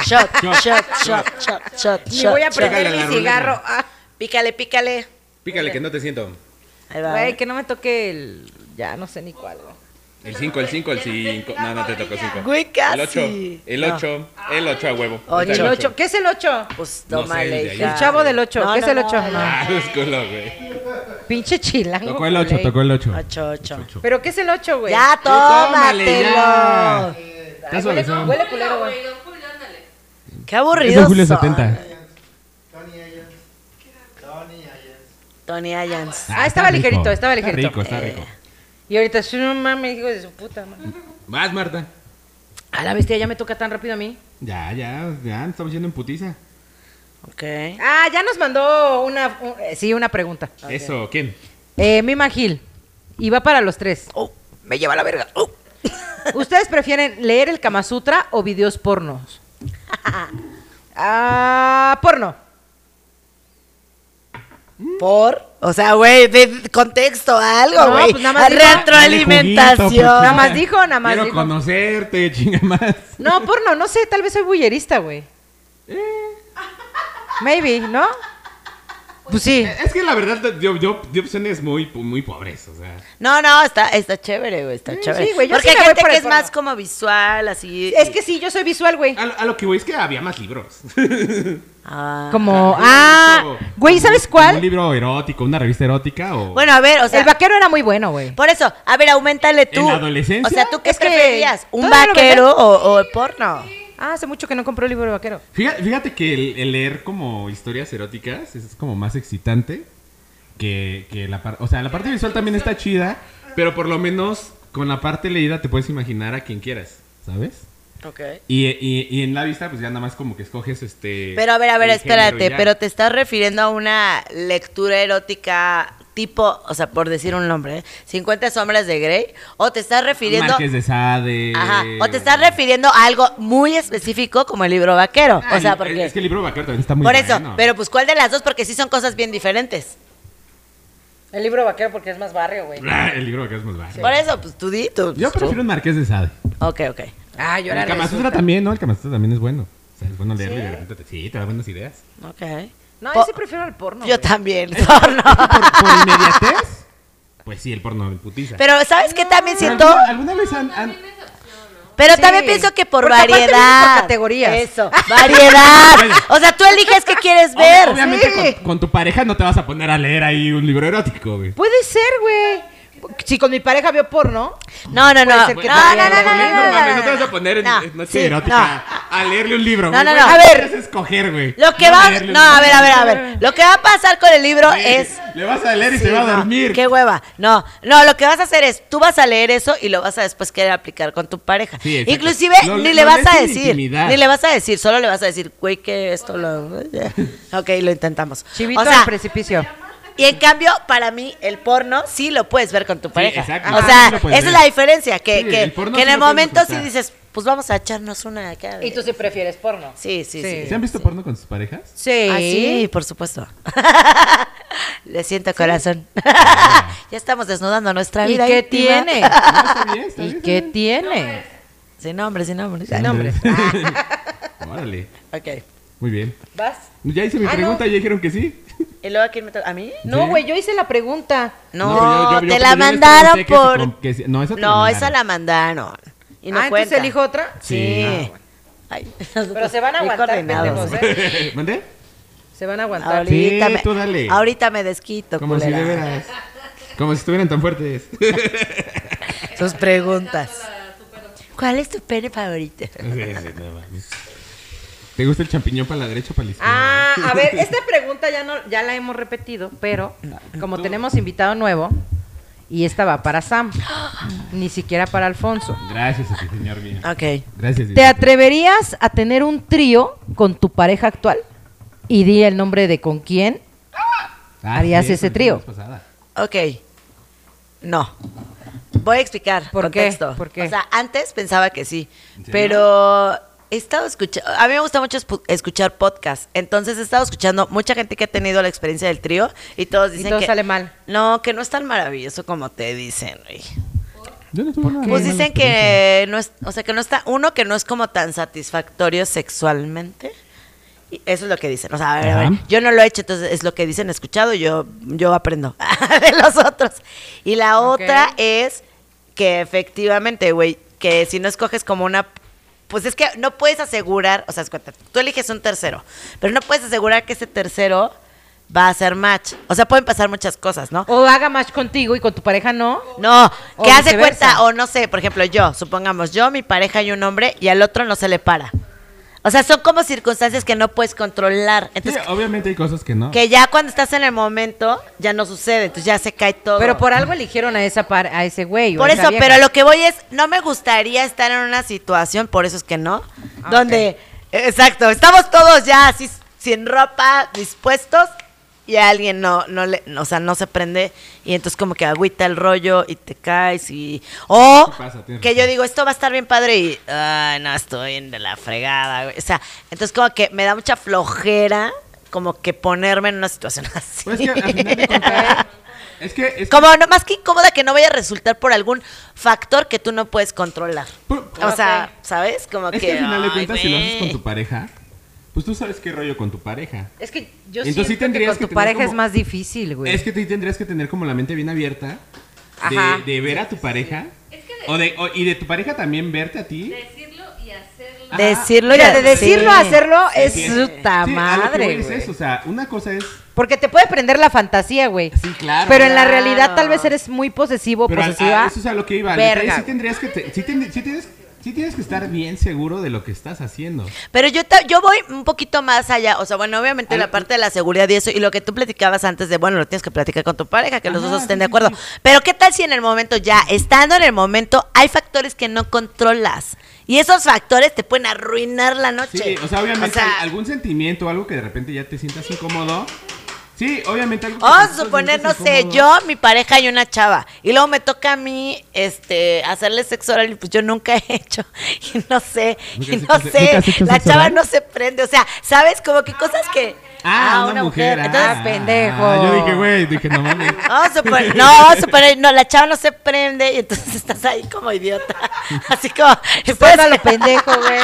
Speaker 3: Shot, shot, shot, shot, shot, shot.
Speaker 2: Ni
Speaker 3: shot,
Speaker 2: voy a
Speaker 3: shot.
Speaker 2: prender
Speaker 1: Pégale la
Speaker 2: mi
Speaker 1: ruleta.
Speaker 2: cigarro. Ah,
Speaker 3: Pícale, pícale.
Speaker 1: Pícale que no te siento.
Speaker 3: Ahí va.
Speaker 2: Güey, que no me toque el. Ya no sé ni cuál, güey.
Speaker 1: El 5, el 5, el 5. No, no te tocó 5.
Speaker 3: Güey, casi.
Speaker 1: El 8, el
Speaker 3: No.
Speaker 1: 8, el 8 a huevo.
Speaker 3: Ocho.
Speaker 2: El
Speaker 1: El
Speaker 3: Ocho.
Speaker 2: 8. ¿Qué es el 8?
Speaker 3: Pues
Speaker 1: No
Speaker 3: toma
Speaker 1: sé, de ahí.
Speaker 3: hija.
Speaker 2: El chavo del 8.
Speaker 3: No,
Speaker 2: ¿Qué
Speaker 3: no,
Speaker 2: es el
Speaker 3: no,
Speaker 2: 8?
Speaker 1: Ah, es culo, güey.
Speaker 2: Pinche chilango.
Speaker 1: Tocó el 8,
Speaker 2: güey.
Speaker 1: tocó el 8.
Speaker 3: Ocho, ocho.
Speaker 2: ¿Pero qué es el 8, güey?
Speaker 3: Ya,
Speaker 1: tómale, ya.
Speaker 3: tómatelo.
Speaker 1: Está
Speaker 2: huele,
Speaker 1: suavezón.
Speaker 2: huele culero, güey.
Speaker 3: Qué
Speaker 1: Es de
Speaker 3: aburrido.
Speaker 1: Julio
Speaker 3: son.
Speaker 1: 70.
Speaker 3: Tony Ayans.
Speaker 2: Ah, estaba
Speaker 1: está rico.
Speaker 2: ligerito, estaba ligerito. Eh.
Speaker 1: Está rico, está rico.
Speaker 2: Y ahorita es un mame, hijo de su puta madre.
Speaker 1: Más, Marta.
Speaker 2: A la bestia, ya me toca tan rápido a mí.
Speaker 1: Ya, ya, ya, estamos yendo en putiza.
Speaker 3: Ok.
Speaker 2: Ah, ya nos mandó una. un- eh, sí, una pregunta.
Speaker 1: Eso, ¿quién?
Speaker 2: Eh, Mima Gil. Y va para los tres.
Speaker 3: Oh, me lleva la verga. Oh.
Speaker 2: ¿Ustedes prefieren leer el Kama Sutra o videos pornos? Ah, porno.
Speaker 3: Por, o sea, güey, de- de contexto, algo,
Speaker 2: No,
Speaker 3: güey.
Speaker 2: pues nada más dijo-
Speaker 1: Dale
Speaker 3: Retroalimentación.
Speaker 1: juguito, pues. putita.
Speaker 2: Nada más dijo, nada más
Speaker 1: Quiero
Speaker 2: dijo.
Speaker 1: conocerte, chinga más.
Speaker 2: No, porno, no sé, tal vez soy bullerista, güey. Maybe, ¿no?
Speaker 3: Eh. Pues sí.
Speaker 1: Es que la verdad, yo, yo, de opciones muy, muy pobres, o sea.
Speaker 3: No, no, está, está chévere, güey, está chévere.
Speaker 2: Mm, sí, güey, yo
Speaker 3: Porque
Speaker 2: sí me
Speaker 3: hay
Speaker 2: voy
Speaker 3: gente
Speaker 2: por
Speaker 3: que
Speaker 2: el
Speaker 3: es más
Speaker 2: porno.
Speaker 3: como visual, así.
Speaker 2: Es que sí, yo soy visual, güey.
Speaker 1: A, lo- a lo que voy es que había más libros.
Speaker 3: Ah.
Speaker 2: Como,
Speaker 1: Como-
Speaker 2: ah, güey, ¿sabes
Speaker 1: Un
Speaker 2: cuál?
Speaker 1: libro erótico, una revista erótica o...
Speaker 3: Bueno, a ver, o sea.
Speaker 2: El vaquero era muy bueno, güey.
Speaker 3: Por eso, a ver, aumentale tú.
Speaker 1: ¿En la adolescencia?
Speaker 3: O sea, ¿tú qué
Speaker 2: Es que
Speaker 3: preferías? ¿Un
Speaker 2: todavía lo
Speaker 3: vaquero o, o el porno?
Speaker 2: Ah, hace mucho que no compró libro de vaquero.
Speaker 1: Fíjate, fíjate que el, el leer como historias eróticas es como más excitante que, que la parte... O sea, la parte visual también está chida, pero por lo menos con la parte leída te puedes imaginar a quien quieras, ¿sabes?
Speaker 3: Ok.
Speaker 1: Y, y- y en la vista pues ya nada más como que escoges este...
Speaker 3: Pero a ver, a ver,
Speaker 1: el género y
Speaker 3: espérate,
Speaker 1: ya.
Speaker 3: pero te estás refiriendo a una lectura erótica tipo, o sea, por decir un nombre, ¿eh? 50 sombras de Grey, o te estás refiriendo...
Speaker 1: Márquez de Sade...
Speaker 3: Ajá, o te estás refiriendo a algo muy específico como el libro vaquero.
Speaker 1: Ah,
Speaker 3: o sea,
Speaker 1: el-
Speaker 3: porque...
Speaker 1: Es que el libro vaquero también está muy
Speaker 3: por eso,
Speaker 1: bueno.
Speaker 3: pero pues ¿cuál de las dos? Porque sí son cosas bien diferentes.
Speaker 2: El libro vaquero porque es más barrio, güey.
Speaker 1: Ah, El libro vaquero es más bueno.
Speaker 3: Por eso, pues tú di,
Speaker 1: Yo
Speaker 3: tú. pues, tú.
Speaker 1: prefiero un Marqués de Sade.
Speaker 3: Ok, ok.
Speaker 2: Ah, yo
Speaker 1: el
Speaker 2: era
Speaker 1: Kama Sutra
Speaker 2: resulta.
Speaker 1: también, ¿no? El Kama Sutra también es bueno. O sea, es bueno leerlo y de repente te, sí, te da buenas ideas.
Speaker 3: Ok.
Speaker 2: No,
Speaker 3: Po-
Speaker 2: yo sí prefiero el porno.
Speaker 3: Yo
Speaker 2: güey.
Speaker 3: también. porno.
Speaker 1: Por, por inmediatez, pues sí, el porno de putiza.
Speaker 3: Pero ¿sabes qué también siento?
Speaker 1: ¿Alguna, alguna vez han, han-
Speaker 3: Pero
Speaker 2: Sí.
Speaker 3: también pienso que por
Speaker 2: Porque aparte viene por
Speaker 3: variedad.
Speaker 2: categorías.
Speaker 3: Eso, variedad. o sea, tú eliges qué quieres ver.
Speaker 1: Obviamente
Speaker 2: sí.
Speaker 1: con, con tu pareja no te vas a poner a leer ahí un libro erótico, güey.
Speaker 2: Puede ser, güey. Si con mi pareja vio porno,
Speaker 3: No, no, no. No, no,
Speaker 2: ser
Speaker 3: no,
Speaker 2: que
Speaker 3: no,
Speaker 2: también.
Speaker 3: no,
Speaker 1: No,
Speaker 3: no, no,
Speaker 1: mames, no te
Speaker 3: no,
Speaker 1: vas a poner en
Speaker 3: no,
Speaker 1: en noche
Speaker 3: sí,
Speaker 1: erótica a leerle un libro,
Speaker 3: No,
Speaker 1: güey. Güey,
Speaker 3: no, no.
Speaker 1: ¿qué
Speaker 3: A ver.
Speaker 1: quieres escoger, güey.
Speaker 3: no. Lo que va,
Speaker 1: leerle un
Speaker 3: no, a ver,
Speaker 1: libro.
Speaker 3: a ver, a ver. Lo que va a pasar con el libro
Speaker 1: Sí,
Speaker 3: es
Speaker 1: Le vas a leer y
Speaker 3: Sí,
Speaker 1: se va a
Speaker 3: no,
Speaker 1: dormir.
Speaker 3: Qué hueva. No, no, lo que vas a hacer es, tú vas a leer eso y lo vas a después querer aplicar con tu pareja.
Speaker 1: Sí, exacto.
Speaker 3: Inclusive
Speaker 1: Lo-
Speaker 3: ni
Speaker 1: lo
Speaker 3: le vas
Speaker 1: lees
Speaker 3: a
Speaker 1: en
Speaker 3: decir,
Speaker 1: intimidad.
Speaker 3: ni le vas a decir, solo le vas a decir, güey, que esto lo... Ok, lo intentamos.
Speaker 2: chivito
Speaker 3: o sea,
Speaker 2: al precipicio.
Speaker 3: y en cambio, para mí, el porno sí lo puedes ver con tu pareja.
Speaker 1: exacto.
Speaker 3: O
Speaker 1: Ah,
Speaker 3: sea,
Speaker 1: sí lo
Speaker 3: esa
Speaker 1: puedes
Speaker 3: es
Speaker 1: ver.
Speaker 3: la diferencia, que,
Speaker 1: Sí,
Speaker 3: que-
Speaker 1: el porno sí
Speaker 3: que en
Speaker 1: lo
Speaker 3: el
Speaker 1: puedes
Speaker 3: momento sí
Speaker 1: disfrutar.
Speaker 3: dices, pues vamos a echarnos una acá. de-
Speaker 2: sí prefieres porno?
Speaker 3: Sí, sí, sí.
Speaker 2: Sí.
Speaker 1: ¿Se han visto porno con sus parejas?
Speaker 2: Sí.
Speaker 3: Ah, sí, por supuesto. Le siento corazón. ya estamos desnudando nuestra
Speaker 2: ¿Y
Speaker 3: vida.
Speaker 2: qué
Speaker 3: íntima.
Speaker 2: tiene?
Speaker 1: No, está bien, está bien,
Speaker 2: ¿Y
Speaker 1: está
Speaker 2: qué
Speaker 1: bien.
Speaker 2: tiene?
Speaker 3: Sin nombre, sin nombre.
Speaker 1: Sin nombre.
Speaker 3: Ah.
Speaker 1: Órale,
Speaker 3: ok.
Speaker 1: muy bien.
Speaker 3: ¿Vas?
Speaker 1: Ya hice mi
Speaker 2: Ah, no.
Speaker 1: pregunta, ya dijeron que sí.
Speaker 3: ¿Y luego a quién me toca? ¿A mí?
Speaker 2: No, güey, yo hice la pregunta.
Speaker 3: No,
Speaker 1: pero yo- yo- yo-
Speaker 3: te
Speaker 1: yo
Speaker 3: la
Speaker 1: les
Speaker 3: mandaron
Speaker 1: pregunté que si
Speaker 3: por...
Speaker 1: con- que si- no, esa te la
Speaker 3: No,
Speaker 1: mandaron.
Speaker 3: esa la mandaron. Y no
Speaker 2: ah, entonces
Speaker 3: cuenta.
Speaker 2: elijo otra.
Speaker 3: Sí.
Speaker 1: Sí. Ah,
Speaker 3: Ay,
Speaker 2: Pero se van a
Speaker 3: bien
Speaker 2: aguantar,
Speaker 3: coordinados.
Speaker 2: pendejos, ¿eh?
Speaker 1: ¿Mandé?
Speaker 2: Se van a aguantar.
Speaker 3: Ahorita,
Speaker 1: Sí,
Speaker 3: me,
Speaker 1: tú dale.
Speaker 3: ahorita me desquito,
Speaker 1: Como si
Speaker 3: culera.
Speaker 1: de veras. Como si estuvieran tan fuertes.
Speaker 3: Sus preguntas. ¿Cuál es tu pene favorito?
Speaker 1: ¿Te gusta el champiñón para la derecha o para la izquierda?
Speaker 2: Ah, a ver, esta pregunta ya no, ya la hemos repetido, pero como tenemos invitado nuevo, y esta va para Sam, ni siquiera para Alfonso.
Speaker 1: Gracias a ti, señor mío.
Speaker 3: Ok.
Speaker 1: Gracias.
Speaker 2: ¿Te
Speaker 1: Diosito.
Speaker 2: atreverías a tener un trío con tu pareja actual? Y di el nombre de con quién.
Speaker 1: Ah,
Speaker 2: harías
Speaker 1: sí, eso
Speaker 2: ese
Speaker 1: es
Speaker 2: trío?
Speaker 1: la vez pasada.
Speaker 3: Ok. No. Voy a explicar
Speaker 2: ¿Por qué?
Speaker 3: contexto.
Speaker 2: ¿Por qué?
Speaker 3: O sea, antes pensaba que sí,
Speaker 1: serio?
Speaker 3: pero he estado escuchando, a mí me gusta mucho espu- escuchar podcasts, entonces he estado escuchando mucha gente que ha tenido la experiencia del trío y todos dicen
Speaker 2: todo
Speaker 3: que
Speaker 2: sale mal.
Speaker 3: No, que no es tan maravilloso como te dicen. güey.
Speaker 1: Yo no tuve nada
Speaker 3: Pues
Speaker 1: malo,
Speaker 3: dicen
Speaker 1: pero-
Speaker 3: que no es, o sea, que no está uno que no es como tan satisfactorio sexualmente. Y eso es lo que dicen. O sea, a ver, a ver,
Speaker 1: Ajá.
Speaker 3: Yo no lo he hecho, entonces es lo que dicen, he escuchado, yo, yo aprendo de los otros. Y la
Speaker 2: Ok.
Speaker 3: otra es que efectivamente, güey, que si no escoges como una... Pues es que no puedes asegurar, o sea, haz cuenta, tú eliges un tercero, pero no puedes asegurar que ese tercero va a ser match. O sea, pueden pasar muchas cosas, ¿no?
Speaker 2: O haga match contigo y con tu pareja no.
Speaker 3: No,
Speaker 2: O
Speaker 3: que hace
Speaker 2: viceversa.
Speaker 3: cuenta, o no sé, por ejemplo, yo, supongamos, yo, mi pareja y un hombre, y al otro no se le para. O sea, son como circunstancias que no puedes controlar.
Speaker 1: Sí,
Speaker 3: Entonces,
Speaker 1: obviamente hay cosas
Speaker 2: ah.
Speaker 1: que no.
Speaker 3: que ya cuando estás en el momento, ya no sucede, entonces ya se cae todo.
Speaker 2: Pero por algo eligieron a esa par- a ese güey. o
Speaker 3: Por
Speaker 2: a esa
Speaker 3: eso,
Speaker 2: vieja.
Speaker 3: pero lo que voy es, no me gustaría estar en una situación, por eso es que no,
Speaker 2: Ah,
Speaker 3: donde, exacto, estamos todos ya así, sin ropa, dispuestos, y a alguien no, no le, no, o sea, no se prende, y entonces como que agüita el rollo y te caes, y, o
Speaker 1: Sí pasa, tienes
Speaker 3: que yo
Speaker 1: razón.
Speaker 3: digo, esto va a estar bien padre, y, ay, no, estoy en de la fregada, güey. o sea, entonces como que me da mucha flojera, como que ponerme en una situación así.
Speaker 1: Pues es que al final de cuentas- Es que, es que-
Speaker 3: Como no, más que incómoda que no vaya a resultar por algún factor que tú no puedes controlar.
Speaker 1: Pu-
Speaker 3: O sea, ¿sabes? Como
Speaker 1: es
Speaker 3: que.
Speaker 1: que al final de
Speaker 3: ay,
Speaker 1: cuentas, si lo haces
Speaker 3: güey.
Speaker 1: con tu pareja, pues tú sabes qué rollo con tu pareja.
Speaker 2: Es que yo
Speaker 1: Entonces, sí
Speaker 2: siento que
Speaker 1: tendrías
Speaker 2: con
Speaker 1: que
Speaker 2: tu
Speaker 1: tener
Speaker 2: pareja
Speaker 1: como-
Speaker 2: es más difícil, güey.
Speaker 1: Es que tú tendrías que tener como la mente bien abierta de-
Speaker 3: Ajá.
Speaker 1: de, ver a tu pareja. o de, o- y de tu pareja también verte a ti.
Speaker 4: Decirlo y hacerlo.
Speaker 1: Ajá.
Speaker 3: Decirlo y
Speaker 2: Mira, de
Speaker 3: hacer-
Speaker 2: decirlo a
Speaker 3: Sí.
Speaker 2: hacerlo es
Speaker 1: Sí,
Speaker 2: puta
Speaker 1: sí, a lo que
Speaker 2: madre,
Speaker 1: voy es
Speaker 2: güey.
Speaker 1: eso, o sea, una cosa es...
Speaker 2: Porque te puede prender la fantasía, güey.
Speaker 1: Sí, claro.
Speaker 2: Pero en la
Speaker 3: Claro.
Speaker 2: realidad tal vez eres muy posesivo o
Speaker 1: Pero al-
Speaker 2: posesiva.
Speaker 1: a- eso es a lo que iba.
Speaker 2: Verga,
Speaker 1: Verga, sí
Speaker 2: güey.
Speaker 1: tendrías que... te- sí ten- sí tienes, sí tienes que estar bien seguro de lo que estás haciendo.
Speaker 3: Pero yo, ta- yo voy un poquito más allá. O sea, bueno, obviamente la parte de la seguridad y eso, y lo que tú platicabas antes de, bueno, lo tienes que platicar con tu pareja, que los dos estén de acuerdo. Pero ¿qué tal si en el momento ya, estando en el momento, hay factores que no controlas? Y esos factores te pueden arruinar la noche.
Speaker 1: Sí, o sea, obviamente
Speaker 3: O sea,
Speaker 1: al- algún sentimiento, algo que de repente ya te sientas incómodo. Sí, obviamente algo que te
Speaker 3: Vamos a
Speaker 1: sientas
Speaker 3: suponer, no
Speaker 1: sientas
Speaker 3: sé,
Speaker 1: incómodo.
Speaker 3: yo, mi pareja y una chava. Y luego me toca a mí este, hacerle sexo oral y pues yo nunca he hecho. Y no sé,
Speaker 1: ¿Nunca
Speaker 3: y
Speaker 1: has
Speaker 3: no
Speaker 1: hecho- nunca
Speaker 3: sé.
Speaker 1: has hecho
Speaker 3: La
Speaker 1: sexo
Speaker 3: chava
Speaker 1: oral?
Speaker 3: no se prende. O sea, ¿sabes? Como que cosas que.
Speaker 1: Ah, una, mujer.
Speaker 3: Entonces,
Speaker 1: ah,
Speaker 2: pendejo.
Speaker 1: Yo dije, güey, dije, no mames.
Speaker 3: Vamos a suponer, no, vamos a suponer, no, la chava no se prende y entonces estás ahí como idiota. Así como,
Speaker 2: Pues
Speaker 3: después
Speaker 2: a lo pendejo, güey.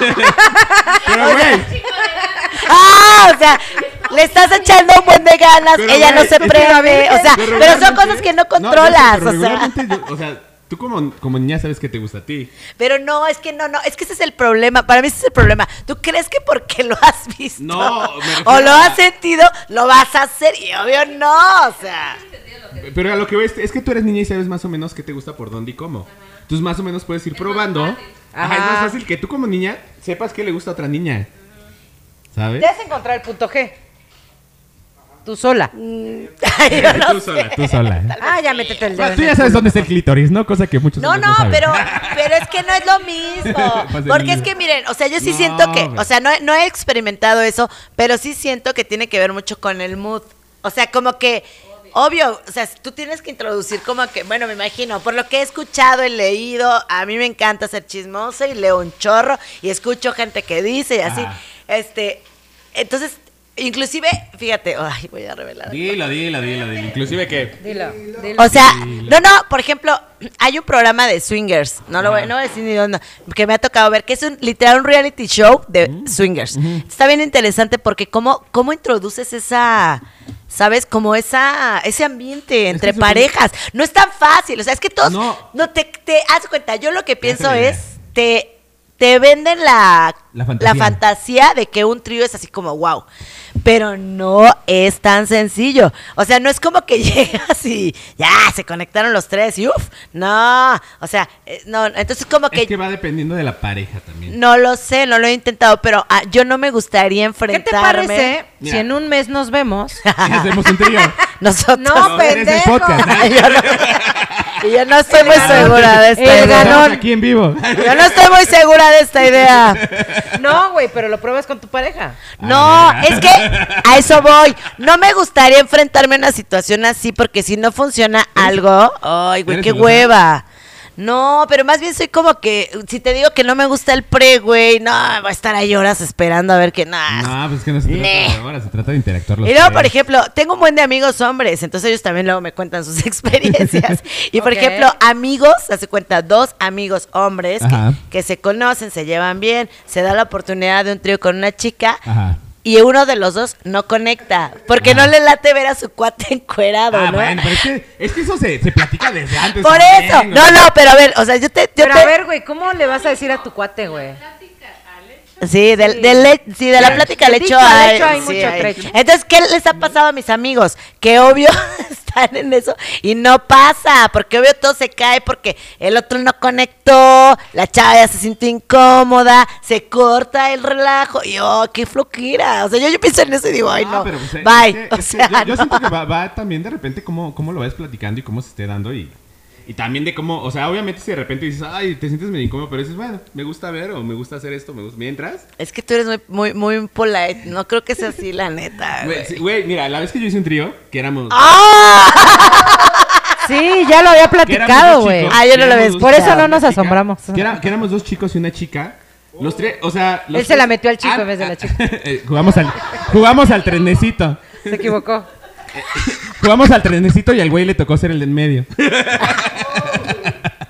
Speaker 1: Pero, güey,
Speaker 3: ¡Ah! O sea, le estás echando un buen de ganas,
Speaker 1: Pero,
Speaker 3: ella no
Speaker 1: güey,
Speaker 3: se
Speaker 1: es que
Speaker 2: la
Speaker 3: prende.
Speaker 2: virgen-
Speaker 3: O sea,
Speaker 1: Pero
Speaker 3: pero son
Speaker 1: regularmente-
Speaker 3: cosas que no
Speaker 1: yo sé, pero
Speaker 3: controlas. o sea.
Speaker 1: regularmente yo- o sea, tú como, como niña sabes que te gusta a ti.
Speaker 3: Pero no, es que no, no, es que ese es el problema. Para mí ese es el problema. ¿Tú crees que porque lo has visto
Speaker 1: No, me refiero
Speaker 3: o lo
Speaker 1: a-
Speaker 3: has sentido, lo vas a hacer? Y obvio no, o sea.
Speaker 1: Pero a lo que ves es que tú eres niña y sabes más o menos qué te gusta por dónde y cómo. Entonces más o menos puedes ir probando. Ajá, es más
Speaker 2: Ajá.
Speaker 1: fácil que tú como niña sepas qué le gusta a otra niña. ¿Sabes?
Speaker 2: Ya has encontrado el punto G. Tú sola.
Speaker 3: Ay, yo no
Speaker 1: tú
Speaker 3: sé.
Speaker 1: sola, tú sola. ¿eh?
Speaker 2: Ah, ya métete el dedo.
Speaker 1: Bueno, tú
Speaker 2: en
Speaker 1: ya
Speaker 2: el
Speaker 1: sabes
Speaker 2: culo.
Speaker 1: dónde está el clítoris, ¿no? Cosa que muchos
Speaker 3: No,
Speaker 1: hombres
Speaker 3: no,
Speaker 1: saben.
Speaker 3: pero, pero es que no es lo mismo.
Speaker 1: Pasa el
Speaker 3: Porque
Speaker 1: niño.
Speaker 3: es que miren, o sea, yo sí
Speaker 1: No,
Speaker 3: siento que,
Speaker 1: güey.
Speaker 3: o sea, no, he- no he experimentado eso, pero sí siento que tiene que ver mucho con el mood. O sea, como que, obvio, o sea, tú tienes que introducir como que, bueno, me imagino, por lo que he escuchado y leído, a mí me encanta ser chismosa y leo un chorro y escucho gente que dice y así.
Speaker 1: Ajá.
Speaker 3: Este, entonces, inclusive, fíjate, ay, voy a revelar. algo.
Speaker 1: Dilo, dilo, dilo, dilo. Inclusive que...
Speaker 2: Dilo, dilo.
Speaker 3: O sea, no, no, por ejemplo, hay un programa de swingers, no lo voy, no voy a decir ni dónde, que me ha tocado ver, que es un literal un reality show de swingers. Está bien interesante porque cómo, cómo introduces esa, ¿sabes? Como esa, ese ambiente entre
Speaker 1: eso fue-
Speaker 3: parejas. No es tan fácil, o sea, es que todos, no,
Speaker 1: No.
Speaker 3: te, te haz cuenta, yo lo que pienso
Speaker 1: la idea.
Speaker 3: es, te, te venden la,
Speaker 1: La fantasía.
Speaker 3: fantasía de que un trío es así como wow. Pero no es tan sencillo. O sea, no es como que llegas y ya se conectaron los tres y uff. No, o sea, eh, no, entonces como que,
Speaker 1: Es que va dependiendo de la pareja también.
Speaker 3: no lo sé, no lo he intentado, pero ah, yo no me gustaría
Speaker 2: ¿Qué te
Speaker 3: enfrentarme.
Speaker 2: parece
Speaker 1: Mira.
Speaker 2: si en un mes nos vemos?
Speaker 1: Y hacemos un trío.
Speaker 3: Nosotros.
Speaker 2: No,
Speaker 1: eres del
Speaker 2: pendejo.
Speaker 1: podcast, ¿eh?
Speaker 3: Yo no- y yo no estoy muy segura de esta
Speaker 2: El
Speaker 3: idea.
Speaker 2: ganón.
Speaker 1: Estamos aquí en vivo.
Speaker 3: Yo no estoy muy segura de esta idea.
Speaker 2: No, güey, pero lo pruebas con tu pareja.
Speaker 3: No,
Speaker 1: Ah,
Speaker 3: es que a eso voy. No me gustaría enfrentarme a una situación así porque si no
Speaker 1: ¿Eh?
Speaker 3: funciona algo, ay, güey,
Speaker 1: ¿Eres
Speaker 3: qué
Speaker 1: celosa?
Speaker 3: hueva. No, pero más bien soy como que, si te digo que no me gusta el pre, güey, no, va a estar ahí horas esperando a ver qué nada.
Speaker 1: No, pues es que no se trata
Speaker 3: Ne.
Speaker 1: de ahora, se trata de interactuar los
Speaker 3: Y luego, por
Speaker 1: tres.
Speaker 3: ejemplo, tengo un buen de amigos hombres, entonces ellos también luego me cuentan sus experiencias. Y por
Speaker 2: Ok.
Speaker 3: ejemplo, amigos, hace cuenta, dos amigos hombres
Speaker 1: Ajá.
Speaker 3: que, que se conocen, se llevan bien, se da la oportunidad de un trío con una chica,
Speaker 1: Ajá.
Speaker 3: y uno de los dos no conecta. Porque no le late ver a su cuate encuerado,
Speaker 1: Ah,
Speaker 3: ¿no?
Speaker 1: bueno, pero es que, es que eso se, se platica desde antes.
Speaker 3: Por
Speaker 1: también, Ah,
Speaker 3: eso.
Speaker 1: güey.
Speaker 3: No, no, pero a ver, o sea, yo te. yo
Speaker 2: Pero a
Speaker 3: te-
Speaker 2: ver, güey, ¿cómo le vas a decir a tu cuate, güey?
Speaker 3: Sí, de, de le- sí, de la plática le
Speaker 2: De
Speaker 3: echo
Speaker 2: dicho al
Speaker 3: a-
Speaker 2: hecho hay
Speaker 3: sí,
Speaker 2: mucho trecho.
Speaker 3: Entonces, ¿qué les ha pasado a mis amigos? Que obvio están en eso y no pasa, porque obvio todo se cae porque el otro no conectó, la chava ya se sintió incómoda, se corta el relajo y oh, qué flojera. O sea, yo, yo pienso en eso y digo, ay, no,
Speaker 1: Ah, pero, pues, eh, es
Speaker 3: bye.
Speaker 1: que-
Speaker 3: O
Speaker 1: es que
Speaker 3: sea,
Speaker 1: yo, yo
Speaker 3: no.
Speaker 1: siento que va, va también de repente cómo, cómo lo vas platicando y cómo se esté dando y, y también de cómo, o sea, obviamente si de repente dices, ay, te sientes medio incómodo, pero dices, bueno, me gusta ver o me gusta hacer esto, me gusta, mientras.
Speaker 3: Es que tú eres muy, muy, muy polite. No creo que sea así, la neta.
Speaker 1: Güey,
Speaker 3: güey.
Speaker 1: sí, güey, mira, la vez que yo hice un trío, que éramos...
Speaker 3: ¡Ah!
Speaker 2: Sí, ya lo había platicado, güey.
Speaker 3: Ah, yo no lo ves.
Speaker 2: Por eso no nos asombramos.
Speaker 1: Que, era- que éramos dos chicos y una chica. Los tres, o sea... los
Speaker 2: Él se la
Speaker 1: tres-
Speaker 2: metió al chico
Speaker 1: Ah,
Speaker 2: en vez de la
Speaker 1: ah,
Speaker 2: chica.
Speaker 1: eh, jugamos, al, jugamos al trenecito.
Speaker 2: Se equivocó.
Speaker 1: Jugamos al trenecito y al güey le tocó ser el de en medio.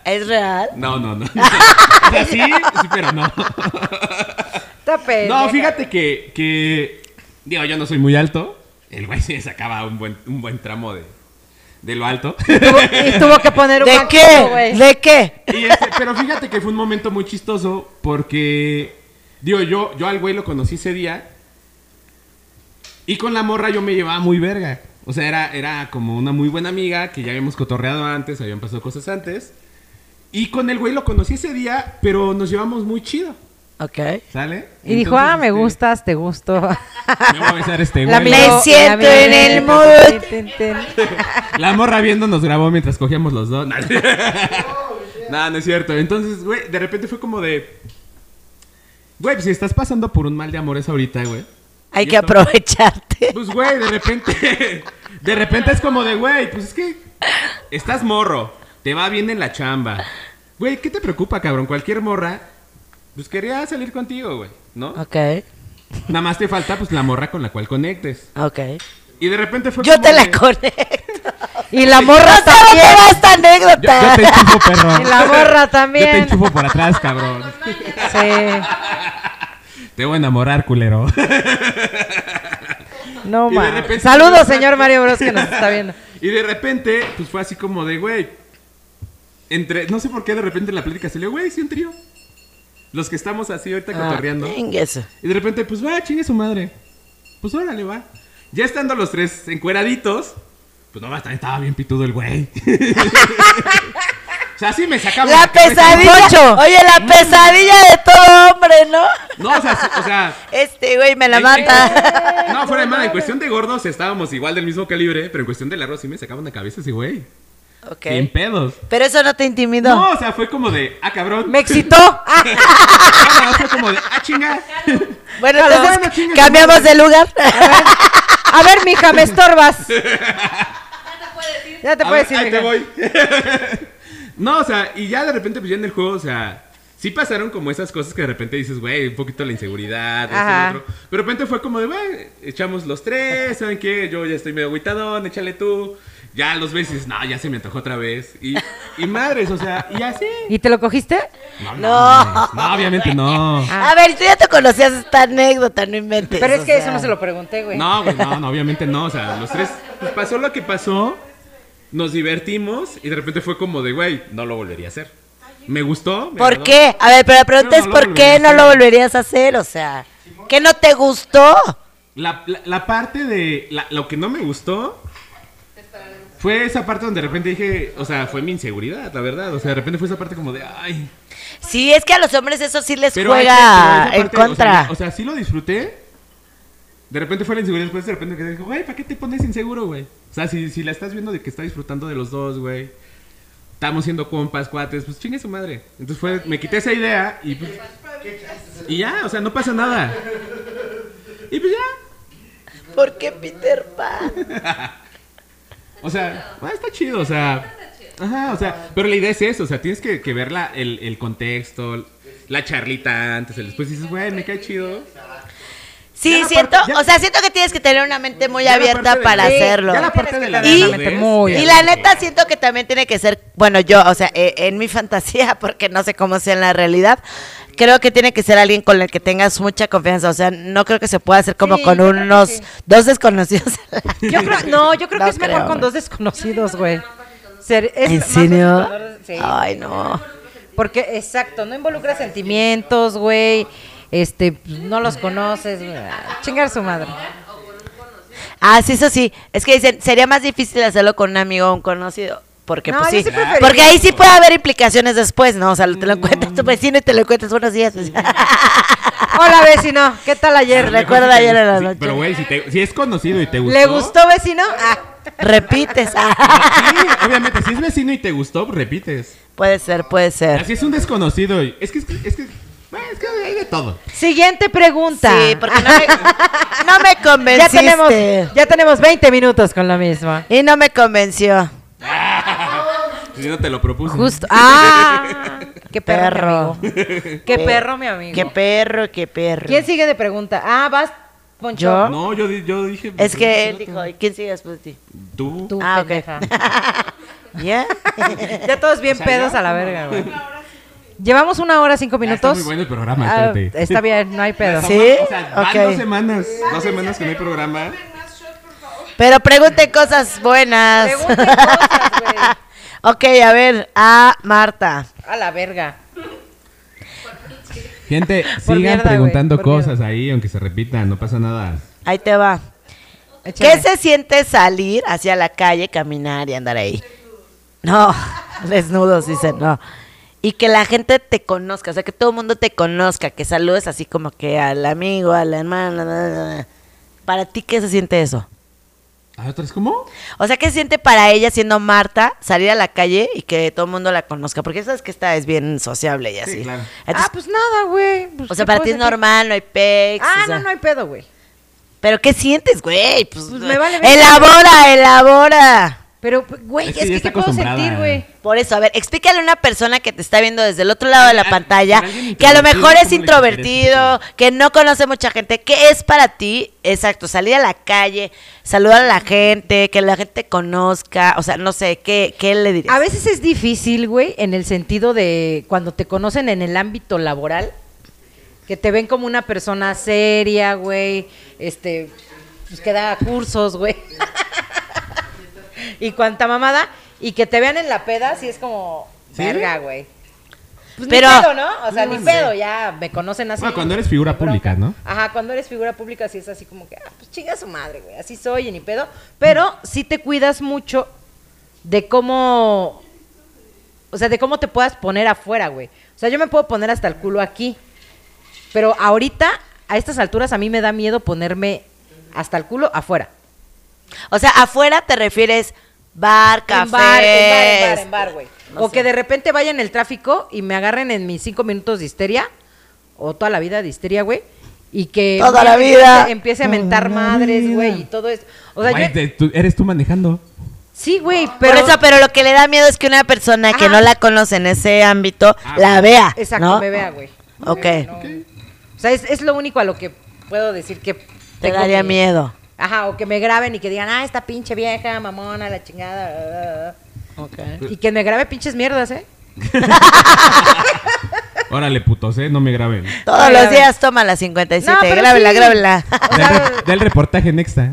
Speaker 3: ¿Es real?
Speaker 1: No, no, no. O sea, sí, sí, pero no.
Speaker 2: Está pendeja.
Speaker 1: No, fíjate que, que. Digo, yo no soy muy alto. El güey se sacaba un buen, un buen tramo de, de lo alto.
Speaker 2: Tuvo- y tuvo que poner un
Speaker 3: ¿De
Speaker 2: banquito,
Speaker 3: qué?
Speaker 2: güey.
Speaker 3: ¿De qué?
Speaker 1: Y este, pero fíjate que fue un momento muy chistoso porque, digo, yo, yo al güey lo conocí ese día y con la morra yo me llevaba muy verga. O sea, era, era como una muy buena amiga que ya habíamos cotorreado antes, habían pasado cosas antes. Y con el güey lo conocí ese día, pero nos llevamos muy chido,
Speaker 3: Ok.
Speaker 1: ¿sale?
Speaker 2: Y dijo,
Speaker 1: Entonces,
Speaker 2: ah, me
Speaker 1: este,
Speaker 2: gustas, te gusto.
Speaker 1: Me voy a besar este
Speaker 2: La
Speaker 1: güey.
Speaker 2: amigo-
Speaker 3: Me siento en
Speaker 2: amigo-
Speaker 3: el mood.
Speaker 2: Tin, tin.
Speaker 1: La morra viendo nos grabó mientras cogíamos los dos. no, no es cierto. Entonces, güey, de repente fue como de. Güey, pues si estás pasando por un mal de amores ahorita, güey.
Speaker 3: Hay
Speaker 1: ¿Y
Speaker 3: que
Speaker 1: esto?
Speaker 3: aprovecharte.
Speaker 1: Pues, güey, de repente. De repente es como de, güey, pues es que. Estás morro. Te va bien en la chamba. Güey, ¿qué te preocupa, cabrón? Cualquier morra. Pues quería salir contigo, güey, ¿no?
Speaker 3: Ok,
Speaker 1: Nada más te falta, pues, la morra con la cual conectes.
Speaker 3: ok.
Speaker 1: Y de repente fue
Speaker 3: Yo
Speaker 1: como
Speaker 3: te
Speaker 1: de-
Speaker 3: la conecto.
Speaker 2: Y la
Speaker 3: No
Speaker 2: morra
Speaker 3: se va a
Speaker 2: también.
Speaker 3: quedar esta
Speaker 1: Yo, yo
Speaker 3: anécdota.
Speaker 1: te enchufo, perro.
Speaker 2: Y la morra
Speaker 1: Yo te
Speaker 2: también.
Speaker 1: enchufo por atrás, cabrón.
Speaker 2: Sí.
Speaker 1: Te voy a enamorar, culero.
Speaker 2: No,
Speaker 1: Y de
Speaker 2: ma.
Speaker 1: repente-
Speaker 2: Saludos, señor Mario Bros, que nos está viendo.
Speaker 1: Y de repente, pues fue así como de, güey. Entre, no sé por qué de repente la plática salió, güey, sí, un trío. Los que estamos así ahorita
Speaker 2: Ah.
Speaker 3: Ah,
Speaker 1: cotorreando.
Speaker 3: Ingueso.
Speaker 1: Y de repente, pues va, chingue su madre. Pues órale, va. Ya estando los tres encueraditos, pues nomás también estaba bien pitudo el güey. o sea, sí me sacaba.
Speaker 3: La
Speaker 1: me sacaba-
Speaker 3: pesadilla. Oye,
Speaker 1: Mm.
Speaker 3: la pesadilla de todo hombre, ¿no?
Speaker 1: No, o sea, sí, o sea,
Speaker 3: Este güey me la
Speaker 1: En-
Speaker 3: mata.
Speaker 1: en- No, fuera de mala, en cuestión de gordos estábamos igual del mismo calibre, pero en cuestión de largo sí me sacaban la cabeza ese güey.
Speaker 3: Ok.
Speaker 1: Bien pedos.
Speaker 3: Pero eso no te intimidó.
Speaker 1: No, o sea, fue como de, ah, cabrón.
Speaker 2: Me excitó. Ah,
Speaker 1: Ah, fue como de, ah, chinga.
Speaker 3: Bueno,
Speaker 1: Bueno,
Speaker 3: entonces
Speaker 1: chinga su
Speaker 3: cambiamos
Speaker 1: madre.
Speaker 3: de lugar.
Speaker 1: Ah.
Speaker 2: A ver, mija, me estorbas. Ya te
Speaker 1: A
Speaker 2: puedes
Speaker 1: ver,
Speaker 2: ir.
Speaker 1: ahí
Speaker 2: mija.
Speaker 1: te voy. no, o sea, y ya de repente, pues ya en el juego, o sea, sí pasaron como esas cosas que de repente dices, güey, un poquito la inseguridad, esto y lo
Speaker 2: Ajá.
Speaker 1: otro. Pero de repente fue como de, güey, echamos los tres, ¿saben qué? Yo ya estoy medio agüitadón, échale tú. Ya los ves y dices, no, ya se me antojó otra vez. Y, y madres, o sea, y así.
Speaker 2: ¿Y te lo cogiste?
Speaker 1: No,
Speaker 3: No.
Speaker 1: mames. no, obviamente no.
Speaker 3: A ver, tú ya te conocías esta anécdota, no inventes.
Speaker 2: Pero es
Speaker 3: o
Speaker 2: que eso
Speaker 3: sea.
Speaker 2: no se lo pregunté, güey.
Speaker 1: No, güey, no, no, obviamente no. O sea, los tres, pues pasó lo que pasó, nos divertimos y de repente fue como de, güey, no lo volvería a hacer. Me gustó. me
Speaker 3: ¿Por
Speaker 1: agradó.
Speaker 3: qué? A ver, pero la pregunta
Speaker 1: Pero
Speaker 3: es
Speaker 1: no lo
Speaker 3: ¿por qué
Speaker 1: volverías a
Speaker 3: no lo
Speaker 1: hacer.
Speaker 3: volverías a hacer? O sea, ¿qué no te gustó?
Speaker 1: La, la- la parte de, la- lo que no me gustó fue esa parte donde de repente dije, o sea, fue mi inseguridad, la verdad. O sea, de repente fue esa parte como de, ay.
Speaker 3: Sí, es que a los hombres eso sí les
Speaker 1: Pero
Speaker 3: juega
Speaker 1: esa- pero esa
Speaker 3: en
Speaker 1: parte,
Speaker 3: contra.
Speaker 1: O sea, o sea, sí lo disfruté. De repente fue la inseguridad, después de repente que dije, güey, ¿para qué te pones inseguro, güey? O sea, si, si la estás viendo de que está disfrutando de los dos, güey. Estamos siendo compas, cuates, pues chingue su madre. Entonces fue, me quité esa idea y pues, Y ya, o sea, no pasa nada. Y pues ya.
Speaker 3: ¿Por qué Peter Pan?
Speaker 1: O sea, ah, está chido, o sea. Ajá, o sea, pero la idea es eso, o sea, tienes que, que ver la, el, el contexto, la charlita antes, el después dices, güey, me cae chido.
Speaker 3: Sí,
Speaker 1: Ya la
Speaker 3: siento,
Speaker 1: parte- ya-
Speaker 3: o sea, siento que tienes que tener una mente muy
Speaker 1: Ya la
Speaker 3: abierta
Speaker 1: parte de-
Speaker 3: para
Speaker 1: Sí,
Speaker 3: hacerlo.
Speaker 1: ya la parte de la
Speaker 3: Y-
Speaker 1: desnudez,
Speaker 2: muy
Speaker 3: Y
Speaker 1: ya-
Speaker 3: la neta siento que también tiene que ser, bueno, yo, o sea, eh, en mi fantasía, porque no sé cómo sea en la realidad, creo que tiene que ser alguien con el que tengas mucha confianza, o sea, no creo que se pueda hacer como
Speaker 2: Sí,
Speaker 3: con
Speaker 2: yo creo que
Speaker 3: unos
Speaker 2: sí.
Speaker 3: dos desconocidos.
Speaker 2: Yo creo, no, yo creo
Speaker 3: No
Speaker 2: que es mejor
Speaker 3: creo,
Speaker 2: con
Speaker 3: güey.
Speaker 2: dos desconocidos, güey. Ser- es
Speaker 3: ¿En
Speaker 2: más
Speaker 3: serio?
Speaker 2: desconocido, sí.
Speaker 3: Ay, no.
Speaker 2: Porque, exacto, no involucra sentimientos, güey. Este, no los conoces, güey. Ah, Chingar su madre.
Speaker 3: Ah, sí, eso sí. Es que dicen, sería más difícil hacerlo con un amigo o un conocido. Porque,
Speaker 2: No,
Speaker 3: pues
Speaker 2: yo
Speaker 3: sí.
Speaker 2: sí preferiría. Mm.
Speaker 3: porque ahí sí puede haber implicaciones después, ¿no? O sea, te lo encuentras tu vecino y te lo encuentras buenos días. pues,
Speaker 2: Hola, vecino. ¿Qué tal
Speaker 1: A lo
Speaker 2: ayer?
Speaker 3: Re-
Speaker 1: mejor
Speaker 3: recuerda
Speaker 1: si te-
Speaker 3: ayer en la
Speaker 1: si-
Speaker 3: noche.
Speaker 1: Pero, güey, si, te- si es conocido y te gustó.
Speaker 2: ¿Le gustó, vecino? Ah.
Speaker 3: Repites.
Speaker 1: Sí, obviamente, si es vecino y te gustó, repites.
Speaker 3: puede ser, puede ser.
Speaker 1: Así es un desconocido. y- Es que, es que, es que, bueno, es que hay de todo.
Speaker 2: Siguiente pregunta.
Speaker 3: Sí, porque no me, no me
Speaker 2: ya
Speaker 3: convenciste.
Speaker 2: tenemos, ya tenemos 20 minutos con la misma.
Speaker 3: Y no me convenció.
Speaker 1: Si no te lo propuse.
Speaker 2: Justo. Ah, qué perro.
Speaker 3: Perro.
Speaker 2: mi amigo. Qué perro, mi amigo.
Speaker 3: Qué perro, qué perro.
Speaker 2: ¿Quién sigue de pregunta? Ah, vas, Poncho.
Speaker 3: Yo.
Speaker 1: No, yo, di- yo dije. pues,
Speaker 3: es que él dijo, "¿Y ¿quién sigue después de ti?
Speaker 1: Tú.
Speaker 2: Tú,
Speaker 3: Ah, ok.
Speaker 2: pendeja.
Speaker 3: ¿Ya?
Speaker 2: Ya todos bien
Speaker 1: O sea,
Speaker 2: pedos
Speaker 1: ya.
Speaker 2: a la verga, güey. Llevamos una hora, cinco
Speaker 1: Ya,
Speaker 2: minutos.
Speaker 1: está muy bueno el programa,
Speaker 2: Ah,
Speaker 1: espérate.
Speaker 2: está bien, no hay pedo.
Speaker 3: Sí.
Speaker 1: O sea, van
Speaker 3: Ok.
Speaker 1: dos semanas. Dos semanas que no hay programa.
Speaker 3: Pero pregunte cosas buenas.
Speaker 2: Pregunten cosas, güey.
Speaker 3: ok, a ver, a Marta.
Speaker 2: A la verga.
Speaker 1: Gente,
Speaker 2: Por
Speaker 1: sigan
Speaker 2: mierda, güey,
Speaker 1: preguntando
Speaker 2: por
Speaker 1: cosas ahí, aunque se repitan, no pasa nada.
Speaker 3: Ahí te va.
Speaker 2: Échale.
Speaker 3: ¿Qué se siente salir hacia la calle, caminar y andar ahí? No, desnudos, dicen, no. Y que la gente te conozca, o sea, que todo el mundo te conozca, que saludes así como que al amigo, a la hermana. bla, bla, bla. ¿Para ti qué se siente eso?
Speaker 1: ¿A otras cómo?
Speaker 3: O sea, ¿qué se siente para ella siendo Marta salir a la calle y que todo el mundo la conozca? Porque sabes que esta es bien sociable y así.
Speaker 1: claro.
Speaker 3: Entonces,
Speaker 2: ah, pues nada, güey. Pues,
Speaker 3: o sea,
Speaker 2: ¿qué
Speaker 3: para
Speaker 2: puedo
Speaker 3: ti es
Speaker 2: hacer?
Speaker 3: normal, no hay pex.
Speaker 2: Ah,
Speaker 3: o sea.
Speaker 2: no, no hay pedo, güey.
Speaker 3: Pero ¿qué sientes, güey? Pues,
Speaker 2: Pues me vale verga.
Speaker 3: elabora, elabora.
Speaker 2: Pero, pues, güey,
Speaker 1: Es
Speaker 2: es
Speaker 1: que
Speaker 2: que,
Speaker 1: ya está
Speaker 2: ¿qué puedo
Speaker 1: acostumbrada.
Speaker 2: sentir, güey?
Speaker 3: Por eso, a ver, explícale a una persona que te está viendo desde el otro lado de la
Speaker 1: Alguien-
Speaker 3: pantalla,
Speaker 1: alguien
Speaker 3: que a lo mejor es
Speaker 1: introvertido, ¿cómo le
Speaker 3: introvertido, que no conoce mucha gente, ¿qué es para ti? Exacto, salir a la calle, saludar a la gente, que la gente te conozca, o sea, no sé, ¿qué, qué le dirías?
Speaker 2: A veces es difícil, güey, en el sentido de cuando te conocen en el ámbito laboral, que te ven como una persona seria, güey, este, pues que da cursos, güey. y cuanta mamada, y que te vean en la peda, sí es como,
Speaker 1: ¿Sí?
Speaker 2: verga, güey. Pues
Speaker 3: Pero-
Speaker 2: ni pedo, ¿no? O sea, ni
Speaker 1: No,
Speaker 2: pedo, ya me conocen así.
Speaker 1: Bueno, cuando eres figura pública, ¿no?
Speaker 2: Ajá, cuando eres figura pública sí es así como que, ah, pues chinga su madre, güey, así soy, y ni pedo. Pero sí te cuidas mucho de cómo, o sea, de cómo te puedas poner afuera, güey. O sea, yo me puedo poner hasta el culo aquí, pero ahorita, a estas alturas, a mí me da miedo ponerme hasta el culo afuera.
Speaker 3: O sea, afuera te refieres bar, café.
Speaker 2: En bar, en bar, en bar, en bar, güey.
Speaker 3: No
Speaker 2: o
Speaker 3: sé.
Speaker 2: que de repente vaya en el tráfico y me agarren en mis cinco minutos de histeria, o toda la vida de histeria, güey. Y que
Speaker 3: Toda la
Speaker 2: empiece-
Speaker 3: vida.
Speaker 2: empiece a
Speaker 1: Toda
Speaker 2: mentar
Speaker 1: la
Speaker 2: madres,
Speaker 1: vida.
Speaker 2: güey, y todo eso. O sea,
Speaker 1: Güey,
Speaker 2: yo-
Speaker 1: te- tú- eres tú manejando.
Speaker 2: sí, güey,
Speaker 3: Pero,
Speaker 2: pero
Speaker 3: Por eso, pero lo que le da miedo es que una persona que
Speaker 2: Ajá.
Speaker 3: no la conoce en ese ámbito
Speaker 1: Ah,
Speaker 3: la vea.
Speaker 2: exacto,
Speaker 3: ¿no? Eh.
Speaker 2: me vea, güey.
Speaker 3: Ok.
Speaker 2: O sea, es, es lo único a lo que puedo decir que
Speaker 3: Te
Speaker 2: tengo
Speaker 3: daría
Speaker 2: mi-
Speaker 3: miedo.
Speaker 2: Ajá, o que me graben y que digan, "Ah, esta pinche vieja, mamona, la chingada." Y que me grabe pinches mierdas, ¿eh?
Speaker 1: Órale, putos, ¿eh? No me graben.
Speaker 3: Todos
Speaker 2: Ay, a ver.
Speaker 3: los días toma la 57.
Speaker 2: No, pero
Speaker 3: grábela,
Speaker 2: sí.
Speaker 3: grábela.
Speaker 2: O
Speaker 1: Del,
Speaker 2: sea-
Speaker 1: re- del reportaje Nexta.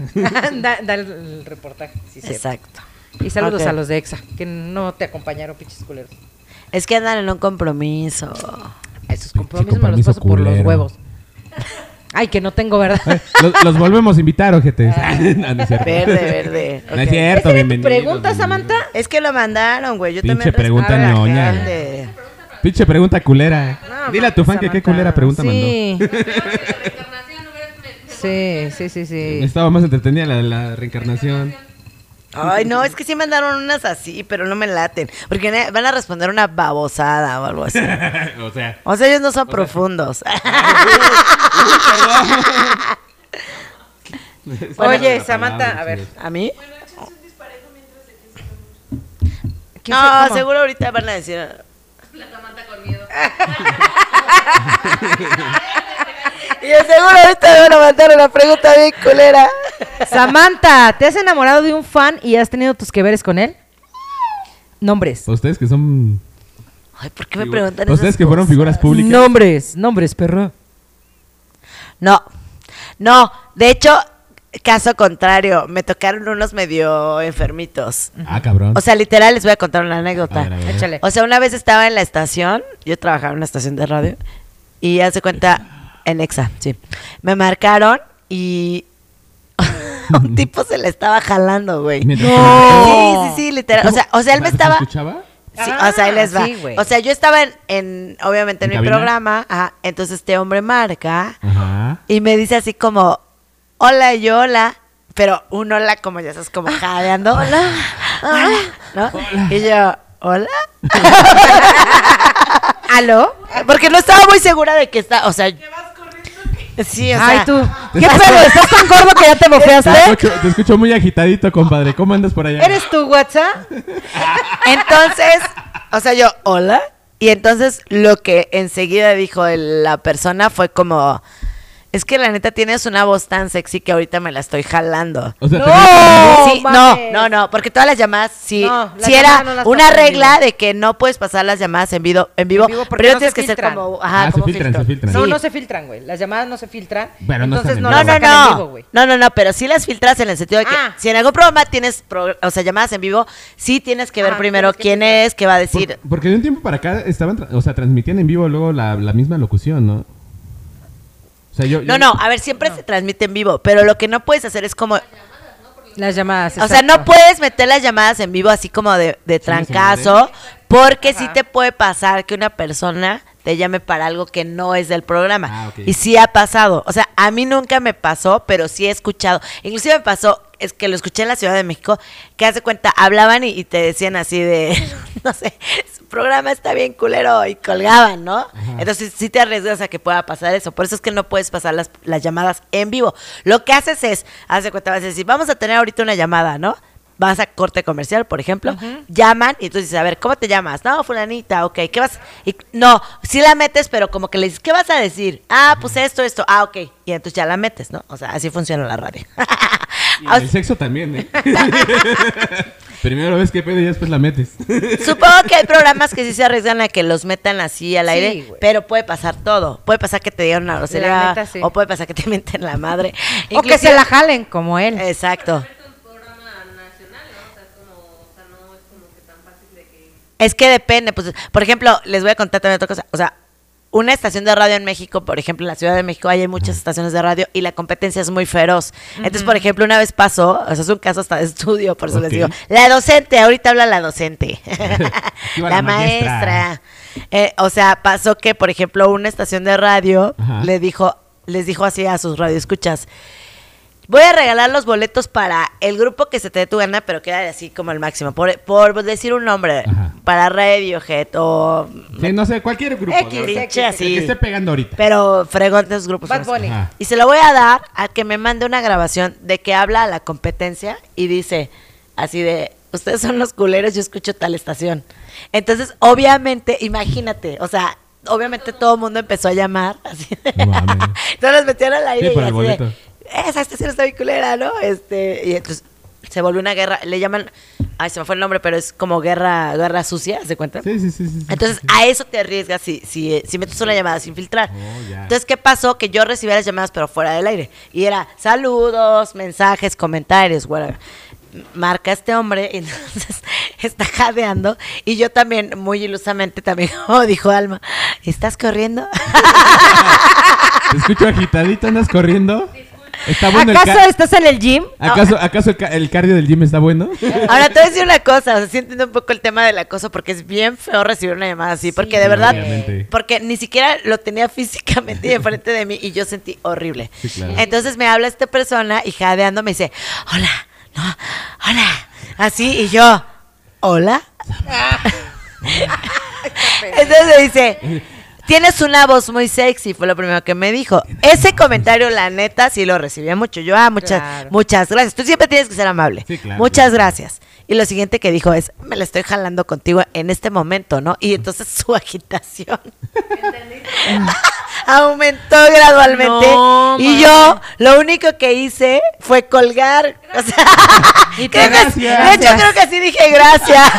Speaker 2: da, da el, el reportaje, sí, cierto.
Speaker 3: Exacto.
Speaker 2: Y saludos
Speaker 3: Ok.
Speaker 2: a los de EXA, que no te acompañaron, pinches culeros.
Speaker 3: Es que andan en un compromiso.
Speaker 2: A Esos
Speaker 1: Pinche
Speaker 2: compromisos me los
Speaker 1: compromiso
Speaker 2: paso por los
Speaker 1: culero.
Speaker 2: huevos. Ay, que no tengo, ¿verdad?
Speaker 1: Los, los volvemos a invitar, ojetes.
Speaker 2: Ah.
Speaker 1: no, no es cierto.
Speaker 3: Verde, verde.
Speaker 1: No es cierto,
Speaker 3: ok.
Speaker 2: ¿Esa era tu
Speaker 1: bienvenido.
Speaker 2: pregunta, Samantha?
Speaker 3: Es que lo mandaron, güey. Yo
Speaker 1: Pinche
Speaker 3: también
Speaker 1: pregunta
Speaker 3: respeto a la
Speaker 1: ñoña.
Speaker 3: gente.
Speaker 1: Pinche pregunta culera.
Speaker 2: No,
Speaker 1: Dile a tu fan
Speaker 2: Samantha.
Speaker 1: que qué culera pregunta mandó.
Speaker 2: sí.
Speaker 4: Sí.
Speaker 2: Sí, sí, sí, sí.
Speaker 1: Estaba más entretenida la de la reencarnación.
Speaker 3: Ay, no, es que sí mandaron unas así, pero no me laten. Porque ne- van a responder una babosada o algo así.
Speaker 1: o sea,
Speaker 3: O sea, ellos no son profundos.
Speaker 2: Oye, Samantha, a ver.
Speaker 3: ¿A mí?
Speaker 2: ¿Quién se-
Speaker 3: No,
Speaker 2: cómo?
Speaker 3: seguro ahorita van a decir... ah. Y de seguro ahorita van a mandar una pregunta bien culera.
Speaker 2: Samantha, ¿te has enamorado de un fan y has tenido tus que veres con él? Nombres.
Speaker 1: Ustedes que son.
Speaker 3: Ay, ¿por qué me preguntan
Speaker 1: Ustedes
Speaker 3: esas
Speaker 1: que fueron
Speaker 3: cosas?
Speaker 1: figuras públicas.
Speaker 2: Nombres, nombres, perro.
Speaker 3: No, no, de hecho, caso contrario, me tocaron unos medio enfermitos.
Speaker 1: Ah, cabrón.
Speaker 3: O sea, literal, les voy a contar una
Speaker 1: A
Speaker 3: anécdota.
Speaker 1: ver, a ver.
Speaker 2: Échale.
Speaker 3: O sea, una vez estaba en la estación, yo trabajaba en una estación de radio, y hace cuenta, en Exa, sí. Me marcaron y un tipo se le estaba jalando, güey.
Speaker 1: Mientras-
Speaker 3: Sí, sí, sí, literal. O sea, o sea, él me estaba...
Speaker 1: ¿Escuchaba?
Speaker 3: Sí,
Speaker 2: Ah,
Speaker 3: o sea, ahí les va.
Speaker 2: sí, güey.
Speaker 3: o sea, yo estaba en, en, obviamente, en,
Speaker 1: ¿En
Speaker 3: mi
Speaker 1: cabina?
Speaker 3: programa. ajá, entonces este hombre marca
Speaker 1: Ajá.
Speaker 3: y me dice así como, hola y hola. Pero un hola como ya sabes, como jadeando.
Speaker 2: Ah,
Speaker 3: Hola. ¿No? Y yo, hola.
Speaker 2: ¿Aló?
Speaker 3: Porque no estaba muy segura de que está, o sea... Sí, o sea...
Speaker 2: Ay, tú.
Speaker 3: ¿Qué pedo? ¿Estás tan gordo que ya te
Speaker 1: Te escucho, te escucho muy agitadito, compadre. ¿Cómo andas por allá?
Speaker 2: ¿eh? ¿Eres tú, WhatsApp?
Speaker 3: Entonces, o sea, yo, hola. Y entonces lo que enseguida dijo el- la persona fue como, Es que la neta tienes una voz tan sexy que ahorita me la estoy jalando.
Speaker 1: O sea,
Speaker 2: No.
Speaker 1: tenés-
Speaker 2: No,
Speaker 3: ¡Oh, Sí, no,
Speaker 2: mames.
Speaker 3: no, no, porque todas las llamadas sí,
Speaker 2: No, las
Speaker 3: sí era
Speaker 2: llamadas no las
Speaker 3: una
Speaker 2: pasan en
Speaker 3: regla de que no puedes pasar las llamadas en vivo, en vivo,
Speaker 2: En vivo porque
Speaker 3: pero
Speaker 2: no
Speaker 3: tienes
Speaker 2: se
Speaker 3: que
Speaker 2: filtran.
Speaker 3: ser como, ajá,
Speaker 1: Ah, se
Speaker 3: como
Speaker 1: filtran,
Speaker 3: filtro.
Speaker 1: se filtran.
Speaker 2: No,
Speaker 3: Sí.
Speaker 2: no se filtran, güey. Las llamadas no se filtran.
Speaker 1: Bueno, no
Speaker 2: entonces
Speaker 1: están en
Speaker 2: no,
Speaker 1: vivo.
Speaker 2: las
Speaker 3: no,
Speaker 2: sacan en
Speaker 3: no,
Speaker 2: vivo,
Speaker 3: no.
Speaker 2: güey.
Speaker 3: No, no, no, pero sí las filtras en el sentido de que
Speaker 2: Ah.
Speaker 3: si en algún programa tienes, pro- o sea, llamadas en vivo, sí tienes que ver
Speaker 2: Ah,
Speaker 3: primero
Speaker 2: tienes que
Speaker 3: quién
Speaker 2: filtrar.
Speaker 3: es, qué va a decir.
Speaker 1: Por- porque de un tiempo para acá estaban, tra- o sea, transmitían en vivo luego la, la misma locución, ¿no? O sea, yo,
Speaker 3: No,
Speaker 1: yo-
Speaker 3: no, a ver, siempre se transmite en vivo, pero lo que no puedes hacer es como,
Speaker 2: Las llamadas.
Speaker 3: o sea, no
Speaker 2: exacto.
Speaker 3: puedes meter las llamadas en vivo así como de, de trancazo, porque sí
Speaker 2: Ajá.
Speaker 3: te puede pasar que una persona te llame para algo que no es del programa.
Speaker 1: Ah, ok.
Speaker 3: Y sí ha pasado. O sea, a mí nunca me pasó, pero sí he escuchado. Inclusive me pasó, es que lo escuché en la Ciudad de México, que hace cuenta, hablaban y, y te decían así de, no sé, su programa está bien culero y colgaban, ¿no? Entonces sí te arriesgas a que pueda pasar eso. Por eso es que no puedes pasar las, las llamadas en vivo. Lo que haces es, hace cuenta, vas a decir, vamos a tener ahorita una llamada, ¿no? Vas a corte comercial, por ejemplo, llaman y tú dices, a ver, ¿cómo te llamas? No, fulanita, ok, ¿qué vas? Y, no, sí la metes, pero como que le dices, ¿qué vas a decir? Ah, pues esto, esto, ah, ok. Y entonces ya la metes, ¿no? O sea, así funciona la radio.
Speaker 1: y en el sexo también, ¿eh? Primero ves qué pedo y después la metes.
Speaker 3: Supongo que hay programas que sí se arriesgan a que los metan así al
Speaker 2: Sí,
Speaker 3: aire,
Speaker 2: güey.
Speaker 3: pero puede pasar todo. Puede pasar que te digan una grosería,
Speaker 2: neta, sí.
Speaker 3: o puede pasar que te mienten la madre.
Speaker 2: O que
Speaker 3: Inclusive-
Speaker 2: se la jalen como él.
Speaker 3: Exacto. Es que depende, pues, por ejemplo, les voy a contar también otra cosa, o sea, una estación de radio en México, por ejemplo, en la Ciudad de México hay muchas estaciones de radio y la competencia es muy feroz. Entonces, por ejemplo, una vez pasó, o sea, es un caso hasta de estudio, por eso les
Speaker 1: Ok.
Speaker 3: digo, la docente, ahorita habla la docente,
Speaker 1: Iba
Speaker 3: la,
Speaker 1: la maestra.
Speaker 3: maestra. Eh, o sea, pasó que, por ejemplo, una estación de radio
Speaker 1: Ajá.
Speaker 3: le dijo, les dijo así a sus radioescuchas, Voy a regalar los boletos para el grupo que se te dé tu gana, pero que era así como el máximo. Por, por decir un nombre,
Speaker 1: Ajá.
Speaker 3: para Radiohead o...
Speaker 1: Sí, no sé, cualquier grupo. de
Speaker 3: X,
Speaker 1: ahorita.
Speaker 3: X,
Speaker 1: El que
Speaker 3: así.
Speaker 1: esté pegando ahorita.
Speaker 3: Pero fregón de esos grupos.
Speaker 2: Bad Bunny.
Speaker 1: Ajá.
Speaker 3: Y se lo voy a dar a que me mande una grabación de que habla a la competencia y dice así de, ustedes son los culeros, yo escucho tal estación. Entonces, obviamente, imagínate, o sea, obviamente todo el mundo empezó a llamar. Así de-
Speaker 1: No mames.
Speaker 3: Entonces los metieron al aire
Speaker 1: Sí,
Speaker 3: y
Speaker 1: por el
Speaker 3: así de,
Speaker 1: boleto.
Speaker 3: esa estación está bien culera, ¿no? Este, y entonces se volvió una guerra, le llaman, ay, se me fue el nombre, pero es como guerra, guerra sucia, ¿se cuenta?
Speaker 1: Sí, sí, sí, sí, sí.
Speaker 3: Entonces, a eso te arriesgas si, si, eh, si metes una llamada sin filtrar.
Speaker 1: Oh, ya.
Speaker 3: Entonces, ¿qué pasó? Que yo recibía las llamadas, pero fuera del aire. Y era saludos, mensajes, comentarios, whatever. Marca este hombre, y entonces está jadeando. Y yo también, muy ilusamente, también, como dijo Alma, ¿estás corriendo?
Speaker 1: Te escucho agitadito, andas corriendo. Está Ah, bueno el
Speaker 2: ¿Acaso
Speaker 1: ca- Ah,
Speaker 2: estás en el gym?
Speaker 3: Ah.
Speaker 1: ¿Acaso, acaso el, ca- el cardio del gym está bueno?
Speaker 3: Ahora, te voy a decir una cosa, o sea, sí entiendo un poco el tema del acoso, porque es bien feo recibir una llamada así, porque de verdad,
Speaker 1: obviamente.
Speaker 3: porque ni siquiera lo tenía físicamente y enfrente de mí y yo sentí horrible.
Speaker 1: Sí, claro.
Speaker 3: Entonces me habla esta persona y jadeando me dice, hola, no, hola, así, y yo, hola. Entonces me dice, tienes una voz muy sexy, fue lo primero que me dijo. Ese comentario, la neta, sí lo recibía mucho. Yo, ah, muchas,
Speaker 2: Claro.
Speaker 3: muchas gracias. Tú siempre tienes que ser amable.
Speaker 1: Sí, claro.
Speaker 3: Muchas gracias. Y lo siguiente que dijo es, me la estoy jalando contigo en este momento, ¿no? Y entonces su agitación aumentó gradualmente.
Speaker 5: No,
Speaker 3: y yo lo único que hice fue colgar. O sea, creo que- de
Speaker 1: gracias.
Speaker 3: hecho, creo que sí dije gracias.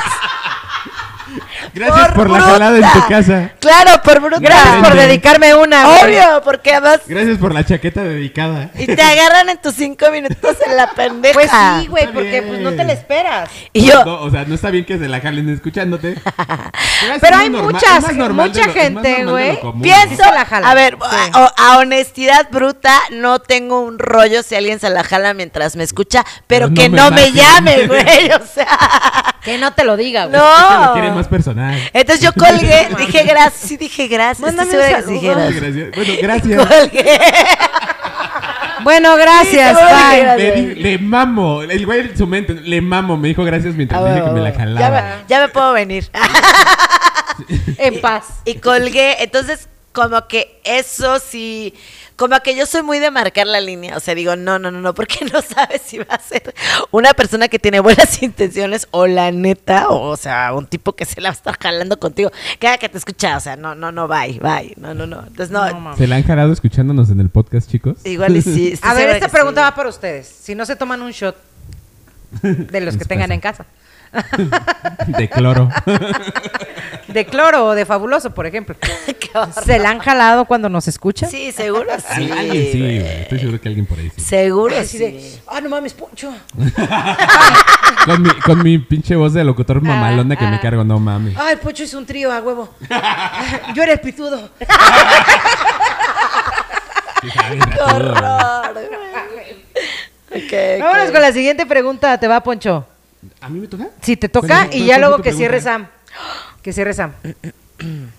Speaker 1: Gracias por, la jalada en tu
Speaker 3: bruta.
Speaker 1: casa.
Speaker 3: Claro, por bruta.
Speaker 1: Gracias por
Speaker 2: dedicarme una, güey.
Speaker 3: Obvio, porque además...
Speaker 1: Gracias por la chaqueta dedicada.
Speaker 3: Y te agarran en tus cinco minutos en la pendeja.
Speaker 2: Pues sí, güey,
Speaker 1: Está
Speaker 2: porque
Speaker 1: bien.
Speaker 2: pues no te la esperas.
Speaker 3: Y yo,
Speaker 1: No, o sea, no está bien que se la jalen escuchándote. Pero, es
Speaker 2: Pero
Speaker 1: muy
Speaker 2: hay
Speaker 1: normal-
Speaker 2: muchas-
Speaker 1: es más normal
Speaker 2: mucha
Speaker 1: de lo- es más
Speaker 2: gente,
Speaker 1: normal de lo
Speaker 2: güey.
Speaker 1: común, ¿no?
Speaker 3: Pienso,
Speaker 2: Sí se la jala.
Speaker 3: a ver,
Speaker 2: Sí.
Speaker 3: a, a honestidad bruta, no tengo un rollo si alguien se la jala mientras me escucha, pero,
Speaker 1: Pero no
Speaker 3: que
Speaker 1: me
Speaker 3: no me
Speaker 1: maten.
Speaker 3: llame, güey, o sea,
Speaker 2: Que no te lo diga, güey.
Speaker 1: Es que lo quieren
Speaker 3: no.
Speaker 1: más personal.
Speaker 3: Entonces yo colgué, dije gracias, sí dije gracias, estoy
Speaker 2: Mándame
Speaker 3: segura
Speaker 2: un
Speaker 3: que sí dije
Speaker 2: saludo.
Speaker 3: gracias.
Speaker 1: Gracias. Bueno, gracias.
Speaker 3: Colgué.
Speaker 2: Bueno, gracias,
Speaker 3: Sí, seguro que
Speaker 2: bye.
Speaker 3: gracias.
Speaker 1: Le, di- le mamo. El güey en su mente, le mamo. Me dijo gracias mientras
Speaker 3: Ah,
Speaker 1: dije que
Speaker 3: bueno,
Speaker 1: me la
Speaker 3: bueno.
Speaker 1: jalaba.
Speaker 3: Ya me- ya me puedo venir.
Speaker 2: En paz.
Speaker 3: Y colgué. Entonces, como que eso sí. Como que yo soy muy de marcar la línea. O sea, digo, no, no, no, no, porque no sabes si va a ser una persona que tiene buenas intenciones o la neta, o, o sea, un tipo que se la va a estar jalando contigo. Cada que te escucha, o sea, no, no, no, bye, bye. No, no, no. Entonces, no.
Speaker 1: ¿Se la han jalado escuchándonos en el podcast, chicos?
Speaker 3: igual y sí. estoy
Speaker 2: A ver,
Speaker 3: segura
Speaker 2: esta
Speaker 3: que
Speaker 2: pregunta
Speaker 3: sí.
Speaker 2: Este va para ustedes. Si no se toman un shot de los que tengan en casa.
Speaker 1: De cloro.
Speaker 2: De cloro o de fabuloso, por ejemplo.
Speaker 3: Qué horror.
Speaker 2: ¿Se la han jalado cuando nos escuchan?
Speaker 3: Sí, seguro sí.
Speaker 1: alguien sí,
Speaker 3: güey.
Speaker 1: güey. Estoy seguro que alguien por ahí sí.
Speaker 3: Seguro
Speaker 2: Así
Speaker 3: sí.
Speaker 2: de, ah, no mames, Poncho.
Speaker 1: Con mi, con mi pinche voz de
Speaker 2: Ah,
Speaker 1: locutor mamalona que me cargo, no mames.
Speaker 2: Ay, Poncho es un trío a huevo. Yo era el pitudo.
Speaker 1: Sí, saben a todo, güey.
Speaker 3: Ok,
Speaker 2: Vámonos
Speaker 3: ok.
Speaker 2: con la siguiente pregunta. ¿Te va, Poncho?
Speaker 1: ¿A mí me toca?
Speaker 2: Si te
Speaker 1: Bueno,
Speaker 2: toca
Speaker 1: ¿cuál
Speaker 2: y ya
Speaker 1: fue Pues, tu
Speaker 2: luego que
Speaker 1: pregunta?
Speaker 2: cierre Sam. Que cierre Sam.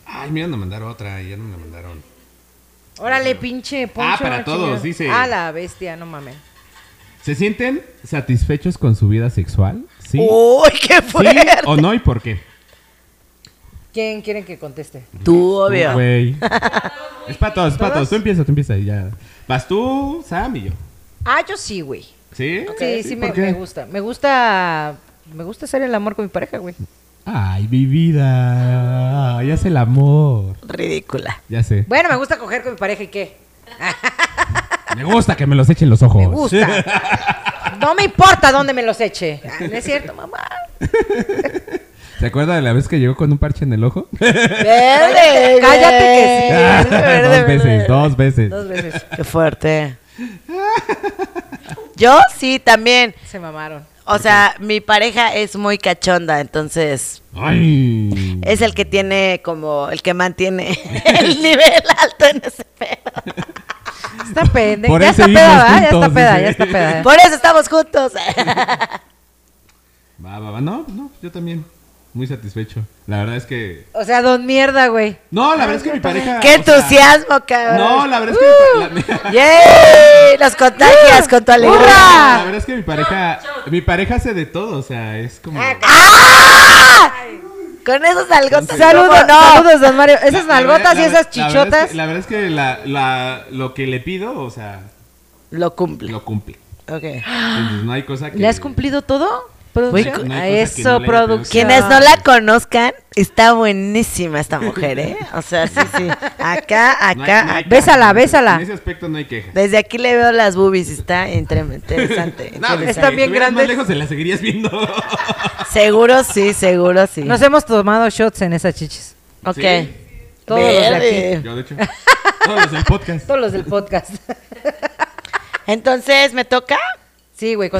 Speaker 1: Ay, me iban a mandar otra y ya no me la mandaron.
Speaker 2: Órale, pinche Poncho.
Speaker 1: Ah, para todos,
Speaker 2: chingada.
Speaker 1: dice.
Speaker 2: A la bestia, no mames.
Speaker 1: ¿Se sienten satisfechos con su vida sexual? ¿Sí?
Speaker 3: Uy, qué
Speaker 1: ¿Sí
Speaker 3: Oh, fuerte.
Speaker 1: o no y por qué?
Speaker 2: ¿Quién quieren que conteste?
Speaker 3: Tú,
Speaker 1: Tú,
Speaker 3: obvio.
Speaker 1: Oh, güey. es para todos, es para todos. Tú empieza, tú empieza y ya. Vas tú, Sam y yo.
Speaker 2: Ah, yo sí, güey.
Speaker 1: ¿Sí?
Speaker 2: Sí, sí, me,
Speaker 1: ¿por qué?
Speaker 2: me gusta. Me gusta. Me gusta hacer el amor con mi pareja, güey.
Speaker 1: Ay, mi vida. Ya es el amor.
Speaker 3: Ridícula.
Speaker 1: Ya sé.
Speaker 2: Bueno, me gusta coger con mi pareja y qué.
Speaker 1: Me gusta que me los echen los ojos.
Speaker 2: Me gusta. No me importa dónde me los eche. Ah, No es cierto, mamá.
Speaker 1: ¿Se acuerda de la vez que llegó con un parche en el ojo?
Speaker 3: Verde.
Speaker 2: Cállate que sí.
Speaker 3: verde, verde,
Speaker 1: dos
Speaker 3: verde.
Speaker 1: veces, dos veces.
Speaker 2: Dos veces.
Speaker 3: Qué fuerte. Yo sí, también.
Speaker 2: Se mamaron.
Speaker 3: O sea, mi pareja es muy cachonda, entonces
Speaker 1: Ay.
Speaker 3: es el que tiene como, el que mantiene el nivel alto en ese pedo.
Speaker 2: Está pendeja.
Speaker 1: Por
Speaker 2: Ya
Speaker 1: eso
Speaker 2: está peda,
Speaker 1: vivimos
Speaker 2: ¿verdad? Ya
Speaker 1: juntos,
Speaker 2: está peda,
Speaker 1: dice.
Speaker 2: ya está peda. ¿eh?
Speaker 3: Por eso estamos juntos.
Speaker 1: Va, va, va. No, no, yo también. Muy satisfecho. La verdad es que.
Speaker 2: O sea, don mierda, güey.
Speaker 1: No, la verdad es que mi pareja.
Speaker 3: Qué
Speaker 1: o sea,
Speaker 3: entusiasmo, cabrón.
Speaker 1: No, la verdad es que. mi pa- la-
Speaker 3: ¡Yay! Los contagias con tu
Speaker 1: No,
Speaker 3: alegría.
Speaker 1: La verdad es que mi pareja. Mi pareja hace de todo, o sea, es como.
Speaker 2: Ah,
Speaker 3: Con esos algotas.
Speaker 2: Saludos, saludos, don Mario. Esas
Speaker 1: La- la
Speaker 2: nalgotas
Speaker 1: verdad-
Speaker 2: y esas
Speaker 1: la- la verdad es
Speaker 2: chichotas.
Speaker 1: que- La verdad es que la- la- lo que le pido, o sea,
Speaker 3: Lo cumple.
Speaker 1: lo cumple.
Speaker 3: Ok.
Speaker 1: Entonces, no hay cosa que.
Speaker 2: ¿Le has cumplido todo?
Speaker 3: Güey,
Speaker 2: ¿Producción?
Speaker 1: no
Speaker 2: A
Speaker 1: hay cosa que no
Speaker 2: Eso,
Speaker 1: le haya pedido.
Speaker 2: producción.
Speaker 3: Quienes no la conozcan, está buenísima esta mujer, ¿eh? O sea, sí, sí.
Speaker 1: no
Speaker 3: Acá,
Speaker 1: hay- no hay
Speaker 3: acá, acá.
Speaker 1: queja.
Speaker 2: ah, Bésala, bésala.
Speaker 1: En ese aspecto no hay queja.
Speaker 3: Desde aquí le veo las boobies, está entre- interesante. interesante.
Speaker 2: Están bien
Speaker 1: pues, grande. Más
Speaker 2: grandes.
Speaker 1: lejos se la seguirías viendo.
Speaker 3: Seguro sí, seguro sí.
Speaker 2: Nos hemos tomado shots en esas chichis.
Speaker 3: ok.
Speaker 1: Sí.
Speaker 2: Todos los de aquí.
Speaker 3: Verde.
Speaker 1: Yo, de hecho. Todos los del podcast.
Speaker 2: Todos los del podcast.
Speaker 3: Entonces, ¿me toca?
Speaker 2: Sí, güey, con